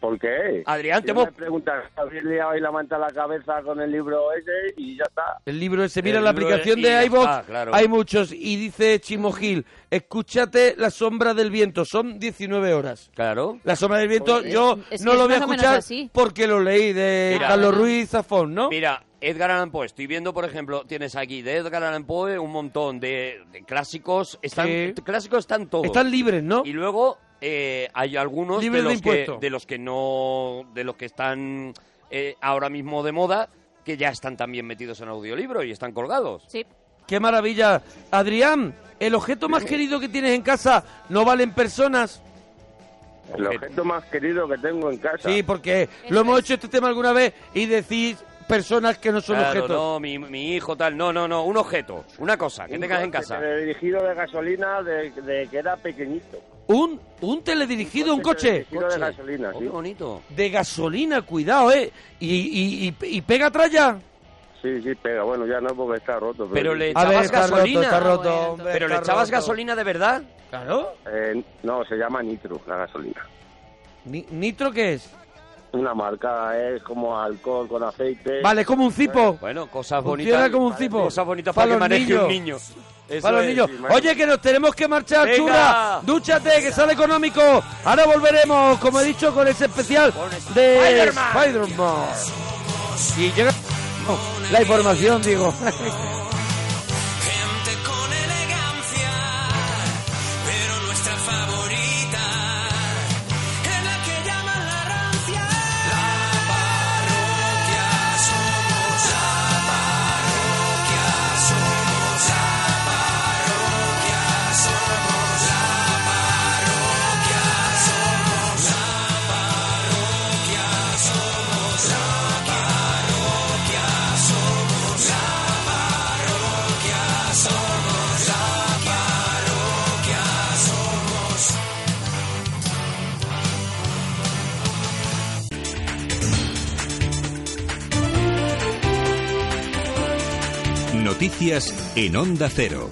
Speaker 8: ¿Por qué?
Speaker 4: Adrián,
Speaker 8: Eh, Si
Speaker 4: te
Speaker 8: no
Speaker 4: hemos-
Speaker 8: me preguntas, habéis liado y la manta a la cabeza con el libro ese y ya está.
Speaker 1: El libro ese, mira
Speaker 4: El
Speaker 1: la
Speaker 4: libro
Speaker 1: aplicación
Speaker 4: y ya
Speaker 1: de iVoox,
Speaker 4: está, Ah, claro.
Speaker 1: hay muchos. Y dice Chimo Gil, escúchate La Sombra del Viento, son 19 horas.
Speaker 4: Claro.
Speaker 1: La Sombra del Viento
Speaker 2: Pues,
Speaker 1: yo
Speaker 2: es que
Speaker 1: no
Speaker 2: es
Speaker 1: lo
Speaker 2: más
Speaker 1: voy a
Speaker 2: o menos
Speaker 1: escuchar
Speaker 2: así.
Speaker 1: porque lo leí de
Speaker 4: Mira.
Speaker 1: Eh, Carlos Ruiz Zafón, ¿no?
Speaker 4: Mira, Edgar Allan Poe, estoy viendo, por ejemplo, tienes aquí de Edgar Allan Poe un montón de, de clásicos. Están,
Speaker 1: Sí.
Speaker 4: Clásicos están todos.
Speaker 1: Están libres, ¿no?
Speaker 4: Y luego eh, hay algunos de
Speaker 1: Libres de
Speaker 4: los, que,
Speaker 1: impuesto.
Speaker 4: de los que no. de los que están eh, ahora mismo de moda, que ya están también metidos en audiolibro y están colgados.
Speaker 2: Sí.
Speaker 1: ¡Qué maravilla! Adrián, el objeto más querido que tienes en casa no valen personas.
Speaker 8: El objeto más querido que tengo en casa.
Speaker 1: Sí, porque lo hemos hecho este tema alguna vez y decís personas que no son
Speaker 4: Claro,
Speaker 1: objetos.
Speaker 4: no, mi, mi hijo tal. No, no, no, un objeto. Una cosa que
Speaker 8: Un
Speaker 4: tengas en
Speaker 8: coche
Speaker 4: casa.
Speaker 8: Dirigido de gasolina de, de que era pequeñito.
Speaker 1: Un, un teledirigido, un coche.
Speaker 8: Dirigido de gasolina,
Speaker 4: Oh,
Speaker 8: sí.
Speaker 4: qué bonito.
Speaker 1: De gasolina, cuidado, ¿eh? Y, y, y- y pega tralla.
Speaker 8: Sí, sí, pega. Bueno, ya no porque está roto.
Speaker 4: Pero le
Speaker 1: A
Speaker 4: echabas
Speaker 1: ver, está roto,
Speaker 4: gasolina.
Speaker 1: está roto,
Speaker 2: Bueno,
Speaker 1: hombre,
Speaker 4: Pero le
Speaker 1: está
Speaker 4: echabas
Speaker 1: roto.
Speaker 4: gasolina de verdad.
Speaker 1: Claro.
Speaker 8: Eh, no, se llama nitro, la gasolina.
Speaker 1: Ni- ¿Nitro qué es?
Speaker 8: Una marca, es como alcohol con aceite. Eh,
Speaker 1: Vale, es como un cipo.
Speaker 4: Bueno, cosas
Speaker 1: Funciona
Speaker 4: bonitas.
Speaker 1: como un cipo.
Speaker 4: Cosas bonitas para,
Speaker 1: Para
Speaker 4: que
Speaker 1: los
Speaker 4: maneje
Speaker 1: niños.
Speaker 4: un niño. Eso
Speaker 1: Para los
Speaker 4: es.
Speaker 1: niños.
Speaker 8: sí, madre.
Speaker 1: Oye, que nos tenemos que marchar,
Speaker 4: Venga.
Speaker 1: chula. Dúchate, que sale económico. Ahora volveremos, como he dicho, con ese especial
Speaker 4: ese-
Speaker 1: de
Speaker 4: Spider-Man.
Speaker 1: Spider-Man. y llega no, la información, digo.
Speaker 7: Gente con elegancia, pero nuestra favorita es la que llaman la rancia. La parroquia somos, la parroquia somos, la parroquia somos, la parroquia somos, la parroquia somos, la parroquia somos, la parroquia somos, la parroquia somos.
Speaker 9: Noticias en Onda Cero.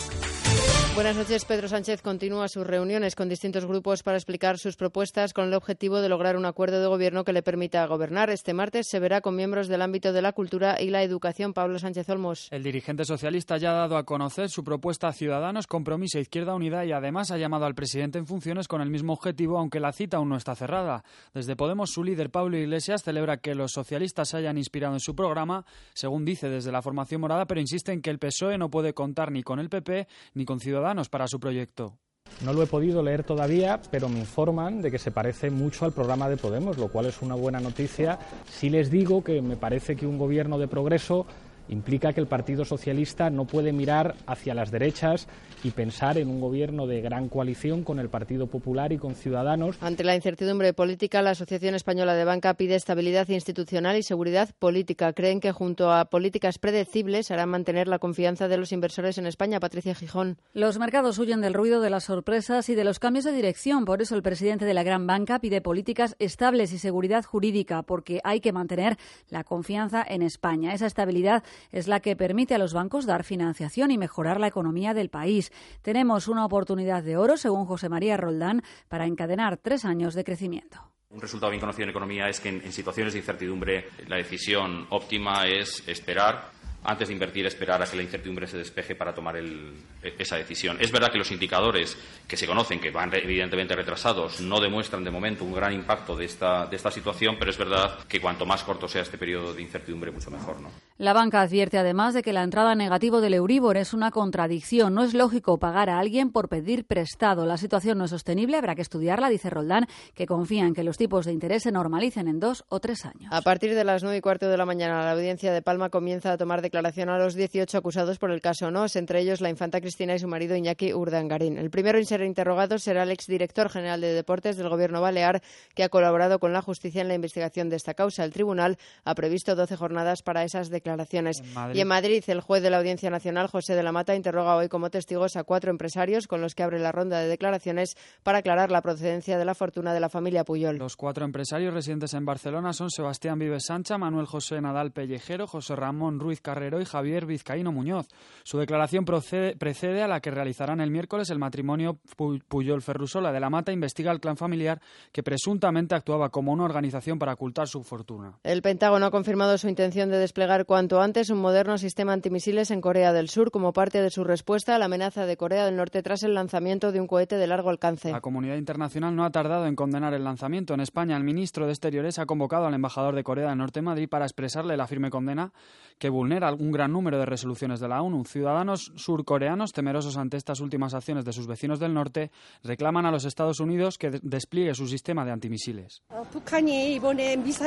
Speaker 10: Buenas noches. Pedro Sánchez continúa sus reuniones con distintos grupos para explicar sus propuestas con el objetivo de lograr un acuerdo de gobierno que le permita gobernar. Este martes se verá con miembros del ámbito de la cultura y la educación. Pablo Sánchez Olmos.
Speaker 11: El dirigente socialista ya ha dado a conocer su propuesta a Ciudadanos, Compromiso, Izquierda Unida y además ha llamado al presidente en funciones con el mismo objetivo, aunque la cita aún no está cerrada. Desde Podemos, su líder Pablo Iglesias celebra que los socialistas se hayan inspirado en su programa, según dice desde la formación morada, pero insiste en que el PSOE E no puede contar ni con el PP ni con Ciudadanos para su proyecto.
Speaker 12: No lo he podido leer todavía, pero me informan de que se parece mucho al programa de Podemos, lo cual es una buena noticia. Sí les digo que me parece que un gobierno de progreso implica que el Partido Socialista no puede mirar hacia las derechas y pensar en un gobierno de gran coalición con el Partido Popular y con Ciudadanos.
Speaker 10: Ante la incertidumbre política, la Asociación Española de Banca pide estabilidad institucional y seguridad política. Creen que junto a políticas predecibles hará mantener la confianza de los inversores en España. Patricia Gijón.
Speaker 13: Los mercados huyen del ruido, de las sorpresas y de los cambios de dirección. Por eso el presidente de la gran banca pide políticas estables y seguridad jurídica, porque hay que mantener la confianza en España. Esa estabilidad es la que permite a los bancos dar financiación y mejorar la economía del país. Tenemos una oportunidad de oro, según José María Roldán, para encadenar tres años de crecimiento.
Speaker 9: Un resultado bien conocido en economía es que en, en situaciones de incertidumbre la decisión óptima es esperar. Antes de invertir, esperar a que la incertidumbre se despeje para tomar el- e- esa decisión. Es verdad que los indicadores que se conocen, que van re- evidentemente retrasados, no demuestran de momento un gran impacto de esta, de esta situación, pero es verdad que cuanto más corto sea este periodo de incertidumbre, mucho mejor. ¿no?
Speaker 13: La banca advierte además de que la entrada negativa del Euribor es una contradicción. No es lógico pagar a alguien por pedir prestado. La situación no es sostenible, habrá que estudiarla, dice Roldán, que confía en que los tipos de interés se normalicen en dos o tres años.
Speaker 10: A partir de las 9 y cuarto de la mañana, la audiencia de Palma comienza a tomar declaración a los 18 acusados por el caso Nos, entre ellos la infanta Cristina y su marido Iñaki Urdangarín. El primero en ser interrogado será el exdirector general de Deportes del Gobierno Balear, que ha colaborado con la justicia en la investigación de esta causa. El tribunal ha previsto 12 jornadas para esas declaraciones.
Speaker 14: Madrid.
Speaker 10: Y en Madrid, el juez de la Audiencia Nacional, José de la Mata, interroga hoy como testigos a cuatro empresarios con los que abre la ronda de declaraciones para aclarar la procedencia de la fortuna de la familia Puyol.
Speaker 11: Los cuatro empresarios residentes en Barcelona son Sebastián Vives Sancha, Manuel José Nadal Pellejero, José Ramón Ruiz Carrero y Javier Vizcaíno Muñoz. Su declaración procede- precede a la que realizarán el miércoles el matrimonio Pu- Puyol Ferrusola de la Mata investiga al clan familiar que presuntamente actuaba como una organización para ocultar su fortuna.
Speaker 10: El Pentágono ha confirmado su intención de desplegar cuanto antes un moderno sistema antimisiles en Corea del Sur como parte de su respuesta a la amenaza de Corea del Norte tras el lanzamiento de un cohete de largo alcance.
Speaker 11: La comunidad internacional no ha tardado en condenar el lanzamiento. En España, el ministro de Exteriores ha convocado al embajador de Corea del Norte en Madrid para expresarle la firme condena que vulnera algún gran número de resoluciones de la ONU. Ciudadanos surcoreanos, temerosos ante estas últimas acciones de sus vecinos del norte, reclaman a los Estados Unidos que de- despliegue su sistema de antimisiles.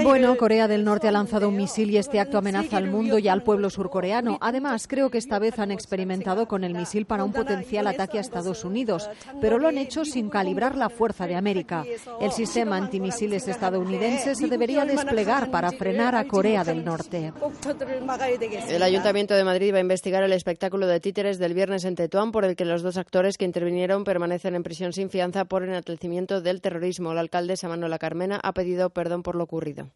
Speaker 15: Bueno, Corea del Norte ha lanzado un misil y este acto amenaza al mundo y al pueblo surcoreano. Además, creo que esta vez han experimentado con el misil para un potencial ataque a Estados Unidos, pero lo han hecho sin calibrar la fuerza de América. El sistema antimisiles estadounidense se debería desplegar para frenar a Corea del Norte.
Speaker 10: El Ayuntamiento de Madrid va a investigar el espectáculo de títeres del viernes en Tetuán por el que los dos actores que intervinieron permanecen en prisión sin fianza por enaltecimiento del terrorismo. La alcaldesa Manuela Carmena ha pedido perdón por lo ocurrido.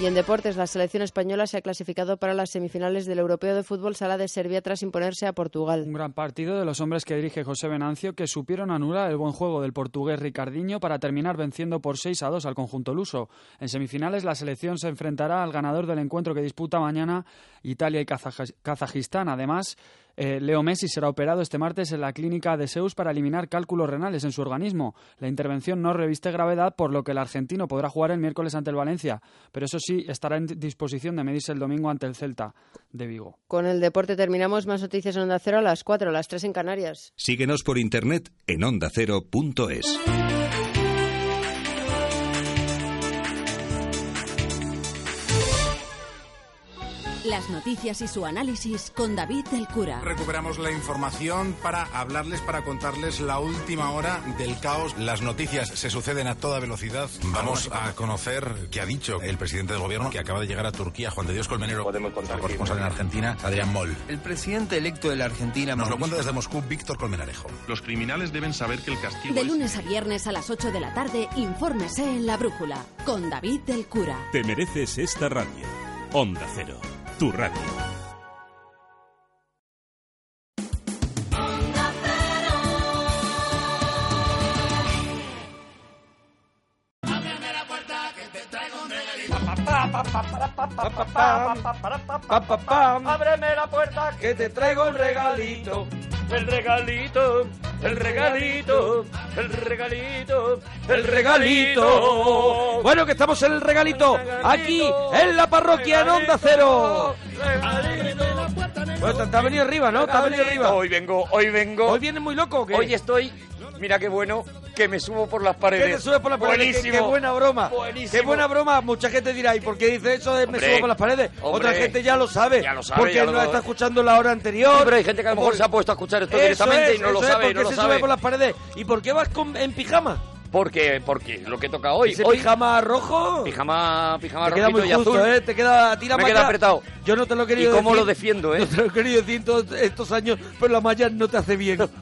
Speaker 10: Y en deportes, la selección española se ha clasificado para las semifinales del Europeo de Fútbol Sala de Serbia tras imponerse a Portugal.
Speaker 11: Un gran partido de los hombres que dirige José Venancio que supieron anular el buen juego del portugués Ricardiño para terminar venciendo por 6 a 2 al conjunto luso. En semifinales la selección se enfrentará al ganador del encuentro que disputa mañana Italia y Kazaja- Kazajistán. Además, eh, Leo Messi será operado este martes en la clínica de Seus para eliminar cálculos renales en su organismo. La intervención no reviste gravedad, por lo que el argentino podrá jugar el miércoles ante el Valencia, pero eso sí estará en disposición de medirse el domingo ante el Celta de Vigo.
Speaker 10: Con el deporte terminamos. Más noticias en Onda Cero a las 4, a las 3 en Canarias.
Speaker 16: Síguenos por internet en ondacero.es.
Speaker 17: Las noticias y su análisis con David del Cura.
Speaker 18: Recuperamos la información para hablarles, para contarles la última hora del caos. Las noticias se suceden a toda velocidad. Vamos a conocer qué ha dicho el presidente del gobierno que acaba de llegar a Turquía, Juan de Dios Colmenero. Podemos contar. Corresponsal en Argentina, Adrián Moll.
Speaker 19: El presidente electo de la Argentina.
Speaker 18: Nos lo cuenta desde Moscú Víctor Colmenarejo.
Speaker 20: Los criminales deben saber que el castigo
Speaker 17: De lunes a viernes a las 8 de la tarde, infórmese en La Brújula con David del Cura.
Speaker 21: Te mereces esta radio. Onda Cero, tu radio.
Speaker 22: Onda Cero.
Speaker 4: Ábreme la puerta que te traigo un regalito. El regalito, el regalito, el regalito, el regalito.
Speaker 1: Bueno, que estamos en el regalito. Aquí, en la parroquia, en Onda Cero. Bueno, te- te has venido arriba, ¿no? Te has venido arriba.
Speaker 4: Hoy vengo, hoy vengo.
Speaker 1: Hoy vienes muy loco, ¿o qué?
Speaker 4: Hoy estoy, mira qué bueno, que me subo por las paredes.
Speaker 1: ¿Qué te sube por las paredes?
Speaker 4: Buenísimo.
Speaker 1: Qué, qué buena broma.
Speaker 4: Buenísimo.
Speaker 1: Qué buena broma. Mucha gente dirá, ¿y por qué dice eso de me
Speaker 4: Hombre,
Speaker 1: subo por las paredes? Otra
Speaker 4: hombre.
Speaker 1: gente ya lo sabe.
Speaker 4: Ya lo sabe,
Speaker 1: Porque
Speaker 4: ya lo
Speaker 1: lo está
Speaker 4: sabe.
Speaker 1: escuchando la hora anterior.
Speaker 4: Hombre, hay gente que a lo mejor
Speaker 1: Porque-
Speaker 4: se ha puesto a escuchar esto
Speaker 1: Eso
Speaker 4: directamente
Speaker 1: es,
Speaker 4: y no lo
Speaker 1: eso es,
Speaker 4: sabe,
Speaker 1: ¿por
Speaker 4: no
Speaker 1: qué
Speaker 4: lo
Speaker 1: se
Speaker 4: sabe.
Speaker 1: sube por las paredes? ¿Y por qué vas con- en pijama?
Speaker 4: Porque, porque lo que toca hoy.
Speaker 1: ¿Ese
Speaker 4: hoy
Speaker 1: pijama rojo?
Speaker 4: Pijama, pijama
Speaker 1: Te queda
Speaker 4: rojito
Speaker 1: muy
Speaker 4: y
Speaker 1: justo,
Speaker 4: azul.
Speaker 1: ¿eh? Te queda... Tira
Speaker 4: Me
Speaker 1: malla.
Speaker 4: queda apretado.
Speaker 1: Yo no te lo he
Speaker 4: ¿Y
Speaker 1: querido
Speaker 4: cómo
Speaker 1: decir.
Speaker 4: lo defiendo, eh?
Speaker 1: No te lo he querido decir todos estos años, pero la malla no te hace bien.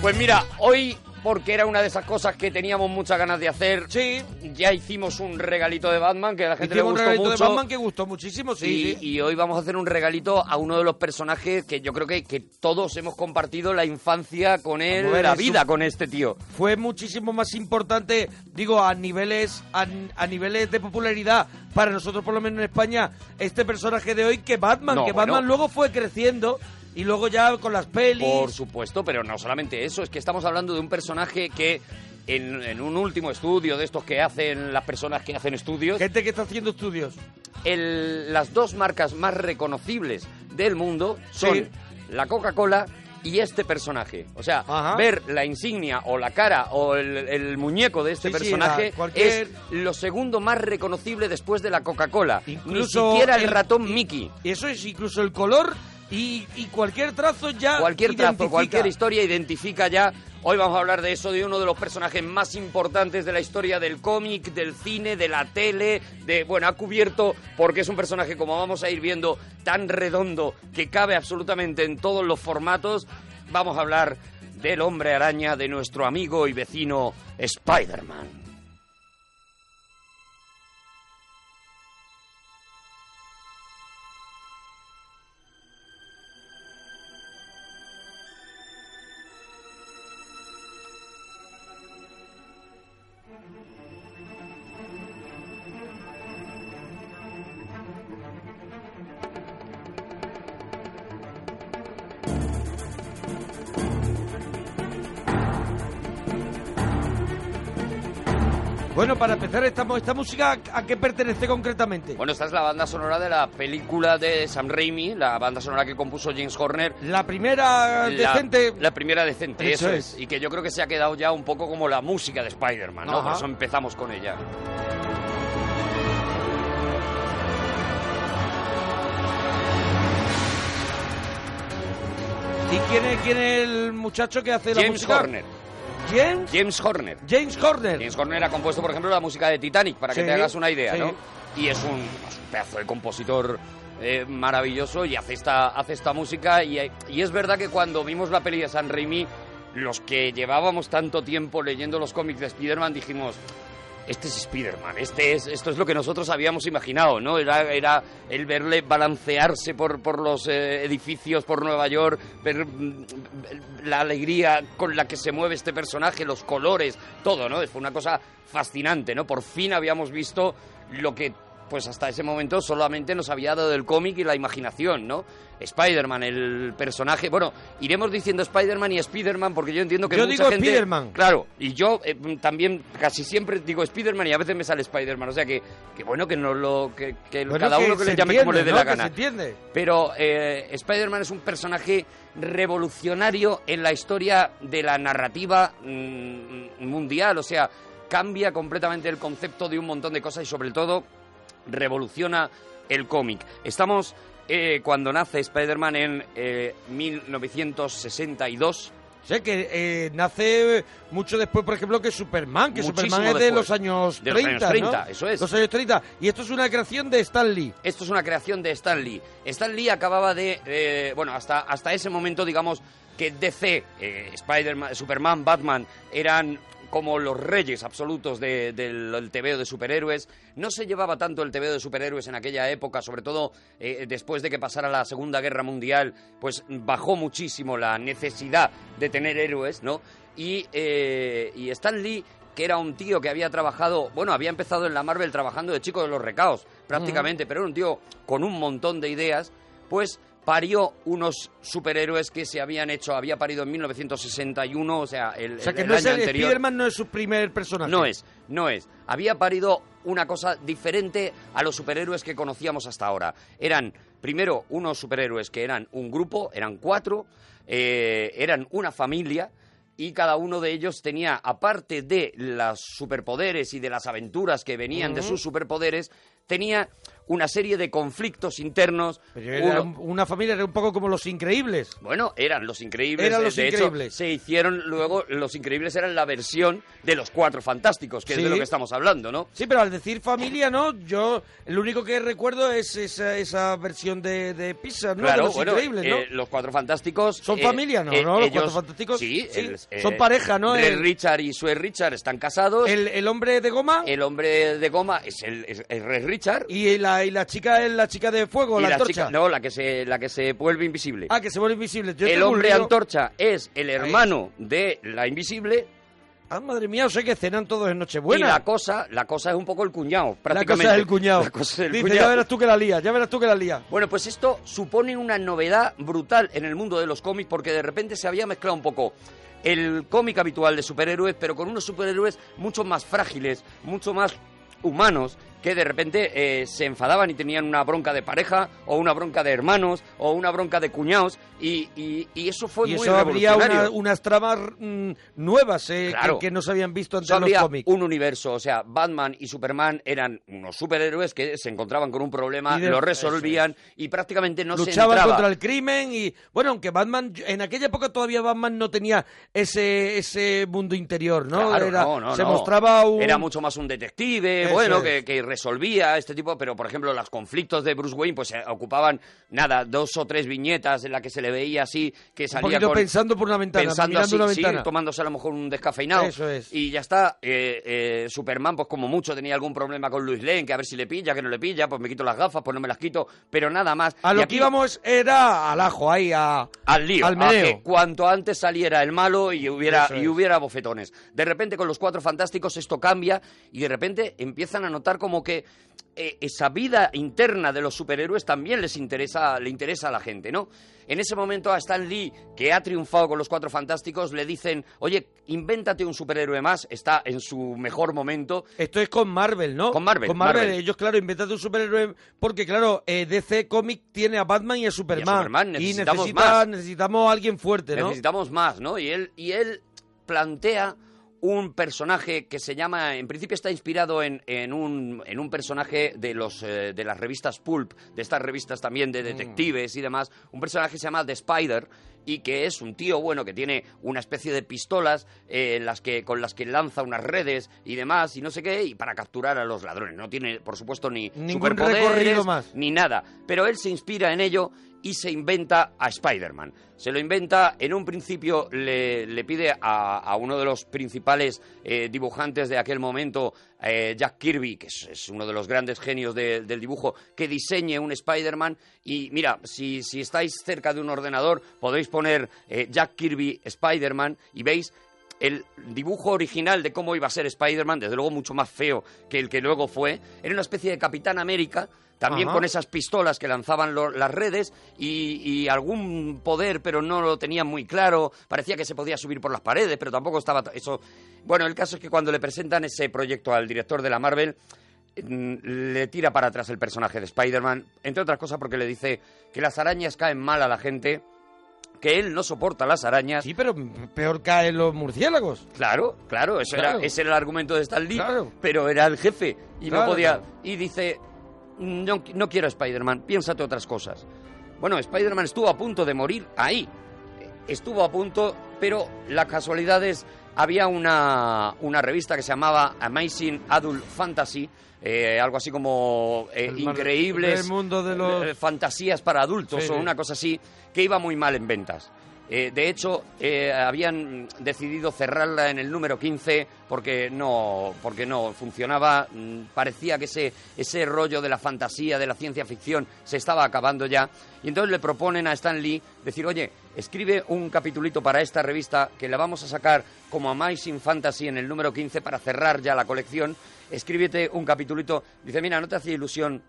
Speaker 4: Pues mira, hoy, porque era una de esas cosas que teníamos muchas ganas de hacer, sí. ya hicimos un regalito de Batman que a la gente
Speaker 1: Hicimos un
Speaker 4: le gustó
Speaker 1: regalito
Speaker 4: mucho.
Speaker 1: de Batman que gustó muchísimo, sí.
Speaker 4: y,
Speaker 1: sí.
Speaker 4: y hoy vamos a hacer un regalito a uno de los personajes que yo creo que, que todos hemos compartido la infancia con él,
Speaker 1: Vamos a ver,
Speaker 4: la
Speaker 1: es un-
Speaker 4: vida con este tío.
Speaker 1: fue muchísimo más importante, digo, a niveles a, a niveles de popularidad para nosotros por lo menos en España este personaje de hoy que Batman,
Speaker 4: No,
Speaker 1: que
Speaker 4: bueno.
Speaker 1: Batman luego fue creciendo y luego ya con las pelis
Speaker 4: Por supuesto, pero no solamente eso, es que estamos hablando de un personaje que en, en un último estudio de estos que hacen las personas que hacen estudios...
Speaker 1: Gente que está haciendo estudios.
Speaker 4: las dos marcas más reconocibles del mundo son
Speaker 1: Sí.
Speaker 4: la Coca-Cola y este personaje. O sea, ver la insignia o la cara o el, el muñeco de este
Speaker 1: Sí, sí,
Speaker 4: personaje
Speaker 1: la- cualquier-
Speaker 4: es lo segundo más reconocible después de la Coca-Cola.
Speaker 1: Incluso
Speaker 4: Ni siquiera el,
Speaker 1: el-
Speaker 4: ratón Mickey.
Speaker 1: Eso es incluso el color y, y cualquier trazo ya
Speaker 4: Cualquier trazo,
Speaker 1: identifica.
Speaker 4: cualquier historia identifica ya. Hoy vamos a hablar de eso, de uno de los personajes más importantes de la historia del cómic, del cine, de la tele, de bueno, ha cubierto porque es un personaje como vamos a ir viendo tan redondo que cabe absolutamente en todos los formatos. Vamos a hablar del hombre araña de nuestro amigo y vecino Spider-Man.
Speaker 1: Bueno, para empezar esta, mo- esta música a qué pertenece concretamente?
Speaker 4: Bueno, esta es la banda sonora de la película de Sam Raimi, la banda sonora que compuso James Horner.
Speaker 1: La primera decente.
Speaker 4: La primera decente, eso,
Speaker 1: Eso
Speaker 4: es. Y que yo creo que se ha quedado ya un poco como la música de Spider-Man, ¿no?
Speaker 1: Ajá.
Speaker 4: Por eso empezamos con ella.
Speaker 1: ¿Y quién es, quién es el muchacho que hace la
Speaker 4: James
Speaker 1: música?
Speaker 4: Horner.
Speaker 1: ¿Quién?
Speaker 4: James Horner.
Speaker 1: James Horner.
Speaker 4: James Horner ha compuesto, por ejemplo, la música de Titanic, para que
Speaker 1: Sí,
Speaker 4: te hagas una idea,
Speaker 1: sí.
Speaker 4: ¿no? Y es un, es un pedazo de compositor eh, maravilloso y hace esta, hace esta música. Y, hay- y es verdad que cuando vimos la peli de San Raimi, los que llevábamos tanto tiempo leyendo los cómics de Spider-Man dijimos... Este es Spider-Man, este es, esto es lo que nosotros habíamos imaginado, ¿no? Era, era el verle balancearse por, por los eh, edificios, por Nueva York, ver mm, la alegría con la que se mueve este personaje, los colores, todo, ¿no? Fue una cosa fascinante, ¿no? Por fin habíamos visto lo que, pues hasta ese momento solamente nos había dado el cómic y la imaginación, ¿no? Spider-Man, el personaje. Bueno, iremos diciendo Spider-Man y Spider-Man porque yo entiendo que
Speaker 1: Yo
Speaker 4: mucha
Speaker 1: digo
Speaker 4: gente-
Speaker 1: Spiderman.
Speaker 4: Claro, y yo eh, también casi siempre digo Spider-Man y a veces me sale Spider-Man. O sea que, que bueno que no lo. que, que
Speaker 1: Bueno,
Speaker 4: cada uno que,
Speaker 1: se
Speaker 4: le llame como le dé
Speaker 1: entiende,
Speaker 4: la
Speaker 1: ¿no? Que se
Speaker 4: gana.
Speaker 1: entiende.
Speaker 4: Pero eh, Spider-Man es un personaje revolucionario en la historia de la narrativa mm, mundial, o sea, cambia completamente el concepto de un montón de cosas y sobre todo revoluciona el cómic. Estamos eh, cuando nace Spider-Man en eh, 1962.
Speaker 1: Sé que eh, nace mucho después, por ejemplo, que Superman, que
Speaker 4: Muchísimo
Speaker 1: Superman es de
Speaker 4: después.
Speaker 1: los años 30.
Speaker 4: De los años 30,
Speaker 1: ¿no?
Speaker 4: eso es.
Speaker 1: Los años 30. Y esto es una creación de Stan Lee.
Speaker 4: Esto es una creación de Stan Lee. Stan Lee acababa de. eh, bueno, hasta, hasta ese momento, digamos, que DC, eh, Spider-Man, Superman, Batman, eran como los reyes absolutos de- del, del TVO de superhéroes. No se llevaba tanto el TVO de superhéroes en aquella época, sobre todo eh, después de que pasara la Segunda Guerra Mundial, pues bajó muchísimo la necesidad de tener héroes, ¿no? Y, eh, y Stan Lee que era un tío que había trabajado, bueno, había empezado en la Marvel trabajando de chico de los recaos, prácticamente, pero era un tío con un montón de ideas, pues parió unos superhéroes que se habían hecho, había parido en 1961, o sea, el,
Speaker 1: O sea, que
Speaker 4: el
Speaker 1: no es
Speaker 4: año
Speaker 1: el
Speaker 4: anterior.
Speaker 1: Spiderman no es su primer personaje.
Speaker 4: No es, no es. Había parido una cosa diferente a los superhéroes que conocíamos hasta ahora. Eran, primero, unos superhéroes que eran un grupo, eran cuatro, eh, eran una familia. Y cada uno de ellos tenía, aparte de los superpoderes y de las aventuras que venían de
Speaker 1: Ujú.
Speaker 4: sus superpoderes, tenía una serie de conflictos internos.
Speaker 1: Pero era
Speaker 4: uno-
Speaker 1: un- una familia era un poco como los increíbles.
Speaker 4: bueno, eran los increíbles.
Speaker 1: Eran
Speaker 4: eh,
Speaker 1: Los
Speaker 4: de hecho,
Speaker 1: Increíbles.
Speaker 4: se hicieron luego, los increíbles eran la versión de los cuatro fantásticos, que
Speaker 1: Sí.
Speaker 4: es de lo que estamos hablando, ¿no?
Speaker 1: Sí, pero al decir familia, ¿no? Yo lo único que recuerdo es esa, esa versión de, de Pixar, ¿no? de los increíbles, ¿no?
Speaker 4: eh, los Cuatro Fantásticos... eh,
Speaker 1: Son familia, ¿no? ¿No? Los Cuatro Fantásticos,
Speaker 4: Sí,
Speaker 1: sí,
Speaker 4: el- eh,
Speaker 1: son pareja, ¿no?
Speaker 4: Red
Speaker 1: El-
Speaker 4: Richard y Sue Richard están casados.
Speaker 1: ¿El, el hombre de goma?
Speaker 4: El hombre de goma es el, es- es Red Richard.
Speaker 1: Y la, y la chica es la chica de fuego,
Speaker 4: y
Speaker 1: la,
Speaker 4: la
Speaker 1: antorcha.
Speaker 4: chica- no, la que, se, la que se vuelve invisible.
Speaker 1: Ah, que se vuelve invisible. Yo
Speaker 4: el
Speaker 1: tengo un
Speaker 4: hombre
Speaker 1: lío.
Speaker 4: antorcha es el hermano de la invisible.
Speaker 1: Ah, madre mía, o sea que cenan todos en Nochebuena.
Speaker 4: Y la cosa, la cosa es un poco el cuñado,
Speaker 1: La
Speaker 4: prácticamente.
Speaker 1: cosa es el cuñado.
Speaker 4: La cosa es el
Speaker 1: Dice,
Speaker 4: cuñado.
Speaker 1: ya verás tú que la lía, ya verás tú que la lía.
Speaker 4: Bueno, pues esto supone una novedad brutal en el mundo de los cómics porque de repente se había mezclado un poco el cómic habitual de superhéroes, pero con unos superhéroes mucho más frágiles, mucho más humanos, que de repente eh, se enfadaban y tenían una bronca de pareja, o una bronca de hermanos, o una bronca de cuñados, y, y- y eso fue
Speaker 1: y
Speaker 4: muy
Speaker 1: eso habría
Speaker 4: revolucionario.
Speaker 1: una- unas tramas mm, nuevas eh, que-
Speaker 4: Claro.
Speaker 1: que, no se habían visto antes
Speaker 4: Solo
Speaker 1: en los
Speaker 4: había
Speaker 1: cómics.
Speaker 4: un universo, o sea, Batman y Superman eran unos superhéroes que se encontraban con un problema,
Speaker 1: Y de-
Speaker 4: lo resolvían y prácticamente no se
Speaker 1: Luchaban
Speaker 4: entraba.
Speaker 1: contra el crimen y bueno, aunque Batman en aquella época todavía Batman no tenía ese ese mundo interior, ¿no?
Speaker 4: Claro,
Speaker 1: Era-
Speaker 4: no, no,
Speaker 1: se
Speaker 4: no.
Speaker 1: mostraba un
Speaker 4: Era mucho más un detective,
Speaker 1: Eso
Speaker 4: bueno,
Speaker 1: es.
Speaker 4: que, que resolvía este tipo, pero por ejemplo los conflictos de Bruce Wayne pues se ocupaban, nada, dos o tres viñetas en las que se le veía así, que
Speaker 1: un
Speaker 4: salía
Speaker 1: poquito
Speaker 4: con-
Speaker 1: pensando por una ventana,
Speaker 4: pensando
Speaker 1: mirando
Speaker 4: así,
Speaker 1: una
Speaker 4: sí,
Speaker 1: ventana.
Speaker 4: tomándose a lo mejor un descafeinado.
Speaker 1: Eso es.
Speaker 4: Y ya está. Eh, eh, Superman, pues como mucho, tenía algún problema con Luis Lane, que a ver si le pilla, que no le pilla, pues me quito las gafas, pues no me las quito, pero nada más.
Speaker 1: a
Speaker 4: Y
Speaker 1: lo
Speaker 4: aquí-
Speaker 1: que íbamos era al ajo ahí a
Speaker 4: al lío,
Speaker 1: al meneo.
Speaker 4: a que cuanto antes saliera el malo y hubiera
Speaker 1: Eso
Speaker 4: y
Speaker 1: es.
Speaker 4: hubiera bofetones. De repente con los cuatro fantásticos esto cambia y de repente empiezan a notar como que eh, esa vida interna de los superhéroes también les interesa le interesa a la gente, ¿no? En ese momento a Stan Lee, que ha triunfado con los Cuatro Fantásticos, le dicen, oye, invéntate un superhéroe más, está en su mejor momento.
Speaker 1: Esto es con Marvel, ¿no?
Speaker 4: Con Marvel.
Speaker 1: Con Marvel,
Speaker 4: Marvel.
Speaker 1: ellos, claro, inventan un superhéroe porque, claro, eh, DC Comic tiene a Batman y a Superman.
Speaker 4: Superman, necesitamos
Speaker 1: necesita-
Speaker 4: más.
Speaker 1: necesitamos a alguien fuerte, ¿no?
Speaker 4: Necesitamos más, ¿no? Y él, y él plantea un personaje que se llama, en principio está inspirado en, en un, en un personaje de, los, eh, de las revistas Pulp, de estas revistas también
Speaker 1: Mm.
Speaker 4: de detectives y demás, un personaje que se llama The Spider y que es un tío bueno que tiene una especie de pistolas eh, en las que, con las que lanza unas redes y demás y no sé qué, y para capturar a los ladrones. No tiene, por supuesto, ni
Speaker 1: Ningún recorrido
Speaker 4: superpoderes,
Speaker 1: más.
Speaker 4: ni nada. Pero él se inspira en ello y se inventa a Spider-Man. Se lo inventa, en un principio le, le pide a, a uno de los principales eh, dibujantes de aquel momento, eh, Jack Kirby, que es, es uno de los grandes genios de- del dibujo, que diseñe un Spider-Man. Y mira, si, si estáis cerca de un ordenador, podéis poner eh, Jack Kirby Spider-Man y veis el dibujo original de cómo iba a ser Spider-Man, desde luego mucho más feo que el que luego fue, era una especie de Capitán América, también
Speaker 1: Ajá.
Speaker 4: con esas pistolas que lanzaban lo- las redes y, y algún poder, pero no lo tenían muy claro, parecía que se podía subir por las paredes, pero tampoco estaba t- eso. Bueno, el caso es que cuando le presentan ese proyecto al director de la Marvel, mm, le tira para atrás el personaje de Spider-Man, entre otras cosas porque le dice que las arañas caen mal a la gente, que él no soporta las arañas.
Speaker 1: Sí, pero peor caen los murciélagos.
Speaker 4: Claro, claro, eso
Speaker 1: Claro.
Speaker 4: Era, ese era el argumento de Stan Lee,
Speaker 1: Claro.
Speaker 4: pero era el jefe y
Speaker 1: Claro,
Speaker 4: no podía...
Speaker 1: claro.
Speaker 4: Y dice, no, no quiero a Spider-Man, piénsate otras cosas. Bueno, Spider-Man estuvo a punto de morir ahí, estuvo a punto, pero las casualidades... Había una, una revista que se llamaba Amazing Adult Fantasy, eh, algo así como eh,
Speaker 1: El mar-
Speaker 4: increíbles
Speaker 1: el mundo de los-
Speaker 4: eh, fantasías para adultos
Speaker 1: Sí,
Speaker 4: o
Speaker 1: sí.
Speaker 4: una cosa así, que iba muy mal en ventas. Eh, de hecho, eh, habían decidido cerrarla en el número 15 porque no, porque no funcionaba. Mm, Parecía que ese, ese rollo de la fantasía, de la ciencia ficción, se estaba acabando ya. Y entonces le proponen a Stan Lee decir, oye, escribe un capitulito para esta revista que la vamos a sacar como Amazing Fantasy en el número 15 para cerrar ya la colección. Escríbete un capitulito. Dice, mira, no te hacía ilusión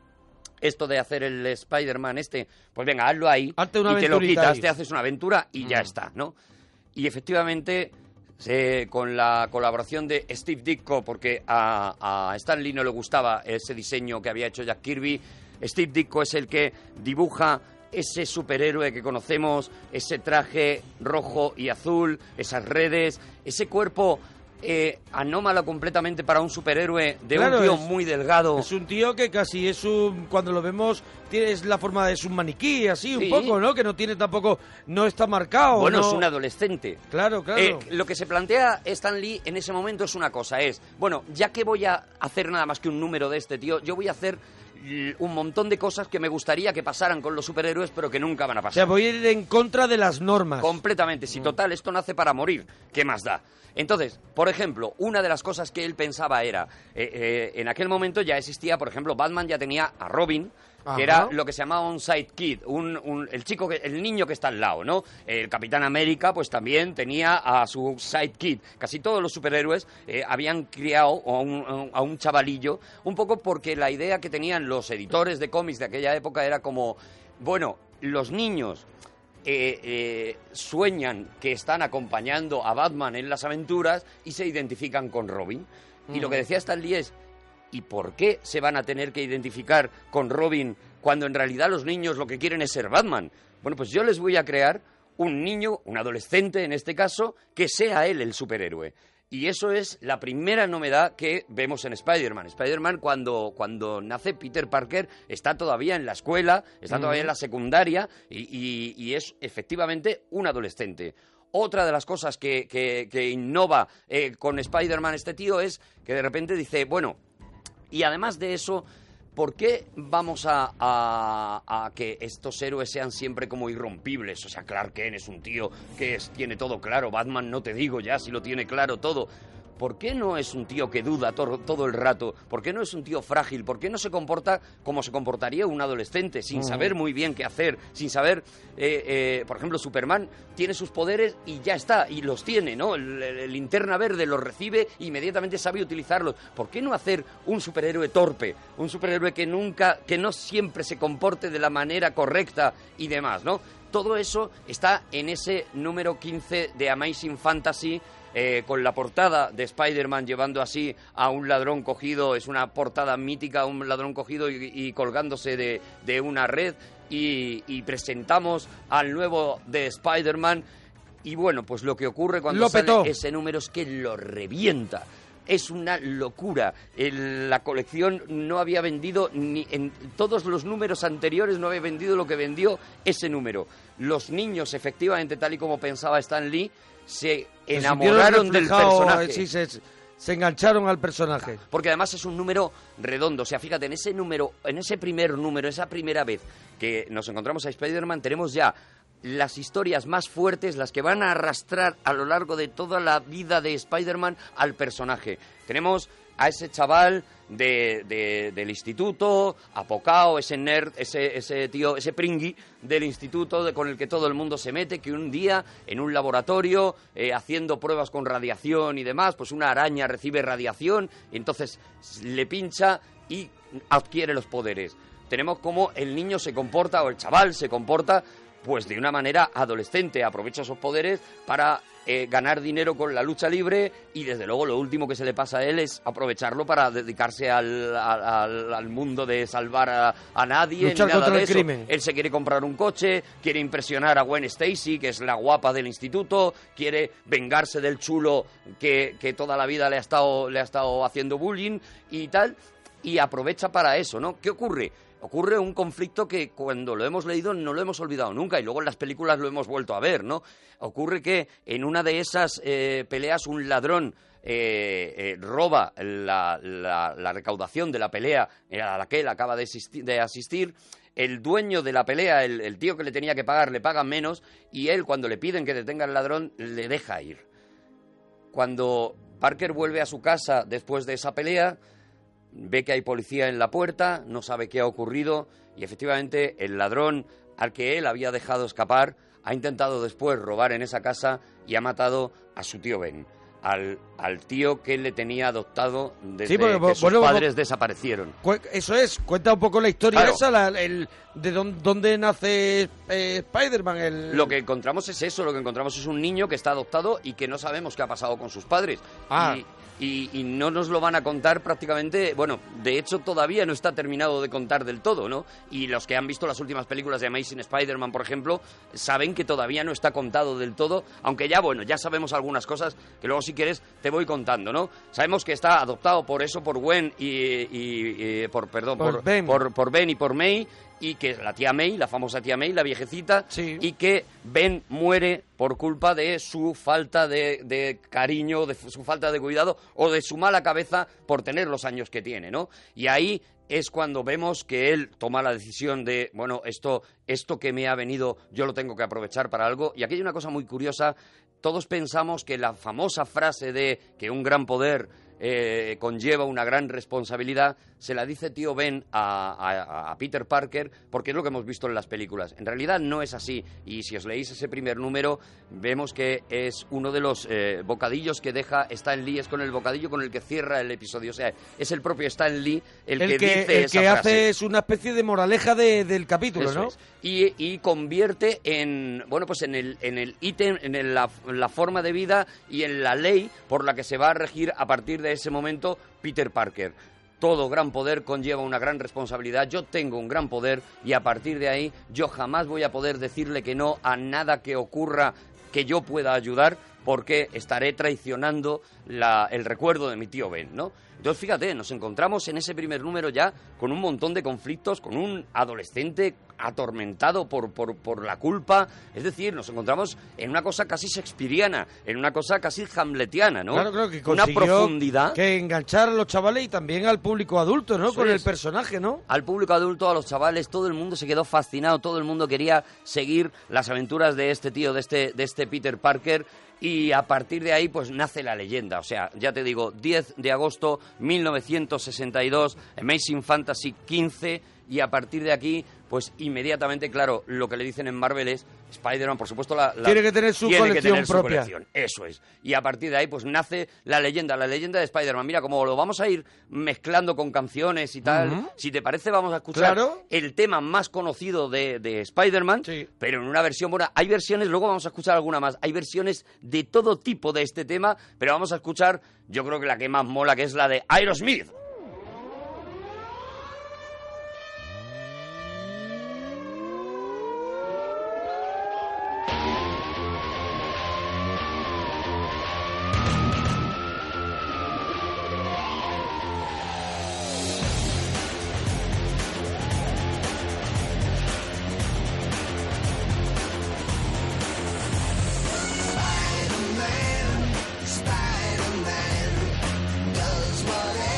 Speaker 4: esto de hacer el Spider-Man este, pues venga, hazlo ahí
Speaker 1: una
Speaker 4: y te lo
Speaker 1: aventurita
Speaker 4: quitas,
Speaker 1: ahí. Mm.
Speaker 4: te haces una aventura y ya está, ¿no? Y efectivamente, se- con la colaboración de Steve Ditko, porque a, a Stan Lee no le gustaba ese diseño que había hecho Jack Kirby, Steve Ditko es el que dibuja ese superhéroe que conocemos, ese traje rojo y azul, esas redes, ese cuerpo... eh, anómalo completamente para un superhéroe de
Speaker 1: Claro,
Speaker 4: un tío
Speaker 1: es-
Speaker 4: muy delgado.
Speaker 1: Es un tío que casi es un. Cuando lo vemos, tiene, es la forma de es un maniquí, así un
Speaker 4: Sí.
Speaker 1: poco, ¿no? Que no tiene tampoco. No está marcado.
Speaker 4: Bueno,
Speaker 1: no-
Speaker 4: es un adolescente.
Speaker 1: Claro, claro.
Speaker 4: Eh, lo que se plantea Stan Lee en ese momento es una cosa, es, bueno, ya que voy a hacer nada más que un número de este tío, yo voy a hacer l- un montón de cosas que me gustaría que pasaran con los superhéroes, pero que nunca van a
Speaker 1: o sea,
Speaker 4: pasar.
Speaker 1: voy a ir en contra de las normas.
Speaker 4: Completamente, si total, esto nace para morir, ¿qué más da? Entonces, por ejemplo, una de las cosas que él pensaba era, eh, eh, en aquel momento ya existía, por ejemplo, Batman ya tenía a Robin,
Speaker 1: Ajá.
Speaker 4: que era lo que se llamaba un sidekick, un, un- el chico, que, el niño que está al lado, ¿no? El Capitán América, pues también tenía a su sidekick. Casi todos los superhéroes eh, habían criado a un, a un chavalillo, un poco porque la idea que tenían los editores de cómics de aquella época era como, bueno, los niños eh, eh, sueñan que están acompañando a Batman en las aventuras y se identifican con Robin. Y lo
Speaker 1: Mm.
Speaker 4: que decía Stan Lee es, ¿y por qué se van a tener que identificar con Robin cuando en realidad los niños lo que quieren es ser Batman? Bueno, pues yo les voy a crear un niño, un adolescente en este caso, que sea él el superhéroe. Y eso es la primera novedad que vemos en Spider-Man. Spider-Man cuando, cuando nace Peter Parker está todavía en la escuela, está
Speaker 1: Ujú.
Speaker 4: todavía en la secundaria y, y- y es efectivamente un adolescente. Otra de las cosas que, que- que innova eh, con Spider-Man este tío es que de repente dice, bueno, y además de eso, ¿por qué vamos a, a- a que estos héroes sean siempre como irrompibles? O sea, Clark Kent es un tío que es- tiene todo claro, Batman no te digo ya si lo tiene claro todo. ¿Por qué no es un tío que duda to- todo el rato? ¿Por qué no es un tío frágil? ¿Por qué no se comporta como se comportaría un adolescente, sin
Speaker 1: Ujú.
Speaker 4: saber muy bien qué hacer, sin saber, eh, eh, por ejemplo, Superman tiene sus poderes y ya está, y los tiene, ¿no? El, el- el linterna verde los recibe e inmediatamente sabe utilizarlos. ¿Por qué no hacer un superhéroe torpe, un superhéroe que nunca, que no siempre se comporte de la manera correcta y demás, ¿no? Todo eso está en ese número 15 de Amazing Fantasy. eh, con la portada de Spider-Man llevando así a un ladrón cogido, es una portada mítica, un ladrón cogido y, y colgándose de, de una red y, y presentamos al nuevo de Spider-Man. Y bueno, pues lo que ocurre cuando
Speaker 1: Lo
Speaker 4: sale
Speaker 1: petó.
Speaker 4: ese número es que lo revienta. Es una locura. El- la colección no había vendido ni en todos los números anteriores no había vendido lo que vendió ese número. Los niños, efectivamente, tal y como pensaba Stan Lee, se
Speaker 1: Se
Speaker 4: enamoraron
Speaker 1: sintieron
Speaker 4: del
Speaker 1: reflejados,
Speaker 4: personaje.
Speaker 1: eh, sí, se, se engancharon al personaje.
Speaker 4: Porque además es un número redondo. O sea, fíjate, en ese número, en ese primer número, esa primera vez que nos encontramos a Spider-Man, tenemos ya las historias más fuertes, las que van a arrastrar a lo largo de toda la vida de Spider-Man al personaje. Tenemos a ese chaval de- de- del instituto, a Pocao, ese nerd, ese, ese tío, ese pringui del instituto de- con el que todo el mundo se mete, que un día en un laboratorio eh, haciendo pruebas con radiación y demás, pues una araña recibe radiación y entonces le pincha y adquiere los poderes. Tenemos cómo el niño se comporta o el chaval se comporta pues de una manera adolescente, aprovecha esos poderes para eh, ganar dinero con la lucha libre y desde luego lo último que se le pasa a él es aprovecharlo para dedicarse al, al- al- al mundo de salvar a, a nadie. ni
Speaker 1: Luchar
Speaker 4: nada
Speaker 1: contra
Speaker 4: de
Speaker 1: el
Speaker 4: eso.
Speaker 1: crimen.
Speaker 4: Él se quiere comprar un coche, quiere impresionar a Gwen Stacy, que es la guapa del instituto, quiere vengarse del chulo que, que toda la vida le ha, estado, le ha estado haciendo bullying y tal, y aprovecha para eso, ¿no? ¿Qué ocurre? Ocurre un conflicto que cuando lo hemos leído no lo hemos olvidado nunca y luego en las películas lo hemos vuelto a ver, ¿no? Ocurre que en una de esas eh, peleas un ladrón eh, eh, roba la, la- la recaudación de la pelea a la que él acaba de asisti- de asistir el dueño de la pelea, el, el tío que le tenía que pagar, le pagan menos y él cuando le piden que detenga al ladrón, le deja ir. Cuando Parker vuelve a su casa después de esa pelea, ve que hay policía en la puerta, no sabe qué ha ocurrido y efectivamente el ladrón al que él había dejado escapar ha intentado después robar en esa casa y ha matado a su tío Ben. Al, al tío que le tenía adoptado desde
Speaker 1: Sí, porque
Speaker 4: que
Speaker 1: vo-
Speaker 4: sus
Speaker 1: bueno, vo-
Speaker 4: padres desaparecieron.
Speaker 1: Cu- Eso es, cuenta un poco la historia
Speaker 4: Claro.
Speaker 1: esa, la- el, de dónde, dónde nace eh, Spider-Man. El...
Speaker 4: Lo que encontramos es eso, lo que encontramos es un niño que está adoptado y que no sabemos qué ha pasado con sus padres.
Speaker 1: Ah.
Speaker 4: Y, y- y no nos lo van a contar prácticamente, bueno, de hecho todavía no está terminado de contar del todo, ¿no? Y los que han visto las últimas películas de Amazing Spider-Man, por ejemplo, saben que todavía no está contado del todo, aunque ya, bueno, ya sabemos algunas cosas que luego si quieres te voy contando, ¿no? Sabemos que está adoptado por eso, por Gwen y, y- y por, perdón,
Speaker 1: Por
Speaker 4: por,
Speaker 1: Ben.
Speaker 4: por- por Ben y por May, y que la tía May, la famosa tía May, la viejecita, y que Ben muere por culpa de su falta de, de cariño, de su falta de cuidado o de su mala cabeza por tener los años que tiene, ¿no? Y ahí es cuando vemos que él toma la decisión de, bueno, esto, esto que me ha venido yo lo tengo que aprovechar para algo. Y aquí hay una cosa muy curiosa, todos pensamos que la famosa frase de que un gran poder eh, conlleva una gran responsabilidad, se la dice tío Ben a, a- a Peter Parker porque es lo que hemos visto en las películas. En realidad no es así y si os leéis ese primer número vemos que es uno de los eh, bocadillos que deja Stan Lee, es con el bocadillo con el que cierra el episodio, o sea, es el propio Stan Lee el, que, dice
Speaker 1: el
Speaker 4: esa
Speaker 1: que
Speaker 4: frase.
Speaker 1: hace es una especie de moraleja de- del capítulo,
Speaker 4: Eso
Speaker 1: ¿no?
Speaker 4: es. Y, y convierte en, bueno, pues en el, en el ítem, en el- la, la forma de vida y en la ley por la que se va a regir a partir de ese momento Peter Parker. Todo gran poder conlleva una gran responsabilidad. Yo tengo un gran poder y a partir de ahí yo jamás voy a poder decirle que no a nada que ocurra que yo pueda ayudar porque estaré traicionando la- el recuerdo de mi tío Ben, ¿no? Entonces, fíjate, nos encontramos en ese primer número ya con un montón de conflictos, con un adolescente atormentado por, por, por la culpa. Es decir, nos encontramos en una cosa casi shakespeariana, en una cosa casi hamletiana, ¿no?
Speaker 1: Claro, claro, que
Speaker 4: Una
Speaker 1: consiguió
Speaker 4: profundidad.
Speaker 1: que enganchar a los chavales y también al público adulto, ¿no?
Speaker 4: Eso
Speaker 1: Con el
Speaker 4: es.
Speaker 1: personaje, ¿no?
Speaker 4: Al público adulto, a los chavales, todo el mundo se quedó fascinado, todo el mundo quería seguir las aventuras de este tío, de este, de este Peter Parker. Y a partir de ahí, pues nace la leyenda. O sea, ya te digo, 10 de agosto 1962, Amazing Fantasy 15. Y a partir de aquí, pues inmediatamente, claro, lo que le dicen en Marvel es Spider-Man, por supuesto, la, la-
Speaker 1: Tiene que tener su
Speaker 4: tiene que
Speaker 1: colección
Speaker 4: tener su
Speaker 1: propia.
Speaker 4: colección. Eso es. Y a partir de ahí, pues nace la leyenda, la leyenda de Spider-Man. Mira, como lo vamos a ir mezclando con canciones y tal,
Speaker 1: Ujú.
Speaker 4: si te parece, vamos a escuchar
Speaker 1: Claro.
Speaker 4: el tema más conocido de, de Spider-Man, pero en una versión buena. Hay versiones, luego vamos a escuchar alguna más. Hay versiones de todo tipo de este tema, pero vamos a escuchar, yo creo que la que más mola, que es la de Aerosmith.
Speaker 22: Spider-Man does whatever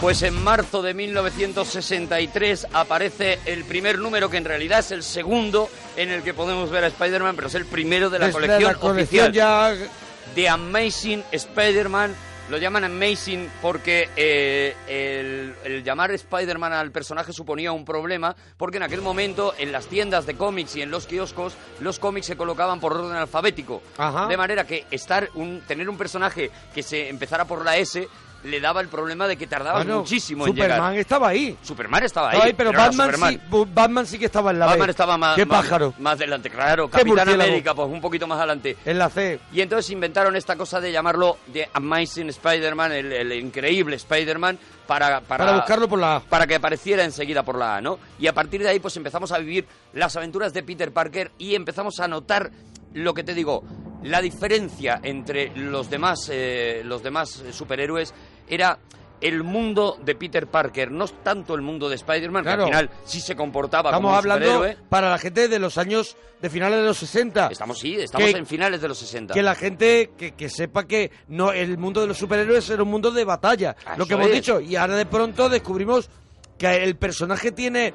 Speaker 4: Pues en marzo de 1963 aparece el primer número, que en realidad es el segundo en el que podemos ver a Spider-Man, pero es el primero de la
Speaker 1: Es de la
Speaker 4: colección,
Speaker 1: colección
Speaker 4: oficial. The Amazing Spider-Man. Lo llaman Amazing porque eh, el, el llamar Spider-Man al personaje suponía un problema, porque en aquel momento en las tiendas de cómics y en los kioscos los cómics se colocaban por orden alfabético.
Speaker 1: Ajá.
Speaker 4: De manera que estar un, tener un personaje que se empezara por la S le daba el problema de que tardaba
Speaker 1: Ah, no.
Speaker 4: muchísimo en
Speaker 1: Superman
Speaker 4: llegar.
Speaker 1: estaba ahí.
Speaker 4: Superman estaba ahí,
Speaker 1: Estaba ahí, pero
Speaker 4: pero no era
Speaker 1: Batman,
Speaker 4: Superman.
Speaker 1: sí, bu- Batman sí que estaba en la B.
Speaker 4: Batman estaba más,
Speaker 1: Qué
Speaker 4: más-
Speaker 1: pájaro.
Speaker 4: más, delante, claro.
Speaker 1: Qué
Speaker 4: Capitán
Speaker 1: murciélago.
Speaker 4: América, pues un poquito más adelante.
Speaker 1: En la C.
Speaker 4: Y entonces inventaron esta cosa de llamarlo The Amazing Spider-Man, el, el increíble Spider-Man, para, para,
Speaker 1: Para buscarlo por la A.
Speaker 4: para que apareciera enseguida por la A, ¿no? Y a partir de ahí, pues empezamos a vivir las aventuras de Peter Parker y empezamos a notar lo que te digo, la diferencia entre los demás, eh, los demás eh, superhéroes era el mundo de Peter Parker, no es tanto el mundo de Spider-Man,
Speaker 1: Claro.
Speaker 4: que al final sí se comportaba
Speaker 1: Estamos
Speaker 4: como un
Speaker 1: hablando
Speaker 4: superhéroe.
Speaker 1: para la gente de los años de finales de los 60.
Speaker 4: Estamos, sí, estamos
Speaker 1: que-
Speaker 4: en finales de los 60.
Speaker 1: Que la gente que, que sepa que no el mundo de los superhéroes era un mundo de batalla. lo que hemos
Speaker 4: Ah, es.
Speaker 1: dicho. Y ahora de pronto descubrimos que el personaje tiene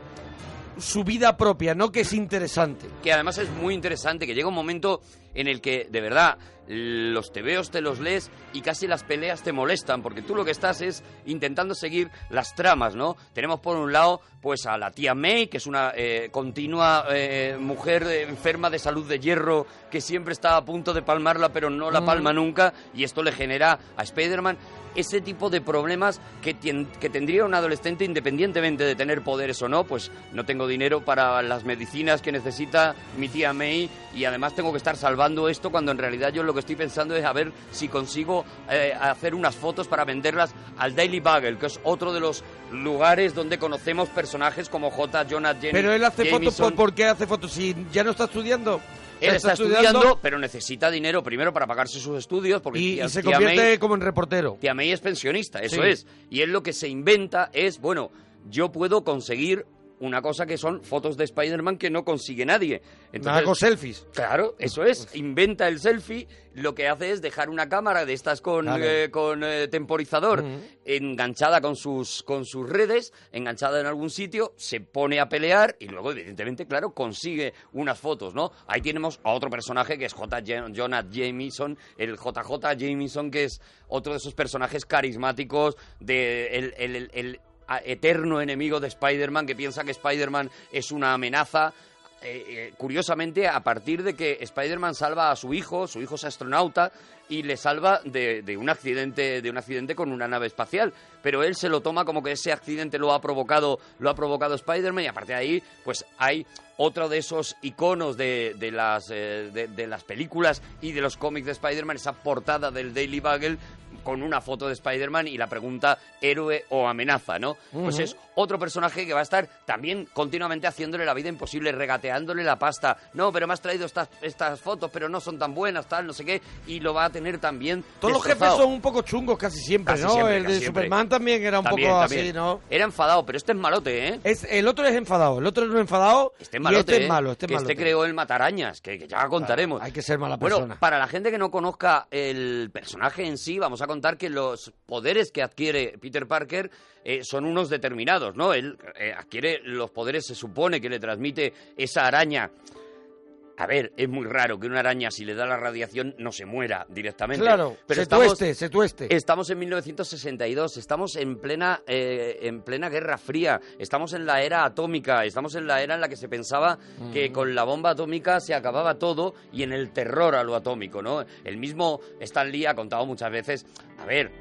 Speaker 1: su vida propia, ¿no? Que es interesante.
Speaker 4: que además es muy interesante, que llega un momento en el que, de verdad, los tebeos te los lees y casi las peleas te molestan, porque tú lo que estás es intentando seguir las tramas, ¿no? Tenemos por un lado, pues a la tía May, que es una eh, continua eh, mujer eh, enferma de salud de hierro, que siempre está a punto de palmarla, pero no la
Speaker 1: Mm.
Speaker 4: palma nunca, y esto le genera a Spider-Man ese tipo de problemas que, tien- que tendría un adolescente independientemente de tener poderes o no, pues no tengo dinero para las medicinas que necesita mi tía May y además tengo que estar salvando esto cuando en realidad yo lo que estoy pensando es a ver si consigo eh, hacer unas fotos para venderlas al Daily Bugle, que es otro de los lugares donde conocemos personajes como J. Jonah Jameson.
Speaker 1: Pero él hace fotos, ¿por, por qué hace fotos? Si ya no está estudiando.
Speaker 4: Él está estudiando, pero necesita dinero primero para pagarse sus estudios porque
Speaker 1: y,
Speaker 4: tía-
Speaker 1: y se
Speaker 4: tía May-
Speaker 1: convierte como en reportero.
Speaker 4: Tía May es pensionista, eso
Speaker 1: Sí.
Speaker 4: es. Y él lo que se inventa es, bueno, yo puedo conseguir una cosa que son fotos de Spider-Man que no consigue nadie.
Speaker 1: Nada con selfies.
Speaker 4: Claro, eso es. Inventa el selfie, lo que hace es dejar una cámara de estas con,
Speaker 1: Claro.
Speaker 4: eh, con eh, temporizador enganchada con sus, con sus redes, enganchada en algún sitio, se pone a pelear y luego, evidentemente, claro, consigue unas fotos, ¿no? Ahí tenemos a otro personaje que es J. Jan- Jonah Jameson, el JJ Jameson, que es otro de esos personajes carismáticos de el- el- el- el a- eterno enemigo de Spider-Man que piensa que Spider-Man es una amenaza. Eh, eh, curiosamente, a partir de que Spider-Man salva a su hijo, su hijo es astronauta, y le salva de, de un accidente, de un accidente con una nave espacial. Pero él se lo toma como que ese accidente lo ha provocado, lo ha provocado Spider-Man, y a partir de ahí, pues hay otro de esos iconos de, de las, eh, de, de las películas y de los cómics de Spider-Man, esa portada del Daily Bugle con una foto de Spider-Man y la pregunta héroe o amenaza, ¿no? Pues
Speaker 1: Ujú.
Speaker 4: es otro personaje que va a estar también continuamente haciéndole la vida imposible, regateándole la pasta. No, pero me has traído estas, estas fotos, pero no son tan buenas, tal, no sé qué, y lo va a tener también.
Speaker 1: Todos los jefes
Speaker 4: destrozado.
Speaker 1: son un poco chungos casi siempre,
Speaker 4: Casi
Speaker 1: ¿no?
Speaker 4: siempre,
Speaker 1: el
Speaker 4: casi
Speaker 1: de
Speaker 4: siempre.
Speaker 1: Superman también era un
Speaker 4: También,
Speaker 1: poco
Speaker 4: también.
Speaker 1: así, ¿no?
Speaker 4: Era enfadado, pero este es malote, ¿eh?
Speaker 1: Es, el otro es enfadado, el otro no es enfadado
Speaker 4: Este es
Speaker 1: y
Speaker 4: malote,
Speaker 1: este
Speaker 4: ¿eh?
Speaker 1: es malo, este es
Speaker 4: que
Speaker 1: malo.
Speaker 4: este creó el matarañas, que, que ya contaremos.
Speaker 1: hay que ser mala
Speaker 4: bueno,
Speaker 1: persona.
Speaker 4: para la gente que no conozca el personaje en sí, vamos a contar que los poderes que adquiere Peter Parker eh, son unos determinados, ¿no? Él eh, adquiere los poderes, se supone que le transmite esa araña. A ver, es muy raro que una araña, si le da la radiación, no se muera directamente.
Speaker 1: Claro,
Speaker 4: pero
Speaker 1: se
Speaker 4: estamos-
Speaker 1: tueste, se tueste.
Speaker 4: Estamos en 1962, estamos en plena, eh, en plena Guerra Fría, estamos en la era atómica, estamos en la era en la que se pensaba que con la bomba atómica se acababa todo y en el terror a lo atómico, ¿no? El mismo Stan Lee ha contado muchas veces, a ver,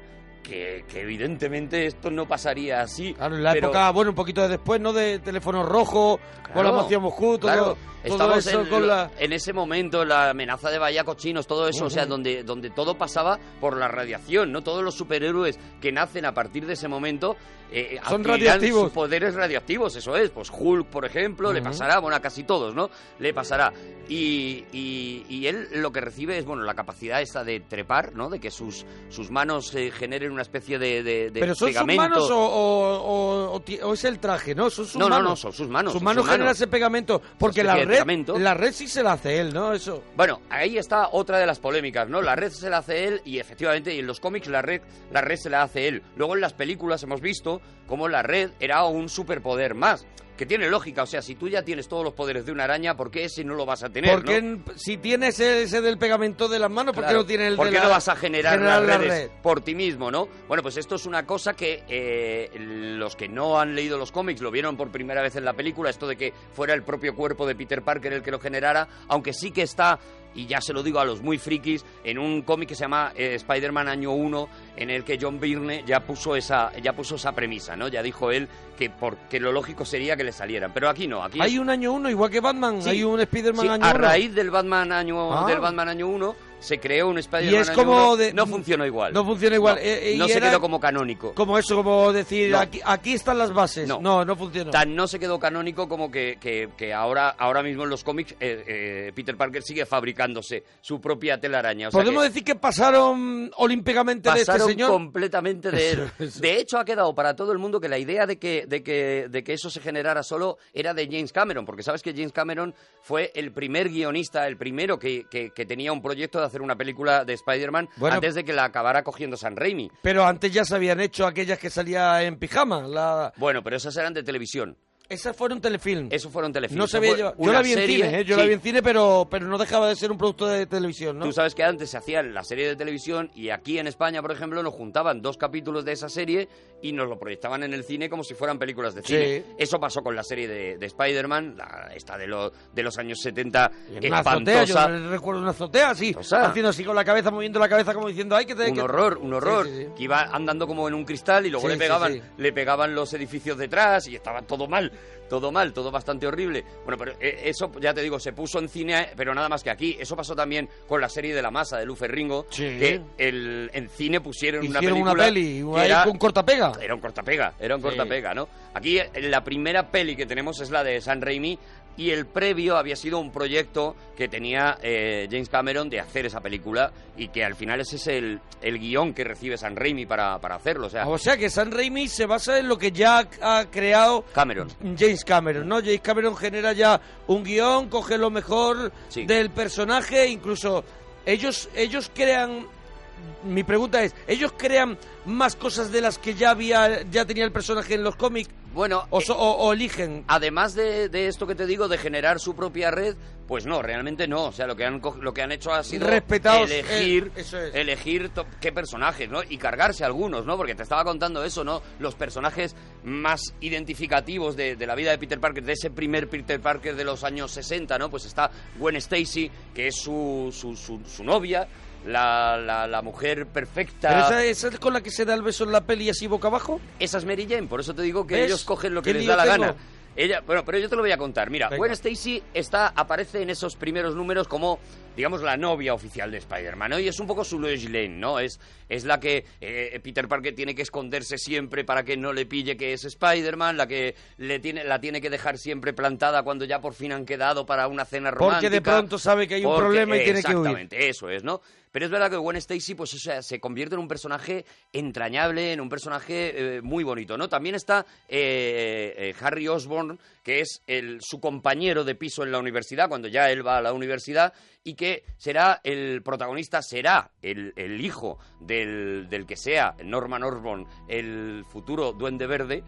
Speaker 4: que, que evidentemente esto no pasaría así.
Speaker 1: Claro, en la
Speaker 4: pero-
Speaker 1: época, bueno, un poquito de después, ¿no? De teléfono rojo, con la
Speaker 4: Claro,
Speaker 1: mafia Moscú, todo,
Speaker 4: claro.
Speaker 1: todo
Speaker 4: Estábamos
Speaker 1: eso
Speaker 4: en,
Speaker 1: con
Speaker 4: lo-
Speaker 1: la...
Speaker 4: en ese momento, la amenaza de vallacochinos, todo eso, o sea,
Speaker 1: Ujú.
Speaker 4: donde, donde todo pasaba por la radiación, ¿no? Todos los superhéroes que nacen a partir de ese momento eh,
Speaker 1: Son
Speaker 4: adquirirán
Speaker 1: radioactivos.
Speaker 4: sus poderes radioactivos, eso es. Pues Hulk, por ejemplo, le
Speaker 1: Ujú.
Speaker 4: pasará, bueno, a casi todos, ¿no? Le pasará. Y, y- y él lo que recibe es, bueno, la capacidad esta de trepar, ¿no? De que sus, sus manos eh, generen una especie de, de, de
Speaker 1: ¿Pero son
Speaker 4: pegamento.
Speaker 1: sus manos o, o- o- o ti- o es el traje, no? Son sus
Speaker 4: No, no,
Speaker 1: manos.
Speaker 4: no, son sus manos,
Speaker 1: Sus
Speaker 4: son
Speaker 1: manos
Speaker 4: sus
Speaker 1: generan
Speaker 4: manos.
Speaker 1: ese pegamento, porque
Speaker 4: Una
Speaker 1: la
Speaker 4: especie de
Speaker 1: red,
Speaker 4: pegamento.
Speaker 1: la red sí se la hace él, ¿no? Eso.
Speaker 4: Bueno, ahí está otra de las polémicas, ¿no? La red se la hace él y efectivamente y en los cómics la red, la red se la hace él. Luego en las películas hemos visto como la red era un superpoder más. Que tiene lógica, o sea, si tú ya tienes todos los poderes de una araña, ¿por qué ese no lo vas a tener?
Speaker 1: Porque
Speaker 4: no?
Speaker 1: en- si tienes ese, ese del pegamento de las manos, ¿por qué
Speaker 4: Claro,
Speaker 1: no tienes el
Speaker 4: ¿por
Speaker 1: de
Speaker 4: qué
Speaker 1: la-
Speaker 4: no vas a generar, las
Speaker 1: la
Speaker 4: redes
Speaker 1: red?
Speaker 4: por ti mismo, no? Bueno, pues esto es una cosa que eh, los que no han leído los cómics lo vieron por primera vez en la película, esto de que fuera el propio cuerpo de Peter Parker el que lo generara, aunque sí que está, y ya se lo digo a los muy frikis, en un cómic que se llama eh, Spider-Man Año 1, en el que John Byrne ya puso esa ya puso esa premisa, ¿no? Ya dijo él que porque lo lógico sería que le salieran, pero aquí no, aquí es-
Speaker 1: Hay un año uno, igual que Batman,
Speaker 4: Sí.
Speaker 1: hay un Spider-Man
Speaker 4: Sí,
Speaker 1: año
Speaker 4: a
Speaker 1: uno.
Speaker 4: raíz del Batman año
Speaker 1: Ah.
Speaker 4: del Batman año 1 se creó un Spider-Man
Speaker 1: Y es
Speaker 4: año
Speaker 1: como
Speaker 4: uno.
Speaker 1: de-
Speaker 4: no funcionó igual.
Speaker 1: no funciona igual.
Speaker 4: No,
Speaker 1: Eh, eh,
Speaker 4: no
Speaker 1: y
Speaker 4: se
Speaker 1: era
Speaker 4: quedó como canónico.
Speaker 1: Como eso, como decir,
Speaker 4: No.
Speaker 1: aquí, aquí están las bases. No, no, funciona.
Speaker 4: Tan no se quedó canónico como que, que- que ahora, ahora mismo en los cómics eh, eh, Peter Parker sigue fabricándose su propia telaraña. O sea
Speaker 1: Podemos
Speaker 4: que
Speaker 1: decir que pasaron olímpicamente de este
Speaker 4: pasaron
Speaker 1: señor.
Speaker 4: completamente de él.
Speaker 1: Eso, eso.
Speaker 4: De hecho, ha quedado para todo el mundo que la idea de que, de, que, de que eso se generara solo era de James Cameron, porque sabes que James Cameron fue el primer guionista, el primero que, que- que tenía un proyecto de hacer una película de Spider-Man
Speaker 1: Bueno.
Speaker 4: antes de que la acabara cogiendo San Raimi.
Speaker 1: Pero antes ya se habían hecho aquellas que salía en pijama. La...
Speaker 4: Bueno, pero esas eran de televisión.
Speaker 1: Esas fueron telefilm.
Speaker 4: Eso fueron telefilm.
Speaker 1: No
Speaker 4: Eso
Speaker 1: se había
Speaker 4: fue
Speaker 1: llevado- Yo
Speaker 4: una
Speaker 1: la vi
Speaker 4: serie-
Speaker 1: en cine, ¿eh? yo la
Speaker 4: sí.
Speaker 1: vi en cine, pero, pero no dejaba de ser un producto de televisión, ¿no?
Speaker 4: Tú sabes que antes se hacían la serie de televisión y aquí en España, por ejemplo, nos juntaban dos capítulos de esa serie y nos lo proyectaban en el cine como si fueran películas de
Speaker 1: Sí.
Speaker 4: cine. Eso pasó con la serie de, de Spider-Man, la- esta de, lo- de los años 70, que
Speaker 1: una azotea, yo
Speaker 4: espantosa.
Speaker 1: no recuerdo una azotea así,
Speaker 4: Espantosa.
Speaker 1: haciendo así con la cabeza, moviendo la cabeza como diciendo, ay, que te...
Speaker 4: un
Speaker 1: que-
Speaker 4: horror, un horror,
Speaker 1: Sí, sí, sí.
Speaker 4: que iba andando como en un cristal y luego
Speaker 1: Sí,
Speaker 4: le
Speaker 1: sí,
Speaker 4: pegaban,
Speaker 1: sí.
Speaker 4: le pegaban los edificios detrás y estaba todo mal, todo mal, todo bastante horrible. Bueno, pero eh, eso ya te digo, se puso en cine, eh, pero nada más que aquí. Eso pasó también con la serie de la masa de Lufer Ringo,
Speaker 1: Sí.
Speaker 4: que el, en cine pusieron
Speaker 1: Hicieron
Speaker 4: una
Speaker 1: una
Speaker 4: película
Speaker 1: peli,
Speaker 4: que
Speaker 1: ahí
Speaker 4: era-
Speaker 1: con cortapega.
Speaker 4: era un cortapega, era un
Speaker 1: Sí.
Speaker 4: cortapega, ¿no? Aquí eh, la primera peli que tenemos es la de San Raimi y el previo había sido un proyecto que tenía eh, James Cameron de hacer esa película y que al final ese es el, el guión que recibe San Raimi para, para hacerlo, o sea,
Speaker 1: O sea que San Raimi se basa en lo que ya ha creado
Speaker 4: Cameron.
Speaker 1: James Cameron, ¿no? James Cameron genera ya un guión, coge lo mejor del personaje, incluso ellos, ellos crean... Mi pregunta es, ¿ellos crean más cosas de las que ya había, ya tenía el personaje en los cómics?
Speaker 4: Bueno, eh,
Speaker 1: o, so- o- o eligen.
Speaker 4: Además de, de esto que te digo, de generar su propia red, pues no, realmente no. O sea, lo que han, co- lo que han hecho ha sido
Speaker 1: Respetaos,
Speaker 4: elegir,
Speaker 1: eh, eso es.
Speaker 4: elegir to- qué personajes, ¿no? Y cargarse algunos, ¿no? Porque te estaba contando eso, ¿no? Los personajes más identificativos de, de la vida de Peter Parker, de ese primer Peter Parker de los años 60, ¿no? Pues está Gwen Stacy, que es su, su, su- su novia, la, la- la mujer perfecta.
Speaker 1: ¿Pero esa, esa es con la que se da el beso en la peli y así boca abajo?
Speaker 4: Esa es Mary Jane, por eso te digo que
Speaker 1: ¿Ves?
Speaker 4: ellos cogen lo que
Speaker 1: ¿Qué
Speaker 4: les
Speaker 1: lío
Speaker 4: da la
Speaker 1: tengo?
Speaker 4: gana. Ella, bueno, pero yo te lo voy a contar. Mira,
Speaker 1: Venga.
Speaker 4: Gwen Stacy está, aparece en esos primeros números como, digamos, la novia oficial de Spider-Man, ¿no? Y es un poco su Lois Lane, ¿no? Es, es la que eh, Peter Parker tiene que esconderse siempre para que no le pille que es Spider-Man, la que le tiene, la tiene que dejar siempre plantada cuando ya por fin han quedado para una cena romántica.
Speaker 1: Porque de pronto sabe que hay un
Speaker 4: Porque-
Speaker 1: problema y tiene que huir.
Speaker 4: Exactamente, eso es, ¿no? Pero es verdad que Gwen Stacy, pues, o sea, se convierte en un personaje entrañable, en un personaje eh, muy bonito, ¿no? También está eh, eh, Harry Osborn, que es el, su compañero de piso en la universidad, cuando ya él va a la universidad, y que será el protagonista, será el, el hijo del, del que sea Norman Osborn, el futuro duende verde,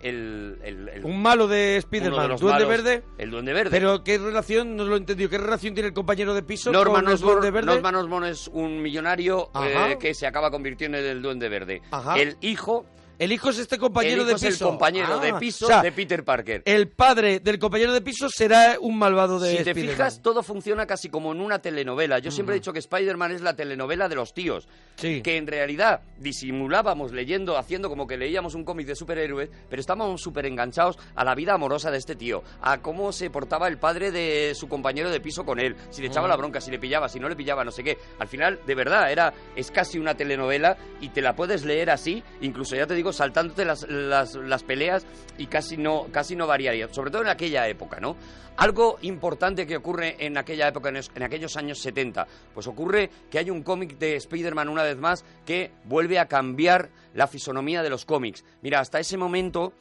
Speaker 4: el... el- el-
Speaker 1: Un malo
Speaker 4: uno
Speaker 1: de
Speaker 4: de
Speaker 1: Spider-Man,
Speaker 4: los
Speaker 1: Duende
Speaker 4: malos,
Speaker 1: Verde.
Speaker 4: El duende verde.
Speaker 1: Pero qué relación, no lo he entendido, ¿qué relación tiene el compañero de piso
Speaker 4: Norman
Speaker 1: con el
Speaker 4: Osborn,
Speaker 1: Duende Verde?
Speaker 4: Norman Osborn es un millonario
Speaker 1: Ajá.
Speaker 4: eh, que se acaba convirtiendo en el Duende Verde.
Speaker 1: Ajá.
Speaker 4: El hijo...
Speaker 1: El hijo es este compañero
Speaker 4: el hijo
Speaker 1: de
Speaker 4: es
Speaker 1: piso.
Speaker 4: el compañero
Speaker 1: Ah,
Speaker 4: de piso
Speaker 1: o sea,
Speaker 4: de Peter Parker.
Speaker 1: El padre del compañero de piso será un malvado de
Speaker 4: si te
Speaker 1: Spider-Man.
Speaker 4: fijas, todo funciona casi como en una telenovela. Yo siempre he dicho que Spider-Man es la telenovela de los tíos. Que en realidad disimulábamos leyendo, haciendo como que leíamos un cómic de superhéroes, pero estábamos súper enganchados a la vida amorosa de este tío, a cómo se portaba el padre de su compañero de piso con él, si le echaba
Speaker 1: Ujú.
Speaker 4: la bronca, si le pillaba, si no le pillaba, no sé qué. Al final, de verdad, era es casi una telenovela y te la puedes leer así, incluso ya te digo, saltándote las, las, las peleas y casi no, casi no variaría, sobre todo en aquella época, ¿no? Algo importante que ocurre en aquella época, en, es- en aquellos años 70, pues ocurre que hay un cómic de Spider-Man una vez más que vuelve a cambiar la fisonomía de los cómics. Mira, hasta ese momento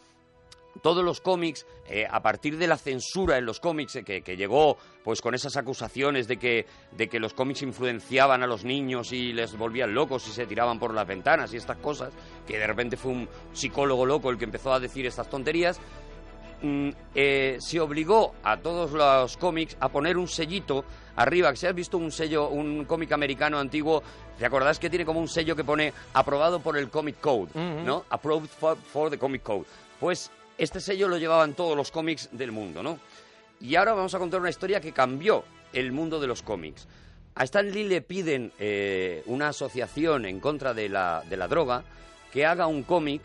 Speaker 4: todos los cómics, eh, a partir de la censura en los cómics, eh, que, que llegó pues con esas acusaciones de que, de que los cómics influenciaban a los niños y les volvían locos y se tiraban por las ventanas y estas cosas, que de repente fue un psicólogo loco el que empezó a decir estas tonterías, mm, eh, se obligó a todos los cómics a poner un sellito arriba. que Si has visto un sello, un cómic americano antiguo, ¿te acordás que tiene como un sello que pone aprobado por el Comic Code?
Speaker 1: Ujú.
Speaker 4: ¿No? Approved for, for the Comic Code. Pues este sello lo llevaban todos los cómics del mundo, ¿no? Y ahora vamos a contar una historia que cambió el mundo de los cómics. A Stan Lee le piden eh, una asociación en contra de la, de la droga que haga un cómic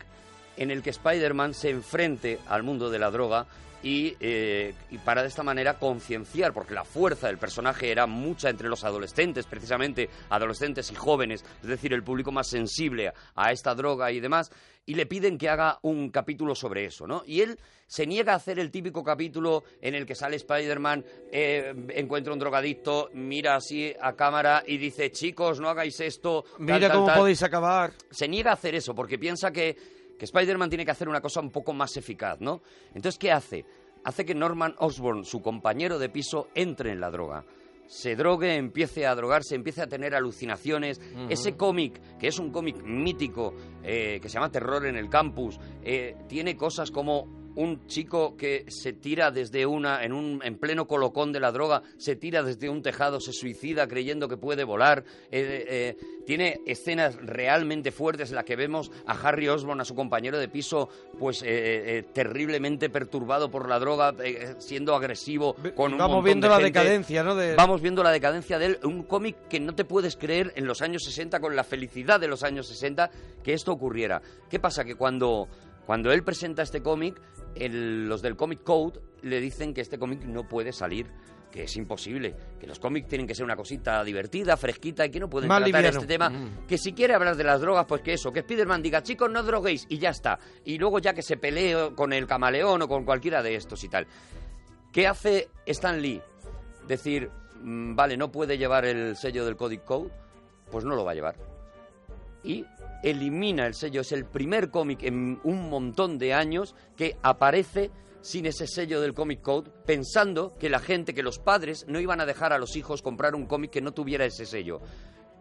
Speaker 4: en el que Spider-Man se enfrente al mundo de la droga y, eh, y para de esta manera concienciar, porque la fuerza del personaje era mucha entre los adolescentes, precisamente adolescentes y jóvenes, es decir, el público más sensible a esta droga y demás, y le piden que haga un capítulo sobre eso, ¿no? Y él se niega a hacer el típico capítulo en el que sale Spider-Man, eh, encuentra un drogadicto, mira así a cámara y dice, chicos, no hagáis esto. tal,
Speaker 1: Mira
Speaker 4: tal,
Speaker 1: cómo
Speaker 4: tal"
Speaker 1: podéis acabar.
Speaker 4: se niega a hacer eso porque piensa que, que Spider-Man tiene que hacer una cosa un poco más eficaz, ¿no? Entonces, ¿qué hace? Hace que Norman Osborn, su compañero de piso, entre en la droga. Se drogue, empiece a drogarse, empiece a tener alucinaciones.
Speaker 1: Ujú.
Speaker 4: Ese cómic, que es un cómic mítico, eh, que se llama Terror en el Campus, eh, tiene cosas como un chico que se tira desde una, en, un, en pleno colocón de la droga, se tira desde un tejado, se suicida creyendo que puede volar. eh, eh, tiene escenas realmente fuertes en las que vemos a Harry Osborn, a su compañero de piso, pues eh, eh, terriblemente perturbado por la droga, eh, eh, siendo agresivo con un
Speaker 1: Vamos
Speaker 4: montón
Speaker 1: viendo
Speaker 4: de
Speaker 1: la
Speaker 4: gente.
Speaker 1: decadencia, ¿no? De...
Speaker 4: Vamos viendo la decadencia de él, un cómic que no te puedes creer en los años 60, con la felicidad de los años 60, que esto ocurriera. ¿Qué pasa? Que cuando, cuando él presenta este cómic, el- los del Comic Code le dicen que este cómic no puede salir, que es imposible, que los cómics tienen que ser una cosita divertida, fresquita, y que no pueden
Speaker 1: Más
Speaker 4: tratar
Speaker 1: liviano.
Speaker 4: este tema.
Speaker 1: Mm.
Speaker 4: Que si quiere hablar de las drogas, pues que eso, que Spider-Man diga, chicos, no droguéis, y ya está. Y luego ya que se pelee con el camaleón o con cualquiera de estos y tal. ¿Qué hace Stan Lee? Decir, mm, vale, no puede llevar el sello del Código Code, pues no lo va a llevar. Y elimina el sello. Es el primer cómic en un montón de años que aparece sin ese sello del Comic Code, pensando que la gente, que los padres no iban a dejar a los hijos comprar un cómic que no tuviera ese sello.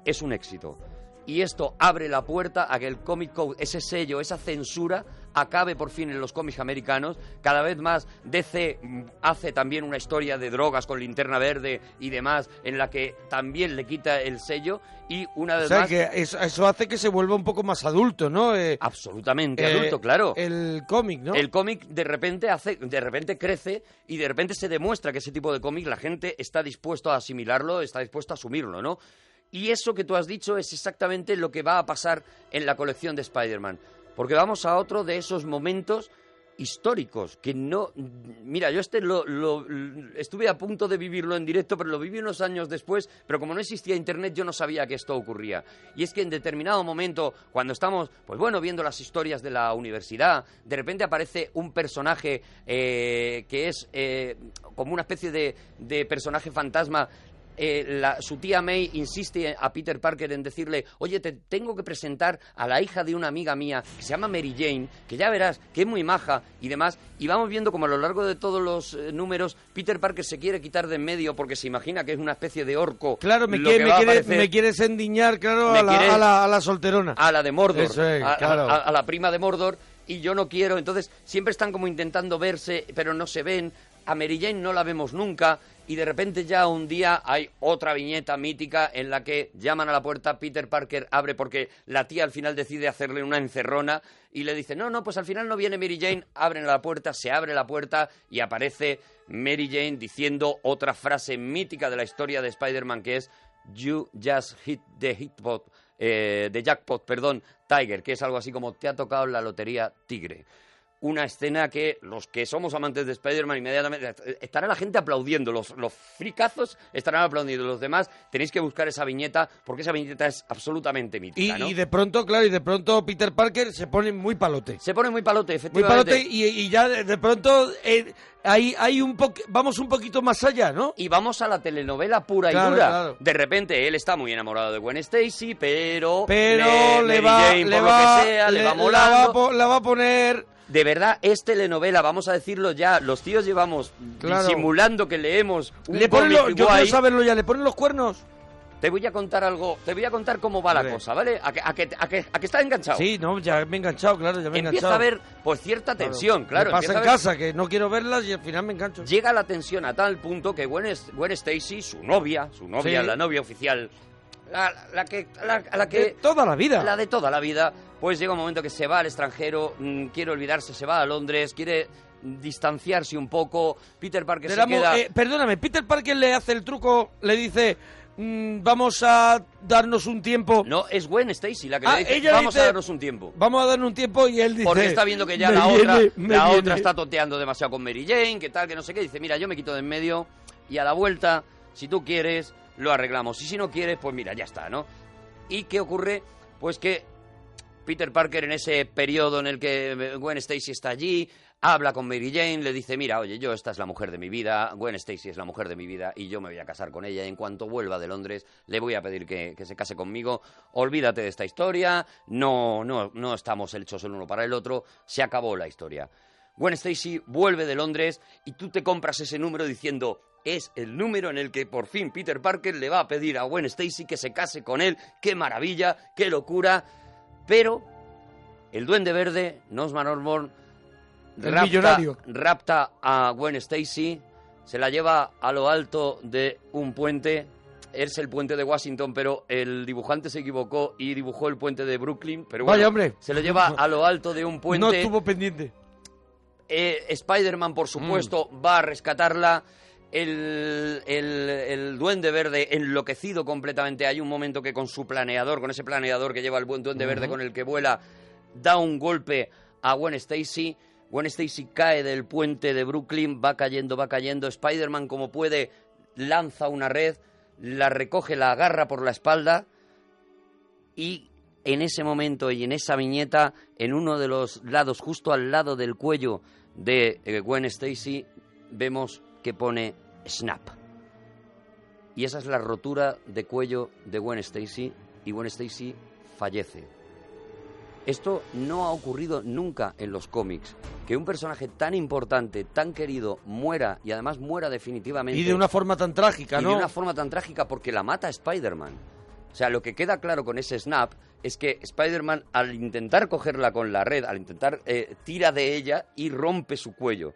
Speaker 4: Es un éxito. Y esto abre la puerta a que el Comic Code, ese sello, esa censura, acabe por fin en los cómics americanos. Cada vez más DC mm, hace también una historia de drogas con linterna verde y demás, en la que también le quita el sello. Y una
Speaker 1: O
Speaker 4: vez
Speaker 1: sea,
Speaker 4: más.
Speaker 1: que eso, eso hace que se vuelva un poco más adulto, ¿no? Eh,
Speaker 4: Absolutamente adulto, claro.
Speaker 1: El cómic, ¿no?
Speaker 4: El cómic de repente hace, de repente crece y de repente se demuestra que ese tipo de cómic la gente está dispuesto a asimilarlo, está dispuesto a asumirlo, ¿no? Y eso que tú has dicho es exactamente lo que va a pasar en la colección de Spider-Man. Porque vamos a otro de esos momentos históricos que no... Mira, yo este lo, lo- l- estuve a punto de vivirlo en directo, pero lo viví unos años después, pero como no existía Internet yo no sabía que esto ocurría. Y es que en determinado momento, cuando estamos, pues bueno, viendo las historias de la universidad, de repente aparece un personaje eh, que es eh, como una especie de, de personaje fantasma eh, la- su tía May insiste a Peter Parker en decirle, oye, te tengo que presentar a la hija de una amiga mía que se llama Mary Jane, que ya verás, que es muy maja y demás. Y vamos viendo como a lo largo de todos los eh, números, Peter Parker se quiere quitar de en medio porque se imagina que es una especie de orco.
Speaker 1: Claro, me,
Speaker 4: lo que
Speaker 1: quiere- me
Speaker 4: va a
Speaker 1: quiere-
Speaker 4: aparecer
Speaker 1: me quieres endiñar, claro,
Speaker 4: Me
Speaker 1: a la,
Speaker 4: quiere-
Speaker 1: a la- a la solterona.
Speaker 4: a la de Mordor,
Speaker 1: Eso es,
Speaker 4: a, a-
Speaker 1: claro.
Speaker 4: a- a la prima de Mordor, y yo no quiero. Entonces, siempre están como intentando verse, pero no se ven. A Mary Jane no la vemos nunca, y de repente ya un día hay otra viñeta mítica en la que llaman a la puerta, Peter Parker abre porque la tía al final decide hacerle una encerrona y le dice, no, no, pues al final no viene Mary Jane, abren la puerta, se abre la puerta y aparece Mary Jane diciendo otra frase mítica de la historia de Spider-Man que es, You just hit the hitbox, eh, the jackpot, perdón, Tiger, que es algo así como te ha tocado la lotería Tigre. Una escena que los que somos amantes de Spider-Man inmediatamente estará la gente aplaudiendo, los, los fricazos estarán aplaudiendo, los demás tenéis que buscar esa viñeta porque esa viñeta es absolutamente
Speaker 1: Y,
Speaker 4: mítica. ¿no?
Speaker 1: y de pronto, claro, y de pronto Peter Parker se pone muy palote.
Speaker 4: Se pone muy palote,
Speaker 1: Muy
Speaker 4: efectivamente.
Speaker 1: palote y, y ya de de pronto eh, ahí hay un poco, vamos un poquito más allá, ¿no?
Speaker 4: Y vamos a la telenovela pura y
Speaker 1: Claro,
Speaker 4: dura.
Speaker 1: claro.
Speaker 4: De repente él está muy enamorado de Gwen Stacy, pero
Speaker 1: Pero le
Speaker 4: Mary
Speaker 1: va,
Speaker 4: Jane,
Speaker 1: le
Speaker 4: por
Speaker 1: va,
Speaker 4: lo que sea, le, va
Speaker 1: la va,
Speaker 4: molando.
Speaker 1: a po- la va a poner
Speaker 4: de verdad es telenovela, vamos a decirlo ya. Los tíos llevamos
Speaker 1: Claro.
Speaker 4: simulando que leemos. un
Speaker 1: Le ponen
Speaker 4: cómic
Speaker 1: los- yo
Speaker 4: guay.
Speaker 1: quiero saberlo ya, ¿le ponen los cuernos?
Speaker 4: Te voy a contar algo, te voy a contar cómo va la
Speaker 1: Hombre.
Speaker 4: cosa, ¿vale? A que, a que, a que- a que estás enganchado.
Speaker 1: Sí, no, ya me he enganchado, claro, ya me he
Speaker 4: empieza
Speaker 1: enganchado.
Speaker 4: a haber pues cierta tensión, claro.
Speaker 1: Me pasa
Speaker 4: empieza
Speaker 1: en
Speaker 4: a haber-
Speaker 1: casa, que no quiero verlas y al final me engancho.
Speaker 4: Llega la tensión a tal punto que Gwen, S- Gwen Stacy, su novia, su novia,
Speaker 1: Sí.
Speaker 4: la novia oficial, la, la que, la, a la que...
Speaker 1: De toda la vida.
Speaker 4: La de toda la vida. Pues llega un momento que se va al extranjero, mm, quiere olvidarse, se va a Londres, quiere distanciarse un poco. Peter Parker
Speaker 1: Le
Speaker 4: se
Speaker 1: damos-
Speaker 4: queda...
Speaker 1: eh, perdóname, Peter Parker le hace el truco, le dice, mm, vamos a darnos un tiempo.
Speaker 4: No, es Gwen Stacy la que
Speaker 1: Ah,
Speaker 4: le dice,
Speaker 1: ella
Speaker 4: vamos
Speaker 1: dice-
Speaker 4: a darnos un tiempo.
Speaker 1: Vamos a darnos un tiempo y él dice...
Speaker 4: Porque está viendo que ya
Speaker 1: "Me
Speaker 4: la, otra,
Speaker 1: viene, me
Speaker 4: la
Speaker 1: viene".
Speaker 4: otra está toteando demasiado con Mary Jane, que tal, que no sé qué. Dice, mira, yo me quito de en medio y a la vuelta, si tú quieres, lo arreglamos. Y si no quieres, pues mira, ya está, ¿no? ¿Y qué ocurre? Pues que Peter Parker en ese periodo en el que eh, Gwen Stacy está allí, habla con Mary Jane, le dice, mira, oye, yo esta es la mujer de mi vida, Gwen Stacy es la mujer de mi vida y yo me voy a casar con ella. En cuanto vuelva de Londres, le voy a pedir que, que se case conmigo. Olvídate de esta historia, no, no, no estamos hechos el uno para el otro, se acabó la historia. Gwen Stacy vuelve de Londres y tú te compras ese número diciendo es el número en el que por fin Peter Parker le va a pedir a Gwen Stacy que se case con él. ¡Qué maravilla! ¡Qué locura! Pero el Duende Verde, Nosman Osborn,
Speaker 1: El millonario.
Speaker 4: rapta a Gwen Stacy, se la lleva a lo alto de un puente. Es el puente de Washington, pero el dibujante se equivocó y dibujó el puente de Brooklyn. Pero bueno,
Speaker 1: Vaya, hombre.
Speaker 4: se lo lleva a lo alto de un puente.
Speaker 1: No estuvo pendiente.
Speaker 4: Eh, Spider-Man, por supuesto, va a rescatarla. El, el- el duende verde enloquecido completamente. Hay un momento que con su planeador, con ese planeador que lleva el buen duende verde
Speaker 1: Ujú.
Speaker 4: con el que vuela, da un golpe a Gwen Stacy. Gwen Stacy cae del puente de Brooklyn, va cayendo, va cayendo. Spider-Man, como puede, lanza una red, la recoge, la agarra por la espalda y en ese momento y en esa viñeta, en uno de los lados, justo al lado del cuello de eh, Gwen Stacy, vemos que pone snap. Y esa es la rotura de cuello de Gwen Stacy y Gwen Stacy fallece. Esto no ha ocurrido nunca en los cómics, que un personaje tan importante, tan querido, muera y además muera definitivamente.
Speaker 1: Y de una forma tan trágica,
Speaker 4: Y
Speaker 1: ¿no?
Speaker 4: de una forma tan trágica porque la mata Spider-Man. O sea, lo que queda claro con ese snap es que Spider-Man al intentar cogerla con la red, al intentar eh, tira de ella y rompe su cuello.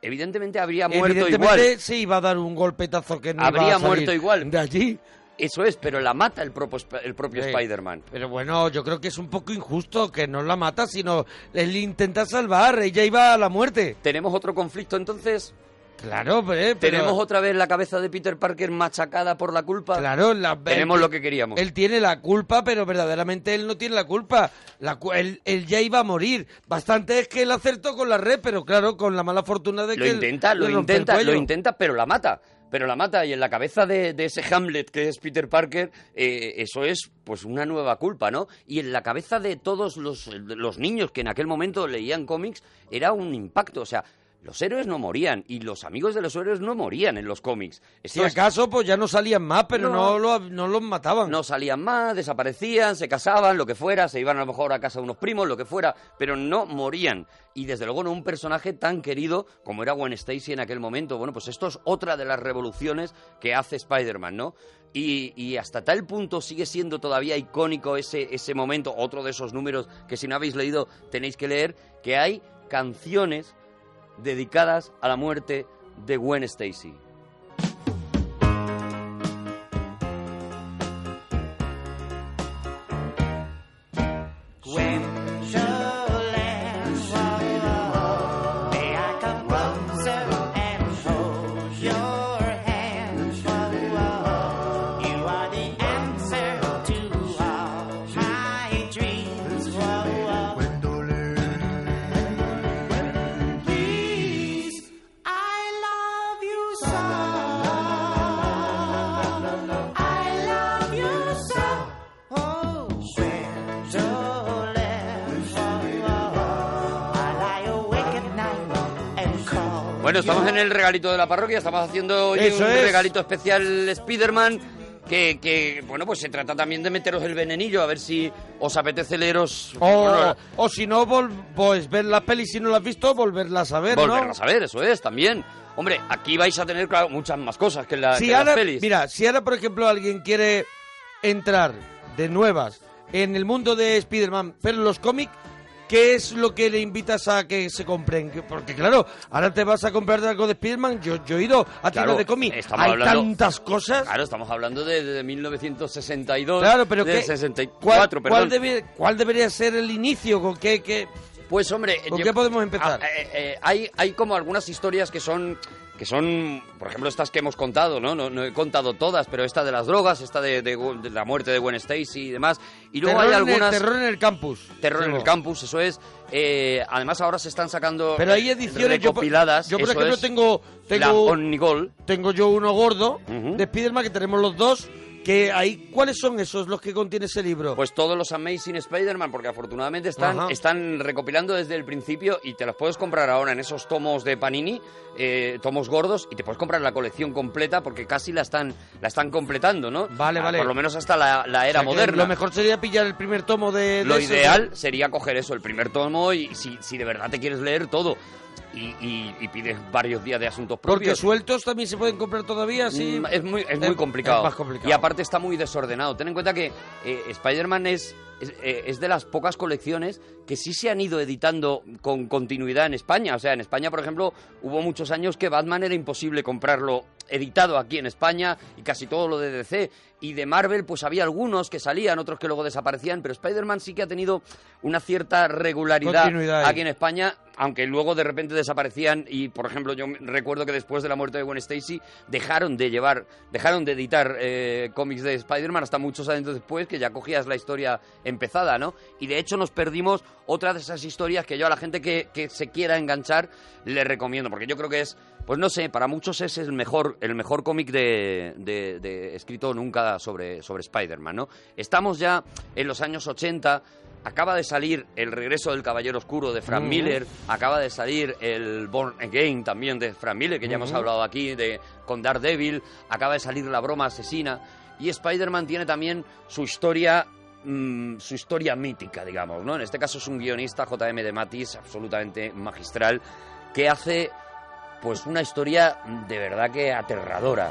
Speaker 4: Evidentemente habría muerto igual.
Speaker 1: Evidentemente sí iba a dar un golpetazo que no iba
Speaker 4: habría
Speaker 1: a salir.
Speaker 4: muerto igual.
Speaker 1: De allí.
Speaker 4: Eso es, pero la mata el propio, Sp- el propio
Speaker 1: Sí.
Speaker 4: Spider-Man.
Speaker 1: Pero bueno, yo creo que es un poco injusto que no la mata, sino él intenta salvar, ella iba a la muerte.
Speaker 4: ¿Tenemos otro conflicto entonces?
Speaker 1: Claro, pero... eh, pero-
Speaker 4: Tenemos otra vez la cabeza de Peter Parker machacada por la culpa.
Speaker 1: Claro, la-
Speaker 4: tenemos
Speaker 1: él-
Speaker 4: lo que queríamos.
Speaker 1: Él tiene la culpa, pero verdaderamente él no tiene la culpa. La cu- él, él ya iba a morir. Bastante es que él acertó con la red, pero claro, con la mala fortuna de
Speaker 4: lo
Speaker 1: que... él
Speaker 4: intenta,
Speaker 1: le
Speaker 4: lo
Speaker 1: rompe el
Speaker 4: intenta, lo
Speaker 1: cuello.
Speaker 4: intenta, pero la mata. Pero la mata y en la cabeza de, de ese Hamlet que es Peter Parker, eh, eso es pues una nueva culpa, ¿no? Y en la cabeza de todos los, de los niños que en aquel momento leían cómics era un impacto, o sea, los héroes no morían y los amigos de los héroes no morían en los cómics.
Speaker 1: Si
Speaker 4: Esto es-
Speaker 1: acaso, pues ya no salían más, pero no, lo, no los mataban.
Speaker 4: No salían más, desaparecían, se casaban, lo que fuera, se iban a lo mejor a casa de unos primos, lo que fuera, pero no morían. Y desde luego no un personaje tan querido como era Gwen Stacy en aquel momento. Bueno, pues esto es otra de las revoluciones que hace Spider-Man, ¿no? Y, y hasta tal punto sigue siendo todavía icónico ese, ese momento, otro de esos números que si no habéis leído tenéis que leer, que hay canciones dedicadas a la muerte de Gwen Stacy.
Speaker 7: Oh.
Speaker 4: Bueno, estamos en el regalito de la parroquia, estamos haciendo hoy un
Speaker 1: Eso es.
Speaker 4: regalito especial Spider-Man. que, que, bueno, pues se trata también de meteros el venenillo, a ver si os apetece leeros...
Speaker 1: O, o si no, vol- pues ver las pelis si no las has visto, volverlas a ver, ¿no?
Speaker 4: Volverlas a ver, eso es, también. Hombre, aquí vais a tener, claro, muchas más cosas que, en la, que en
Speaker 1: si
Speaker 4: Ah, las
Speaker 1: ahora,
Speaker 4: pelis.
Speaker 1: Mira, si ahora, por ejemplo, alguien quiere entrar de nuevas en el mundo de Spider-Man, pero en los cómics, ¿qué es lo que le invitas a que se compren? Que- Porque, claro, ahora te vas a comprar algo de Spider-Man. Yo, yo he ido a tiendas
Speaker 4: Claro,
Speaker 1: de cómics.
Speaker 4: estamos
Speaker 1: Hay
Speaker 4: hablando-
Speaker 1: tantas cosas.
Speaker 4: Claro, estamos hablando de, de 1962,
Speaker 1: Claro, pero
Speaker 4: de
Speaker 1: ¿qué-
Speaker 4: 64,
Speaker 1: cuál-
Speaker 4: perdón.
Speaker 1: cuál debe- ¿Cuál debería ser el inicio? ¿Con qué, qué-
Speaker 4: Pues hombre,
Speaker 1: ¿con
Speaker 4: yo-
Speaker 1: qué podemos empezar?
Speaker 4: Ah, eh, eh, hay, hay como algunas historias que son, que son, por ejemplo, estas que hemos contado, ¿no? No, no he contado todas, pero esta de las drogas, esta de, de- de la muerte de Gwen Stacy y demás. Y luego
Speaker 1: terror,
Speaker 4: hay
Speaker 1: en el,
Speaker 4: algunas...
Speaker 1: terror en el campus.
Speaker 4: Terror en el
Speaker 1: Digo.
Speaker 4: campus, eso es. Eh, además ahora se están sacando
Speaker 1: Pero hay
Speaker 4: eh,
Speaker 1: ediciones, yo por-
Speaker 4: recopiladas.
Speaker 1: yo por
Speaker 4: eso
Speaker 1: ejemplo
Speaker 4: es.
Speaker 1: tengo- tengo-
Speaker 4: La Omnigol.
Speaker 1: Tengo yo uno gordo de Spider-Man que tenemos los dos. Que ahí, ¿Cuáles son esos los que contiene ese libro?
Speaker 4: Pues todos los Amazing Spider-Man, porque afortunadamente están,
Speaker 1: Ajá.
Speaker 4: están recopilando desde el principio y te los puedes comprar ahora en esos tomos de Panini, eh, tomos gordos, y te puedes comprar la colección completa porque casi la están, la están completando, ¿no?
Speaker 1: Vale,
Speaker 4: Ah,
Speaker 1: vale.
Speaker 4: Por lo menos hasta la, la era
Speaker 1: O sea, que
Speaker 4: moderna.
Speaker 1: Lo mejor sería pillar el primer tomo de. de
Speaker 4: Lo
Speaker 1: esos,
Speaker 4: ideal sería coger eso, el primer tomo, y si, si de verdad te quieres leer todo y, y- y pides varios días de asuntos
Speaker 1: Porque
Speaker 4: propios.
Speaker 1: sueltos también se pueden comprar todavía, sí.
Speaker 4: Mm, es muy, es muy complicado.
Speaker 1: es más complicado.
Speaker 4: Y aparte está muy desordenado. Ten en cuenta que eh, Spider-Man es, es, eh, es de las pocas colecciones que sí se han ido editando con continuidad en España. O sea, en España, por ejemplo, hubo muchos años que Batman era imposible comprarlo editado aquí en España y casi todo lo de DC y de Marvel pues había algunos que salían otros que luego desaparecían pero Spider-Man sí que ha tenido una cierta regularidad
Speaker 1: Continuidad ahí.
Speaker 4: aquí en España, aunque luego de repente desaparecían y, por ejemplo, yo me- recuerdo que después de la muerte de Gwen Stacy dejaron de llevar, dejaron de editar eh, cómics de Spider-Man hasta muchos años después que ya cogías la historia empezada, ¿no? Y de hecho nos perdimos otra de esas historias que yo a la gente que, que se quiera enganchar le recomiendo, porque yo creo que es, pues no sé, para muchos es el mejor, el mejor cómic de, de- de- escrito nunca sobre, sobre Spider-Man, ¿no? Estamos ya en los años 80, Acaba de salir El regreso del Caballero Oscuro de Frank
Speaker 1: Mm.
Speaker 4: Miller, acaba de salir el Born Again también de Frank Miller, que ya hemos
Speaker 1: Mm.
Speaker 4: hablado aquí de con Daredevil, acaba de salir La broma asesina y Spider-Man tiene también su historia mm, su historia mítica, digamos, ¿no? En este caso es un guionista JM de Matiz absolutamente magistral que hace pues una historia de verdad que aterradora.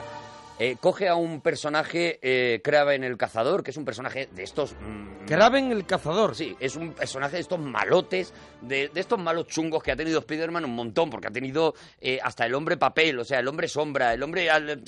Speaker 4: Eh, coge a un personaje, eh, Kraven el Cazador, que es un personaje de estos... mm,
Speaker 1: Kraven el Cazador.
Speaker 4: Sí, es un personaje de estos malotes, de, de estos malos chungos que ha tenido Spider-Man un montón, porque ha tenido eh, hasta el hombre papel, o sea, el hombre sombra, el hombre... al- eh,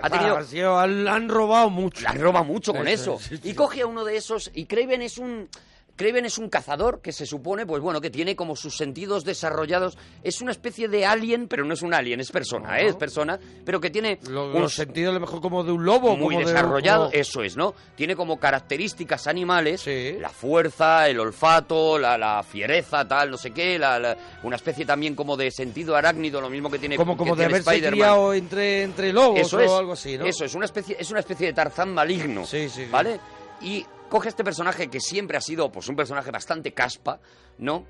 Speaker 4: ha tenido...
Speaker 1: Ah, sí, han, han robado mucho.
Speaker 4: La roba mucho con
Speaker 1: Sí,
Speaker 4: eso.
Speaker 1: sí, sí,
Speaker 4: Y coge a uno de esos y Craven es un Craven es un cazador que se supone, pues bueno, que tiene como sus sentidos desarrollados. Es una especie de alien, pero no es un alien, es persona, ¿eh? es persona, pero que tiene
Speaker 1: Los,
Speaker 4: unos
Speaker 1: sentidos a lo mejor como de un lobo.
Speaker 4: muy
Speaker 1: como de-
Speaker 4: desarrollado, eh,
Speaker 1: como-
Speaker 4: eso es, ¿no? Tiene como características animales, la fuerza, el olfato, la, la fiereza, tal, no sé qué, la- la- una especie también como de sentido arácnido, lo mismo que tiene
Speaker 1: como, como
Speaker 4: que
Speaker 1: de
Speaker 4: tiene
Speaker 1: haberse
Speaker 4: Spider-Man.
Speaker 1: criado entre, entre lobos
Speaker 4: Eso
Speaker 1: o
Speaker 4: es,
Speaker 1: algo así, ¿no?
Speaker 4: Eso es una especie, es una especie de Tarzán maligno. ¿Vale? Y coge este personaje que siempre ha sido pues un personaje bastante caspa, ¿no?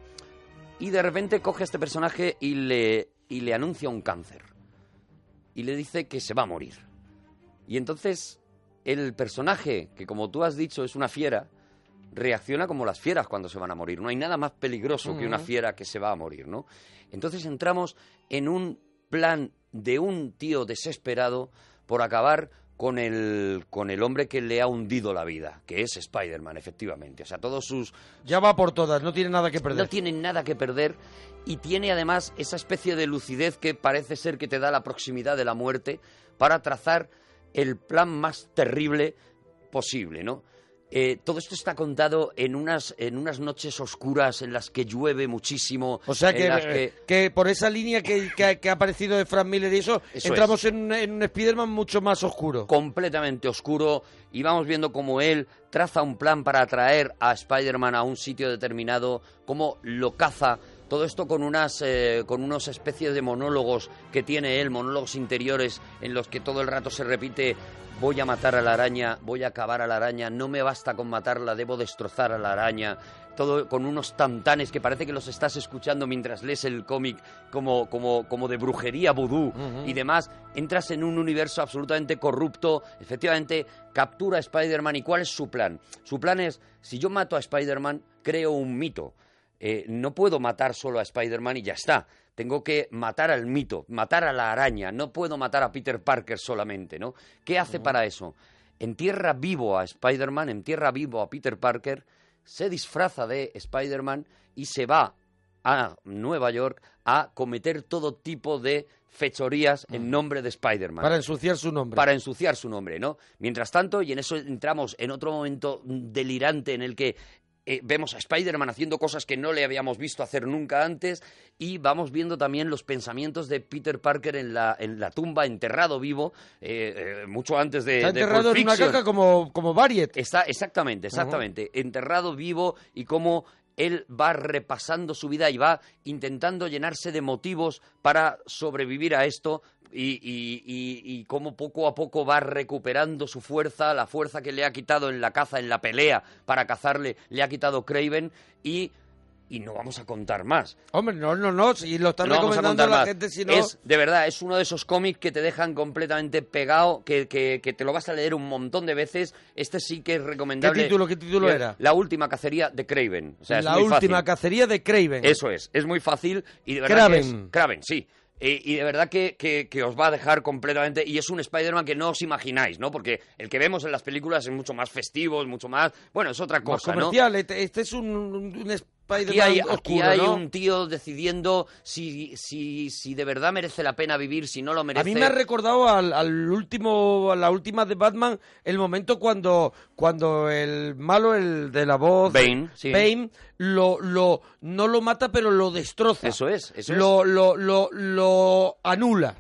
Speaker 4: Y de repente coge a este personaje y le, y le anuncia un cáncer. Y le dice que se va a morir. Y entonces el personaje, que como tú has dicho es una fiera, reacciona como las fieras cuando se van a morir. No hay nada más peligroso que una
Speaker 1: Ujú.
Speaker 4: fiera que se va a morir, ¿no? Entonces entramos en un plan de un tío desesperado por acabar con el, con el hombre que le ha hundido la vida, que es Spider-Man, efectivamente. O sea, todos sus,
Speaker 1: Ya va por todas, no tiene nada que perder.
Speaker 4: no tienen nada que perder y tiene además esa especie de lucidez que parece ser que te da la proximidad de la muerte para trazar el plan más terrible posible, ¿no? Eh, todo esto está contado en unas, en unas noches oscuras en las que llueve muchísimo.
Speaker 1: O sea
Speaker 4: en
Speaker 1: que,
Speaker 4: las
Speaker 1: eh, que por esa línea que, que ha- que ha aparecido de Frank Miller y eso,
Speaker 4: Eso
Speaker 1: entramos en, un- en un Spider-Man mucho más oscuro.
Speaker 4: completamente oscuro y vamos viendo cómo él traza un plan para atraer a Spider-Man a un sitio determinado, cómo lo caza, Todo esto con unas eh, con unos especies de monólogos que tiene él, monólogos interiores en los que todo el rato se repite voy a matar a la araña, voy a acabar a la araña, no me basta con matarla, debo destrozar a la araña. Todo con unos tantanes que parece que los estás escuchando mientras lees el cómic como, como, como de brujería vudú y demás. Entras en un universo absolutamente corrupto. Efectivamente, captura a Spider-Man. ¿Y cuál es su plan? Su plan es, si yo mato a Spider-Man, creo un mito. Eh, no puedo matar solo a Spider-Man y ya está. Tengo que matar al mito, matar a la araña. No puedo matar a Peter Parker solamente, ¿no? ¿Qué hace para eso? Entierra vivo a Spider-Man, entierra vivo a Peter Parker, se disfraza de Spider-Man y se va a Nueva York a cometer todo tipo de fechorías en nombre de Spider-Man.
Speaker 1: Mm. Para ensuciar su nombre.
Speaker 4: Para ensuciar su nombre, ¿no? Mientras tanto, y en eso entramos en otro momento delirante en el que eh, vemos a Spider-Man haciendo cosas que no le habíamos visto hacer nunca antes y vamos viendo también los pensamientos de Peter Parker en la, en la tumba, enterrado vivo, eh, eh, mucho antes de...
Speaker 1: Está
Speaker 4: de
Speaker 1: enterrado
Speaker 4: Pulp
Speaker 1: en una
Speaker 4: Fiction.
Speaker 1: caja como, como Variet.
Speaker 4: Está, exactamente, exactamente. Enterrado vivo y cómo él va repasando su vida y va intentando llenarse de motivos para sobrevivir a esto y, y- y- y cómo poco a poco va recuperando su fuerza, la fuerza que le ha quitado en la caza, en la pelea para cazarle, le ha quitado Craven y... Y no vamos a contar más.
Speaker 1: Hombre, no, no, no, si lo están
Speaker 4: No vamos a
Speaker 1: recomendando
Speaker 4: contar
Speaker 1: la
Speaker 4: más.
Speaker 1: gente, si no...
Speaker 4: Es, de verdad, es uno de esos cómics que te dejan completamente pegado, que, que- que te lo vas a leer un montón de veces. Este sí que es recomendable.
Speaker 1: título- qué título
Speaker 4: Mira,
Speaker 1: era?
Speaker 4: La última cacería de Craven. O sea, es
Speaker 1: la
Speaker 4: muy
Speaker 1: última
Speaker 4: fácil.
Speaker 1: cacería de Craven.
Speaker 4: Eso es, es muy fácil y de verdad que es-
Speaker 1: Craven.
Speaker 4: Craven, sí. Eh, y de verdad que, que- que os va a dejar completamente. Y es un Spider-Man que no os imagináis, ¿no? Porque el que vemos en las películas es mucho más festivo, es mucho más. Bueno, es otra
Speaker 1: Más
Speaker 4: cosa, ¿no?
Speaker 1: comercial, este, este es un, un- un Spider-Man
Speaker 4: Aquí hay, aquí
Speaker 1: oscuro,
Speaker 4: hay
Speaker 1: ¿no?
Speaker 4: un tío decidiendo si, si, si de verdad merece la pena vivir, si no lo merece.
Speaker 1: A mí me ha recordado al, al último, a la última de Batman, el momento cuando, cuando el malo, el de la voz,
Speaker 4: Bane, sí.
Speaker 1: Bane, lo, lo, no lo mata, pero lo destroza.
Speaker 4: Eso es, eso
Speaker 1: lo,
Speaker 4: es.
Speaker 1: Lo, lo, lo anula.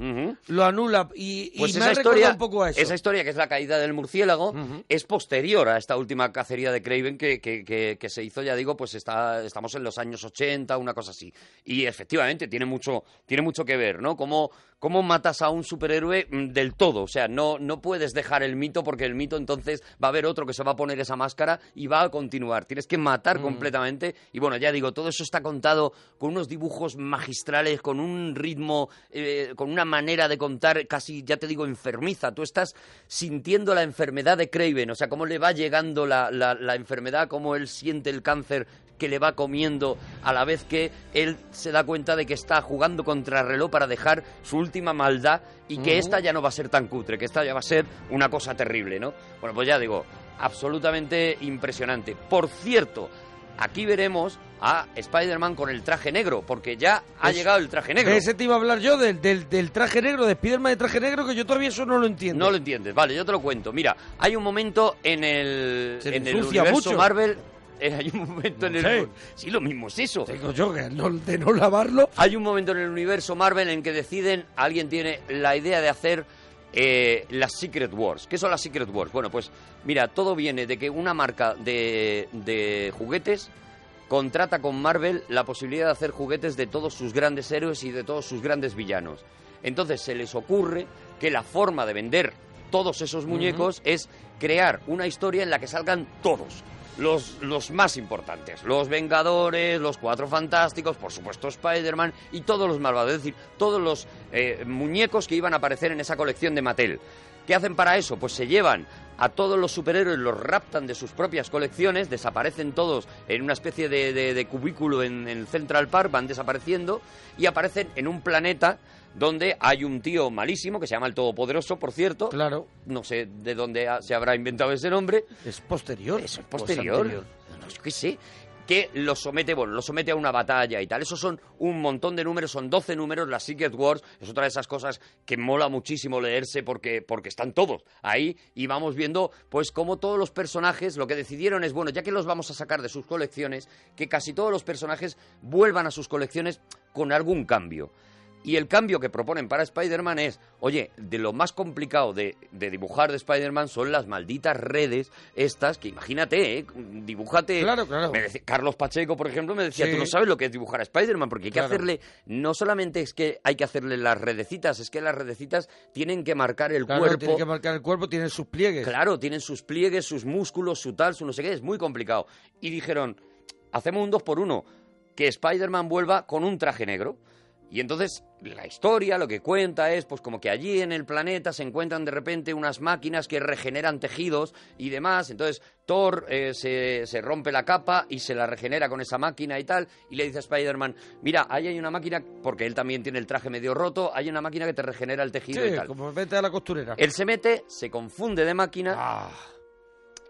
Speaker 1: Lo anula. Y, y
Speaker 4: Pues
Speaker 1: me
Speaker 4: esa
Speaker 1: ha
Speaker 4: historia,
Speaker 1: recordado un poco a eso.
Speaker 4: esa historia que es la caída del murciélago, es posterior a esta última cacería de Craven que, que- que- que se hizo, ya digo, pues está, estamos en los años 80, una cosa así. Y efectivamente tiene mucho, tiene mucho que ver, ¿no? Cómo, cómo matas a un superhéroe mm, del todo, o sea, no, no puedes dejar el mito porque el mito entonces va a haber otro que se va a poner esa máscara y va a continuar. Tienes que matar
Speaker 1: Mm.
Speaker 4: completamente y bueno, ya digo, todo eso está contado con unos dibujos magistrales, con un ritmo, eh, con una manera de contar casi, ya te digo, enfermiza. Tú estás sintiendo la enfermedad de Craven, o sea, cómo le va llegando la, la- la enfermedad, cómo él siente el cáncer que le va comiendo a la vez que él se da cuenta de que está jugando contra reloj para dejar su última maldad y que
Speaker 1: Ujú.
Speaker 4: esta ya no va a ser tan cutre, que esta ya va a ser una cosa terrible, ¿no? Bueno, pues ya digo, absolutamente impresionante. Por cierto, aquí veremos a Spider-Man con el traje negro, porque ya ha
Speaker 1: Es-
Speaker 4: llegado el traje negro.
Speaker 1: De ese te iba a hablar yo, del, del, del traje negro, de Spiderman de traje negro, que yo todavía eso no lo entiendo.
Speaker 4: No lo entiendes, vale, yo te lo cuento. Mira, hay un momento en el,
Speaker 1: Se le
Speaker 4: en el
Speaker 1: ensucia
Speaker 4: universo
Speaker 1: mucho.
Speaker 4: Marvel. eh, hay un momento en
Speaker 1: sé.
Speaker 4: el. Sí, lo mismo es eso.
Speaker 1: Digo yo que no- de no lavarlo.
Speaker 4: Hay un momento en el universo Marvel en que deciden, alguien tiene la idea de hacer eh, las Secret Wars. ¿Qué son las Secret Wars? Bueno, pues mira, todo viene de que una marca de, de juguetes contrata con Marvel la posibilidad de hacer juguetes de todos sus grandes héroes y de todos sus grandes villanos. Entonces se les ocurre que la forma de vender todos esos muñecos es crear una historia en la que salgan todos. Los, los más importantes, los Vengadores, los Cuatro Fantásticos, por supuesto Spider-Man y todos los malvados, es decir, todos los eh, muñecos que iban a aparecer en esa colección de Mattel. ¿Qué hacen para eso? Pues se llevan a todos los superhéroes, los raptan de sus propias colecciones, desaparecen todos en una especie de, de- de cubículo en, en Central Park, van desapareciendo y aparecen en un planeta donde hay un tío malísimo que se llama el Todopoderoso, por cierto.
Speaker 1: Claro.
Speaker 4: No sé de dónde ha- se habrá inventado ese nombre.
Speaker 1: Es posterior.
Speaker 4: Eso es posterior.
Speaker 1: anterior.
Speaker 4: No, yo qué sé. Pues Que lo somete, bueno, lo somete a una batalla y tal. Esos son un montón de números, son 12 números. Las Secret Wars es otra de esas cosas que mola muchísimo leerse porque, porque están todos ahí y vamos viendo, pues, cómo todos los personajes lo que decidieron es, bueno, ya que los vamos a sacar de sus colecciones, que casi todos los personajes vuelvan a sus colecciones con algún cambio. Y el cambio que proponen para Spider-Man es, oye, de lo más complicado de, de dibujar de Spider-Man son las malditas redes estas, que imagínate, ¿eh? dibújate.
Speaker 1: Claro, claro.
Speaker 4: Me decía- Carlos Pacheco, por ejemplo, me decía,
Speaker 1: Sí.
Speaker 4: tú no sabes lo que es dibujar a Spider-Man, porque hay que
Speaker 1: Claro.
Speaker 4: hacerle, no solamente es que hay que hacerle las redecitas, es que las redecitas tienen que marcar el
Speaker 1: Claro,
Speaker 4: cuerpo.
Speaker 1: tiene que marcar el cuerpo, tiene sus pliegues.
Speaker 4: Claro, tienen sus pliegues, sus músculos, su tal, su no sé qué, es muy complicado. Y dijeron, hacemos un 2 por 1 que Spider-Man vuelva con un traje negro. Y entonces la historia lo que cuenta es pues como que allí en el planeta se encuentran de repente unas máquinas que regeneran tejidos y demás. Entonces Thor eh, se, se rompe la capa y se la regenera con esa máquina y tal. Y le dice a Spider-Man, mira, ahí hay una máquina, porque él también tiene el traje medio roto, hay una máquina que te regenera el tejido y
Speaker 1: Sí,
Speaker 4: tal.
Speaker 1: como vete a la costurera.
Speaker 4: Él se mete, se confunde de máquina
Speaker 1: Ah.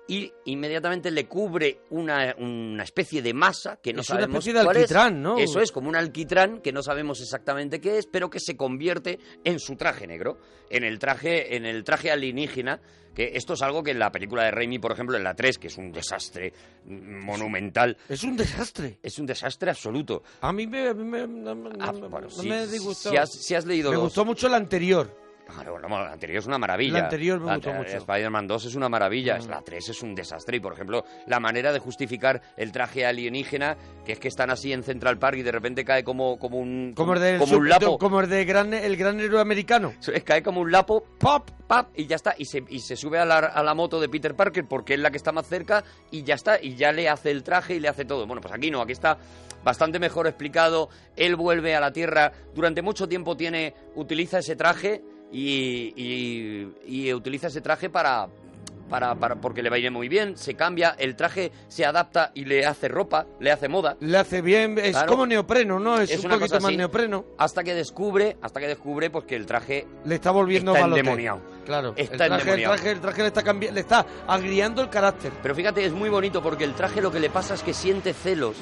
Speaker 4: y inmediatamente le cubre una, una especie de masa que no
Speaker 1: Es una
Speaker 4: sabemos
Speaker 1: especie de
Speaker 4: cuál es.
Speaker 1: alquitrán, ¿no?
Speaker 4: Eso es, como un alquitrán que no sabemos exactamente qué es, pero que se convierte en su traje negro, en el traje, en el traje alienígena. Que esto es algo que en la película de Raimi, por ejemplo, en la 3, que es un desastre monumental.
Speaker 1: Es un desastre.
Speaker 4: Es un desastre absoluto.
Speaker 1: A mí me, a mí me- no, me- no me- no
Speaker 4: si-
Speaker 1: me disgustó.
Speaker 4: Ah, si has- si has leído
Speaker 1: Me
Speaker 4: los-
Speaker 1: gustó mucho la anterior.
Speaker 4: Claro, no, la anterior es una maravilla.
Speaker 1: La anterior me
Speaker 4: La-
Speaker 1: gustó
Speaker 4: la-
Speaker 1: mucho. Mm.
Speaker 4: Spider-Man 2 es una maravilla, es la 3 es un desastre. Y, por ejemplo, la manera de justificar el traje alienígena, que es que están así en Central Park y de repente cae como, como un,
Speaker 1: Como el de,
Speaker 4: como un lapo.
Speaker 1: Como el de gran, el gran héroe americano.
Speaker 4: Es, cae como un lapo, pop, pap, y ya está. Y se, y se sube a la, a la moto de Peter Parker porque es la que está más cerca y ya está. Y ya le hace el traje y le hace todo. Bueno, pues aquí no, aquí está bastante mejor explicado. Él vuelve a la Tierra. Durante mucho tiempo tiene utiliza ese traje y, y- y utiliza ese traje para... Para, para- porque le va a ir muy bien, se cambia, el traje se adapta y le hace ropa, le hace moda.
Speaker 1: Le hace bien, es
Speaker 4: Claro.
Speaker 1: como neopreno, ¿no? Es, un
Speaker 4: una
Speaker 1: poquito
Speaker 4: cosa
Speaker 1: más
Speaker 4: así.
Speaker 1: neopreno.
Speaker 4: Hasta que descubre, hasta que descubre pues que el traje
Speaker 1: Le está volviendo
Speaker 4: está
Speaker 1: malote.
Speaker 4: endemoniado.
Speaker 1: Claro,
Speaker 4: Está
Speaker 1: el, traje, el,
Speaker 4: endemoniado.
Speaker 1: traje, el traje le está, cambi- le está agriando el carácter.
Speaker 4: Pero fíjate, es muy bonito porque el traje lo que le pasa es que siente celos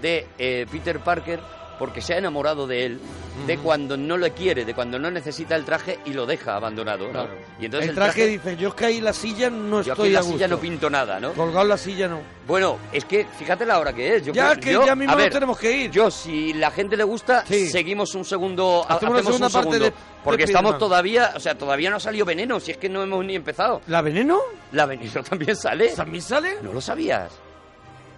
Speaker 4: de eh, Peter Parker porque se ha enamorado de él, de
Speaker 1: Ujú.
Speaker 4: cuando no lo quiere, de cuando no necesita el traje y lo deja abandonado. ¿no? Y entonces
Speaker 1: el, traje, dice, yo es que ahí en la silla no
Speaker 4: yo aquí
Speaker 1: estoy
Speaker 4: en la
Speaker 1: a gusto.
Speaker 4: silla no pinto nada, ¿no?
Speaker 1: Colgado en la silla no.
Speaker 4: Bueno, es que fíjate la hora que es. Yo
Speaker 1: Ya,
Speaker 4: creo-
Speaker 1: que
Speaker 4: yo-
Speaker 1: ya mismo
Speaker 4: a
Speaker 1: nos
Speaker 4: ver,
Speaker 1: tenemos que ir.
Speaker 4: Yo, si la gente le gusta, seguimos un segundo. ha-
Speaker 1: Hacemos una
Speaker 4: Hacemos,
Speaker 1: segunda
Speaker 4: un
Speaker 1: parte
Speaker 4: segundo.
Speaker 1: de- de
Speaker 4: porque
Speaker 1: Spiderman.
Speaker 4: estamos todavía, o sea, todavía no ha salido veneno, si es que no hemos ni empezado.
Speaker 1: ¿La veneno?
Speaker 4: La veneno también sale.
Speaker 1: ¿También sale?
Speaker 4: No lo sabías.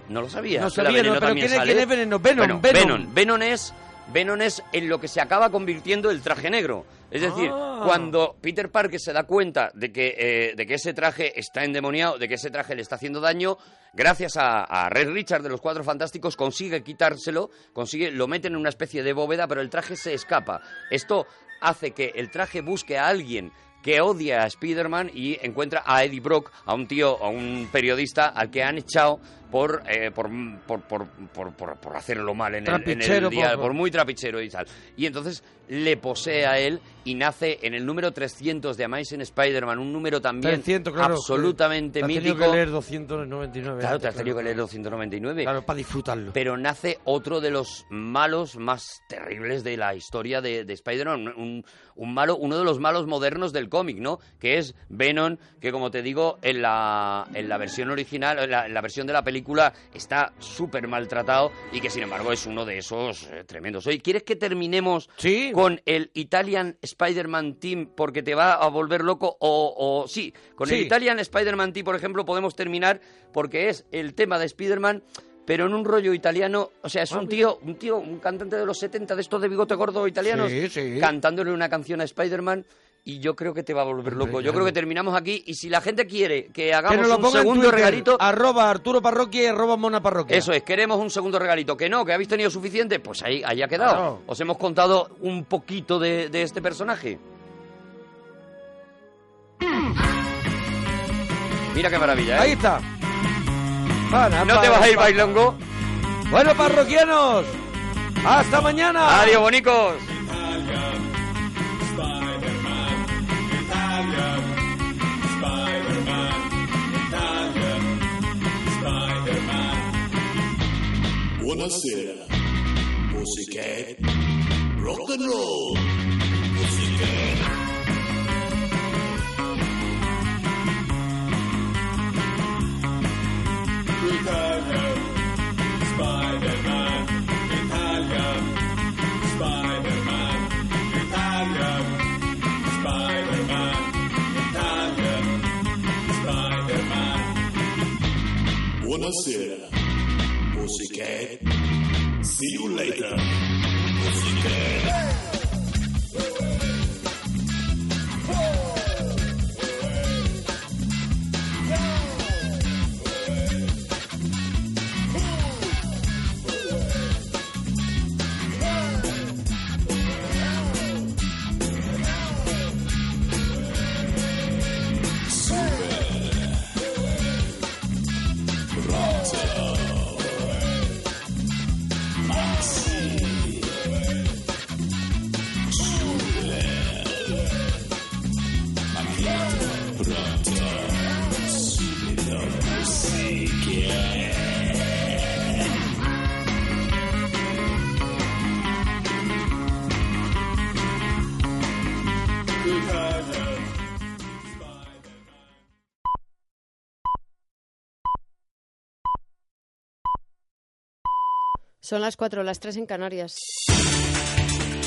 Speaker 4: No lo sabías.
Speaker 1: No
Speaker 4: que la
Speaker 1: sabía,
Speaker 4: Veneno
Speaker 1: no, pero
Speaker 4: también
Speaker 1: ¿quién, es-
Speaker 4: sale.
Speaker 1: quién es Veneno? Venom,
Speaker 4: Bueno,
Speaker 1: Venom.
Speaker 4: Venom. Venom es, Venom es en lo que se acaba convirtiendo el traje negro. Es decir,
Speaker 1: Ah.
Speaker 4: cuando Peter Parker se da cuenta de que, eh, de que ese traje está endemoniado, de que ese traje le está haciendo daño, gracias a, a Red Richard de los Cuatro Fantásticos consigue quitárselo, consigue, lo meten en una especie de bóveda, pero el traje se escapa. Esto hace que el traje busque a alguien que odia a Spider-Man y encuentra a Eddie Brock, a un tío, a un periodista al que han echado por, eh, por, por, por, por- por- por hacerlo mal en el- en el,
Speaker 1: Trapichero,
Speaker 4: día,
Speaker 1: por-
Speaker 4: por muy trapichero y tal. Y entonces le posee a él y nace en el número 300 de Amazing Spider-Man, un número también
Speaker 1: 300, claro.
Speaker 4: absolutamente
Speaker 1: Te has tenido
Speaker 4: mítico.
Speaker 1: que leer 299.
Speaker 4: Claro, te has
Speaker 1: claro.
Speaker 4: tenido que leer 299.
Speaker 1: Claro, para disfrutarlo.
Speaker 4: Pero nace otro de los malos más terribles de la historia de, de Spider-Man. Un, un malo, uno de los malos modernos del cómic, ¿no? Que es Venom, que como te digo, en la, en la versión original, en la, en la versión de la película, está súper maltratado y que sin embargo es uno de esos eh, tremendos. Oye, ¿quieres que terminemos con el Italian Spider-Man Team porque te va a volver loco? O, o- sí, con el
Speaker 1: Sí.
Speaker 4: Italian Spider-Man Team, por ejemplo, podemos terminar porque es el tema de Spider-Man pero en un rollo italiano, o sea, es
Speaker 1: Ah,
Speaker 4: un tío, un tío, un cantante de los 70 de estos de bigote gordo italianos,
Speaker 1: Sí, sí.
Speaker 4: cantándole una canción a Spider-Man y yo creo que te va a volver loco. Yo creo que terminamos aquí y si la gente quiere que
Speaker 1: Que
Speaker 4: hagamos
Speaker 1: nos lo
Speaker 4: un
Speaker 1: ponga en
Speaker 4: segundo
Speaker 1: Twitter,
Speaker 4: regalito,
Speaker 1: Arroba Arturo Parroquia y arroba Mona Parroquia.
Speaker 4: eso es, queremos un segundo regalito. Que no, que habéis tenido suficiente, pues ahí, ahí ha quedado.
Speaker 1: Claro.
Speaker 4: Os hemos contado un poquito de, de este personaje. Mira qué maravilla, ¿eh?
Speaker 1: Ahí está. Para,
Speaker 4: No te
Speaker 1: para,
Speaker 4: vas a ir,
Speaker 1: para.
Speaker 4: bailongo.
Speaker 1: Bueno, parroquianos. Hasta mañana.
Speaker 4: Adiós, bonicos.
Speaker 6: Buonasera, Pussycat, rock and roll, Pussycat. Italian, Spider-Man, Italian, Spider-Man,
Speaker 23: Buonasera. Pussycat. See you later. Pussycat.
Speaker 7: Son las 4, las 3 en Canarias.